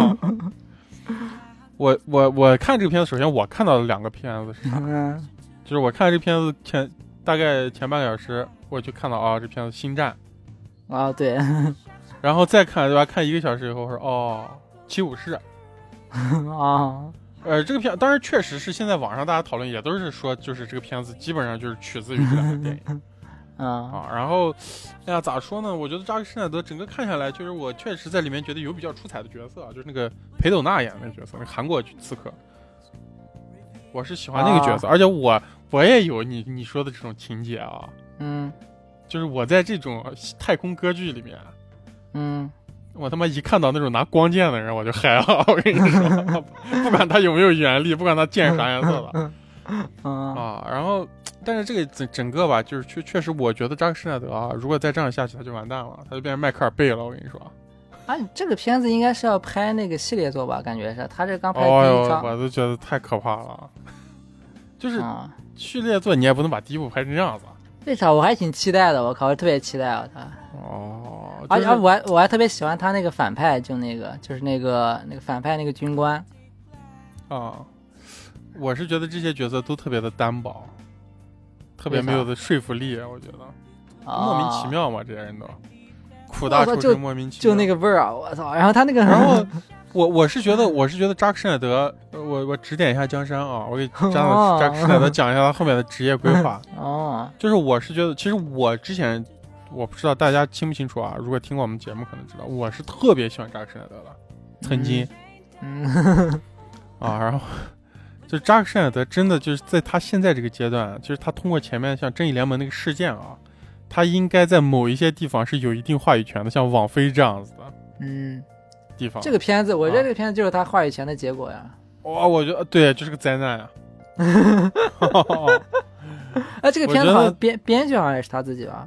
[SPEAKER 2] 我我我看这个片子，首先我看到的两个片子是啥？
[SPEAKER 1] 嗯
[SPEAKER 2] 就是我看这片子前大概前半个小时，我就看到啊这片子《星战
[SPEAKER 1] 啊，对，》， *laughs*
[SPEAKER 2] 然后再看对吧？看一个小时以后我说哦《七武士》，
[SPEAKER 1] 啊。
[SPEAKER 2] 呃，这个片当然确实是现在网上大家讨论也都是说，就是这个片子基本上就是取自于这两个电影。
[SPEAKER 1] 嗯
[SPEAKER 2] 啊，然后，哎呀，咋说呢？我觉得扎克施耐德整个看下来，就是我确实在里面觉得有比较出彩的角色啊，就是那个裴斗娜演的那个角色，那个韩国刺客，我是喜欢那个角色，而且我我也有你你说的这种情节啊，
[SPEAKER 1] 嗯
[SPEAKER 2] 就是我在这种太空歌剧里面，
[SPEAKER 1] 嗯，
[SPEAKER 2] 我他妈一看到那种拿光剑的人，我就嗨了， *laughs* 我跟你说，不管他有没有原力，不管他剑啥颜色的，
[SPEAKER 1] 嗯
[SPEAKER 2] 啊，然后，但是这个整整个吧，就是确确实，我觉得扎克施耐德啊，如果再这样下去，他就完蛋了，他就变成迈克尔贝了。我跟你说，
[SPEAKER 1] 啊，你这个片子应该是要拍那个系列作吧？感觉是，他这刚拍第
[SPEAKER 2] 哦
[SPEAKER 1] 一
[SPEAKER 2] 呦，
[SPEAKER 1] 章
[SPEAKER 2] 我都觉得太可
[SPEAKER 1] *laughs*
[SPEAKER 2] 怕了。就是
[SPEAKER 1] 啊，
[SPEAKER 2] 序列作，你也不能把第一部拍成这样子啊。
[SPEAKER 1] 为啥我还挺期待的？我靠，我特别期待啊他！
[SPEAKER 2] 哦，
[SPEAKER 1] 而
[SPEAKER 2] 就
[SPEAKER 1] 且
[SPEAKER 2] 是
[SPEAKER 1] 而我还我还特别喜欢他那个反派，就那个就是那个那个反派那个军官
[SPEAKER 2] 啊，我是觉得这些角色都特别的单薄，特别
[SPEAKER 1] 为啥
[SPEAKER 2] 没有的说服力，我觉得
[SPEAKER 1] 啊，
[SPEAKER 2] 莫名其，妙嘛，这些人都苦
[SPEAKER 1] 我
[SPEAKER 2] 大
[SPEAKER 1] 操
[SPEAKER 2] 仇
[SPEAKER 1] 就
[SPEAKER 2] 深，莫名其
[SPEAKER 1] 就
[SPEAKER 2] 妙。
[SPEAKER 1] 那个味儿啊！我操！然后他那个，
[SPEAKER 2] 然后我我是觉得我是觉得扎克施耐德，呃我我指点一下江山啊，我给
[SPEAKER 1] *laughs*
[SPEAKER 2] 扎克
[SPEAKER 1] 哦
[SPEAKER 2] 扎克施耐德讲一下他后面的职业规划。
[SPEAKER 1] *laughs* 哦，
[SPEAKER 2] 就是我是觉得，其实我之前我不知道大家清不清楚啊，如果听过我们节目可能知道，我是特别喜欢扎克施耐德的，曾经、
[SPEAKER 1] 嗯 *laughs*
[SPEAKER 2] 啊，然后。就扎克施耐德真的就是在他现在这个阶段，啊就是他通过前面像《正义联盟》那个事件啊，他应该在某一些地方是有一定话语权的，像网飞这样子的
[SPEAKER 1] 嗯，
[SPEAKER 2] 哦地方。
[SPEAKER 1] 这个片子，我觉得
[SPEAKER 2] 啊
[SPEAKER 1] 这个片子就是他话语权的结果呀。
[SPEAKER 2] 哇，我觉得对，就是个灾难啊！ *laughs*
[SPEAKER 1] 哎，这个
[SPEAKER 2] 我
[SPEAKER 1] 片子
[SPEAKER 2] 觉
[SPEAKER 1] 好像
[SPEAKER 2] 得
[SPEAKER 1] 编编剧好像也是他自己
[SPEAKER 2] *laughs*
[SPEAKER 1] 吧？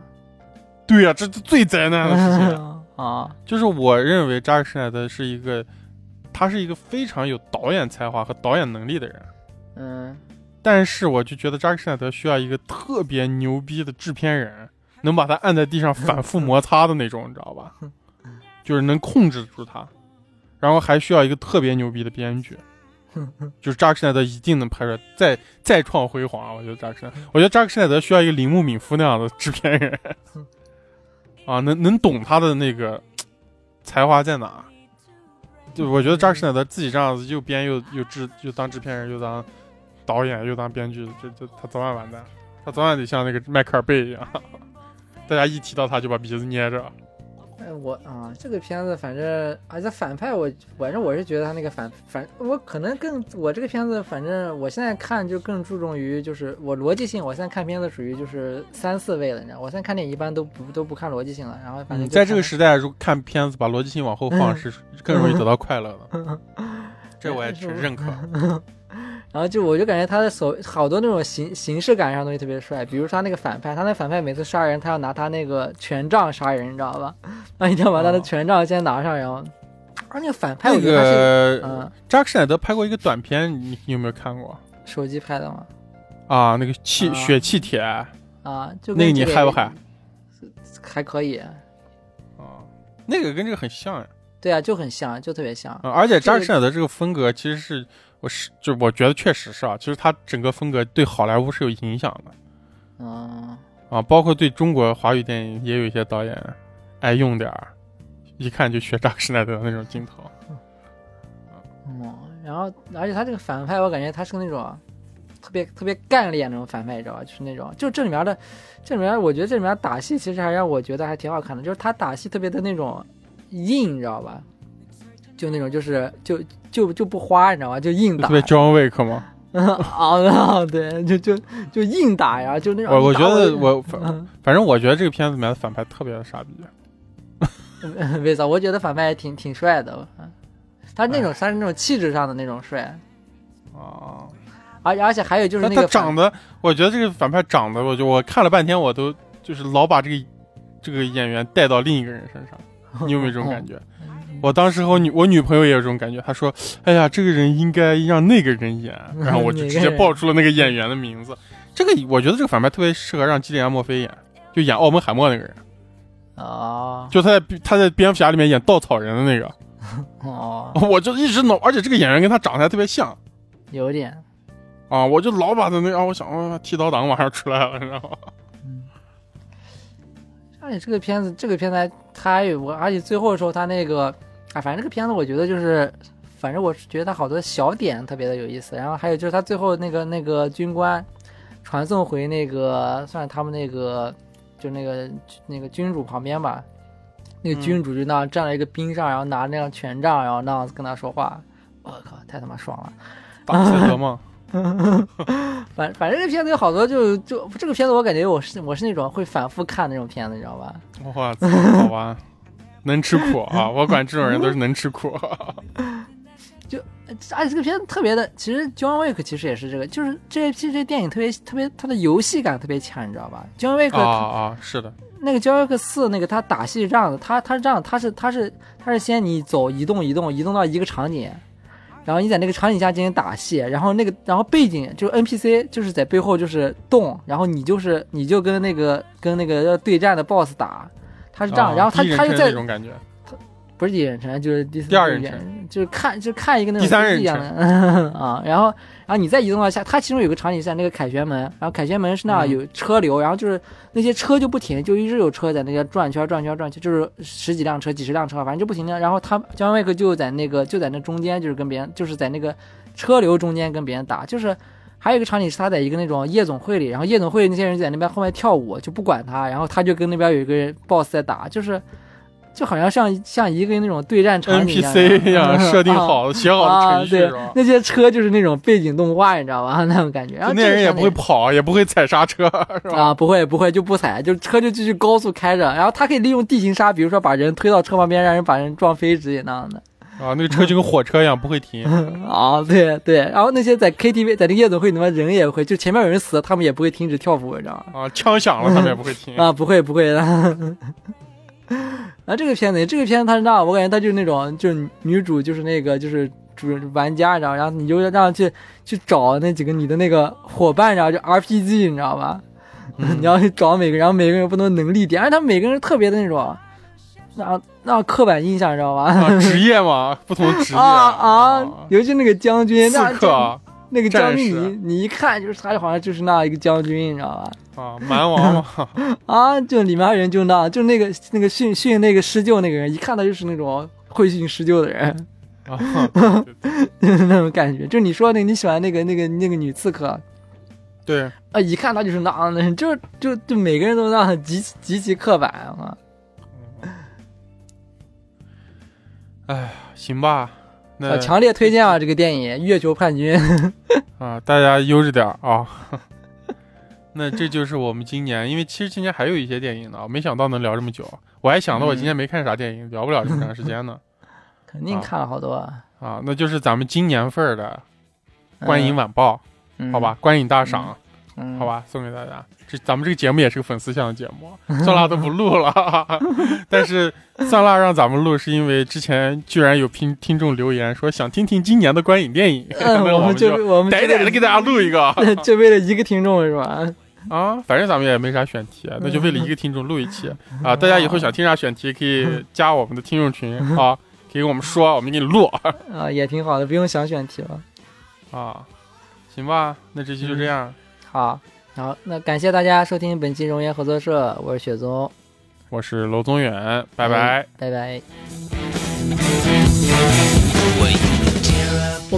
[SPEAKER 2] 对呀、这是最灾难的事情。
[SPEAKER 1] *laughs* 啊，
[SPEAKER 2] 就是我认为扎克施耐德是一个，他是一个非常有导演才华和导演能力的人，
[SPEAKER 1] 嗯
[SPEAKER 2] 但是我就觉得扎克施耐德需要一个特别牛逼的制片人，能把他按在地上反复摩擦的那种，你知道吧？就是能控制住他，然后还需要一个特别牛逼的编剧。就是扎克施耐德一定能拍出来，再再创辉煌啊。我觉得扎克施耐，我觉得扎克施耐德需要一个铃木敏夫那样的制片人，啊，能能懂他的那个才华在哪。就我觉得扎克施耐德自己这样子又编又又制又当制片人又当导演又当编剧，这这他早晚完蛋，他早晚得像那个迈克尔贝一样，大家一提到他就把鼻子捏着。
[SPEAKER 1] 哎，我啊，这个片子反正，而且反派我，反正我是觉得他那个反反，我可能更我这个片子，反正我现在看就更注重于就是我逻辑性，我现在看片子属于就是三四位了，你知道，我现在看电影一般都不都不看逻辑性了，然后反正
[SPEAKER 2] 嗯，
[SPEAKER 1] 就
[SPEAKER 2] 在这个
[SPEAKER 1] 看
[SPEAKER 2] 时代，如果看片子把逻辑性往后放，
[SPEAKER 1] 嗯
[SPEAKER 2] *laughs* 是更容易得到快乐的。这我
[SPEAKER 1] *laughs*
[SPEAKER 2] 也
[SPEAKER 1] 但是我
[SPEAKER 2] 是认可。
[SPEAKER 1] 然后就我就感觉他的所好多那种形形式感上的东西特别帅，比如他那个反派，他那反派每次杀人，他要拿他那个权杖杀人，你知道吧？ *laughs* 那一定要把他的
[SPEAKER 2] 哦
[SPEAKER 1] 权杖先拿上，然后，而那个反派我
[SPEAKER 2] 那
[SPEAKER 1] 觉得他是
[SPEAKER 2] 个
[SPEAKER 1] 嗯
[SPEAKER 2] 扎克施奈德拍过一个短片，你你有没有看过
[SPEAKER 1] 手机拍的嘛，
[SPEAKER 2] 啊？那个气
[SPEAKER 1] 啊
[SPEAKER 2] 血气铁啊，
[SPEAKER 1] 啊，就
[SPEAKER 2] 那个
[SPEAKER 1] 跟
[SPEAKER 2] 你
[SPEAKER 1] 这
[SPEAKER 2] 害不害？
[SPEAKER 1] 还可以，
[SPEAKER 2] 啊那个跟这个很像呀、
[SPEAKER 1] 对啊，就很像，就特别像。
[SPEAKER 2] 啊而且
[SPEAKER 1] 这
[SPEAKER 2] 扎
[SPEAKER 1] 个
[SPEAKER 2] 克施奈德这个风格其实是我是就我觉得确实是啊，其实他整个风格对好莱坞是有影响的
[SPEAKER 1] 嗯，
[SPEAKER 2] 啊，包括对中国华语电影也有一些导演爱用点儿，一看就学扎克施奈德那种镜头。
[SPEAKER 1] 嗯，然后而且他这个反派，我感觉他是个那种特别特别干练那种反派，你知道吧？就是那种，就这里面的这里面，我觉得这里面打戏其实还让我觉得还挺好看的，就是他打戏特别的那种硬，你知道吧？就那种就是就就就不花，你知道吧？就硬打
[SPEAKER 2] 特，别 John Wick 吗？
[SPEAKER 1] *laughs* 啊，对，就就就硬打呀，就那种。
[SPEAKER 2] 我我
[SPEAKER 1] 你
[SPEAKER 2] 觉
[SPEAKER 1] 啊打
[SPEAKER 2] 得
[SPEAKER 1] 就
[SPEAKER 2] 我反
[SPEAKER 1] 嗯
[SPEAKER 2] 反正我觉得这个片子里面的反派特别的傻逼。
[SPEAKER 1] *laughs* 为啥？我觉得反派也挺挺帅的，嗯他
[SPEAKER 2] 哎
[SPEAKER 1] 那种他是那种气质上的那种帅，
[SPEAKER 2] 啊，
[SPEAKER 1] 而而且还有就是
[SPEAKER 2] 但
[SPEAKER 1] 那
[SPEAKER 2] 他
[SPEAKER 1] 个
[SPEAKER 2] 长
[SPEAKER 1] 反
[SPEAKER 2] 得，我觉得这个反派长得，我就我看了半天，我都就是老把这个这个演员带到另一个人身上。 *laughs* 你有没
[SPEAKER 1] *laughs*
[SPEAKER 2] 有这种感觉？
[SPEAKER 1] 嗯
[SPEAKER 2] 我当时和我女我女朋友也有这种感觉，她说：“哎呀，这个人应该让那个人
[SPEAKER 1] *laughs*
[SPEAKER 2] 演。”然后我就直接报出了那个演员的名字。这个我觉得这个反派特别适合让基里安·墨菲演，就演奥本海默那个人，
[SPEAKER 1] 哦
[SPEAKER 2] 就他在他在蝙蝠侠里面演稻草人的那个。
[SPEAKER 1] 哦，
[SPEAKER 2] 我就一直脑，而且这个演员跟他长得还特别像
[SPEAKER 1] 有点
[SPEAKER 2] 啊，我就老把他那啊，我想啊，剃刀党马上出来了，然后
[SPEAKER 1] 而哎且这个片子，这个片子还它还有我，而且最后的时候，它那个啊，反正这个片子我觉得就是，反正我是觉得它好多小点特别的有意思。然后还有就是它最后那个那个军官传送回那个算是他们那个就那个那个君主旁边吧，那个君主就那样站在一个冰上，然后拿那样权杖，然后那样跟他说话。我、靠，太他妈爽了！
[SPEAKER 2] 打赛德嘛。
[SPEAKER 1] 反反正这片子有好多就就这个片子，我感觉我是我是那种会反复看那种片子，你知道吧？
[SPEAKER 2] 哇操，好吧，能吃苦啊！我管这种人都是能吃苦。啊
[SPEAKER 1] *laughs* 而啊且这个片子特别的，其实 John Wick 其实也是这个，就是这这些电影特别特别，它的游戏感特别强，你知道吧？John Wick、
[SPEAKER 2] 啊啊，是的，
[SPEAKER 1] 那个 John Wick 四那个他打戏是这样的，他他是这样的，他是他是他是先你走移动移动移动到一个场景，然后你在那个场景下进行打戏，然后那个然后背景就是 NPC 就是在背后就是动，然后你就是你就跟那个跟那个要对战的 BOSS 打，他是这样，
[SPEAKER 2] 啊
[SPEAKER 1] 然后他
[SPEAKER 2] 第一人
[SPEAKER 1] 他又
[SPEAKER 2] 称
[SPEAKER 1] 在
[SPEAKER 2] 那种感觉，
[SPEAKER 1] 不是第一人称，就是第四
[SPEAKER 2] 第二人称
[SPEAKER 1] 称，就是看就是看一个那种
[SPEAKER 2] 第三人称
[SPEAKER 1] 一样的 *laughs* 啊。然后然后你再移动到下，它其中有个场景是在那个凯旋门，然后凯旋门是那
[SPEAKER 2] 嗯
[SPEAKER 1] 有车流，然后就是那些车就不停，就一直有车在那个转圈转圈转圈，就是十几辆车、几十辆车，反正就不停的。然后他姜维克就在那个就在那中间，就是跟别人就是在那个车流中间跟别人打，就是。还有一个场景是他在一个那种夜总会里，然后夜总会那些人就在那边后面跳舞，就不管他，然后他就跟那边有一个人 boss 在打，就是就好像像像一个那种对战场景一样
[SPEAKER 2] NPC 一
[SPEAKER 1] *laughs*
[SPEAKER 2] 样
[SPEAKER 1] 嗯
[SPEAKER 2] 设定
[SPEAKER 1] 啊
[SPEAKER 2] 好的、写好的
[SPEAKER 1] 啊，
[SPEAKER 2] 程序
[SPEAKER 1] 对
[SPEAKER 2] 是吧，？
[SPEAKER 1] 那些车就是那种背景动画，你知道吧？那种感觉。然后
[SPEAKER 2] 就那
[SPEAKER 1] 这个
[SPEAKER 2] 人也
[SPEAKER 1] 场
[SPEAKER 2] 不会
[SPEAKER 1] 景
[SPEAKER 2] 跑，也不会踩
[SPEAKER 1] *laughs*
[SPEAKER 2] 刹车，是吧？
[SPEAKER 1] 啊，不会不会就不踩，就车就继续高速开着。然后他可以利用地形刹，比如说把人推到车旁边，让人把人撞飞之类那样的。
[SPEAKER 2] 啊，那个车就跟火车一样，不会停。
[SPEAKER 1] *laughs* 啊，对对。然后那些在 KTV 在那个夜总会里面人也会，就前面有人死了，他们也不会停止跳舞，你知道吗？
[SPEAKER 2] 啊，枪响了他们也不会停。
[SPEAKER 1] 啊，不会不会的。 *laughs* 然后这个片子，这个片子它是那样，我感觉它就是那种，就是女主就是那个就是主玩家，然后然后你就让去去找那几个你的那个伙伴，然后就 RPG，你知道吧？*laughs*
[SPEAKER 2] 嗯
[SPEAKER 1] 你要去找每个人，然后每个人有不同的能力点，而且他们每个人特别的那种，那那刻板印象，你知
[SPEAKER 2] *laughs*
[SPEAKER 1] 道吧？
[SPEAKER 2] 啊，职业嘛，不同职业
[SPEAKER 1] 啊啊！尤其那个将军，那
[SPEAKER 2] 刺客啊
[SPEAKER 1] 那个将军
[SPEAKER 2] 战
[SPEAKER 1] 你，
[SPEAKER 2] 士
[SPEAKER 1] 你一看就是他好像就是那一个将军，你知道吧？
[SPEAKER 2] 啊，蛮王嘛，
[SPEAKER 1] 啊，就里面人就那，就那个那个训训那个施救那个人，一看他就是那种会训施救的人， *laughs*
[SPEAKER 2] 啊，对对对
[SPEAKER 1] 就是那种感觉。就你说那个你喜欢那个那个那个女刺客
[SPEAKER 2] 对，
[SPEAKER 1] 啊，一看他就是那样的人，就就就每个人都那样极其极其刻板啊。
[SPEAKER 2] 哎，行吧，那
[SPEAKER 1] 呃，强烈推荐啊这个电影《月球叛军》 *laughs*
[SPEAKER 2] 啊，大家悠着点儿啊。 *laughs* 那这就是我们今年，因为其实今年还有一些电影呢，没想到能聊这么久。我还想到我
[SPEAKER 1] 嗯
[SPEAKER 2] 今年没看啥电影，聊不了这么长时间呢。
[SPEAKER 1] 肯定看了好多啊。
[SPEAKER 2] 啊，那就是咱们今年份儿的观影晚报》
[SPEAKER 1] 嗯
[SPEAKER 2] 好吧，，观影大赏，
[SPEAKER 1] 嗯，
[SPEAKER 2] 好，吧，送给大家。这咱们这个节目也是个粉丝向的节
[SPEAKER 1] *laughs*
[SPEAKER 2] 目，算辣都不录了， *laughs* 但是算辣让咱们录是因为之前居然有听听众留言说想听听今年的观影电影，
[SPEAKER 1] 嗯，
[SPEAKER 2] *laughs* 那
[SPEAKER 1] 我们就
[SPEAKER 2] 就
[SPEAKER 1] 我们
[SPEAKER 2] 逮
[SPEAKER 1] 就
[SPEAKER 2] 逮的给大家录一
[SPEAKER 1] *laughs*
[SPEAKER 2] 个 *laughs*
[SPEAKER 1] 就为了一个听众是吧？
[SPEAKER 2] 啊，反正咱们也没啥选题，啊那就为了一
[SPEAKER 1] 嗯
[SPEAKER 2] 个听众录一期啊。大家以后想听啥选题可以
[SPEAKER 1] *laughs*
[SPEAKER 2] 加我们的听众群啊，给我们说，我们给你录
[SPEAKER 1] 啊，也挺好的，不用想选题了。
[SPEAKER 2] 啊，行吧，那这期就这样，
[SPEAKER 1] 好，好，那感谢大家收听本期熔岩合作社，我是雪宗，
[SPEAKER 2] 我是娄宗远，拜拜。
[SPEAKER 1] 拜拜。
[SPEAKER 4] 我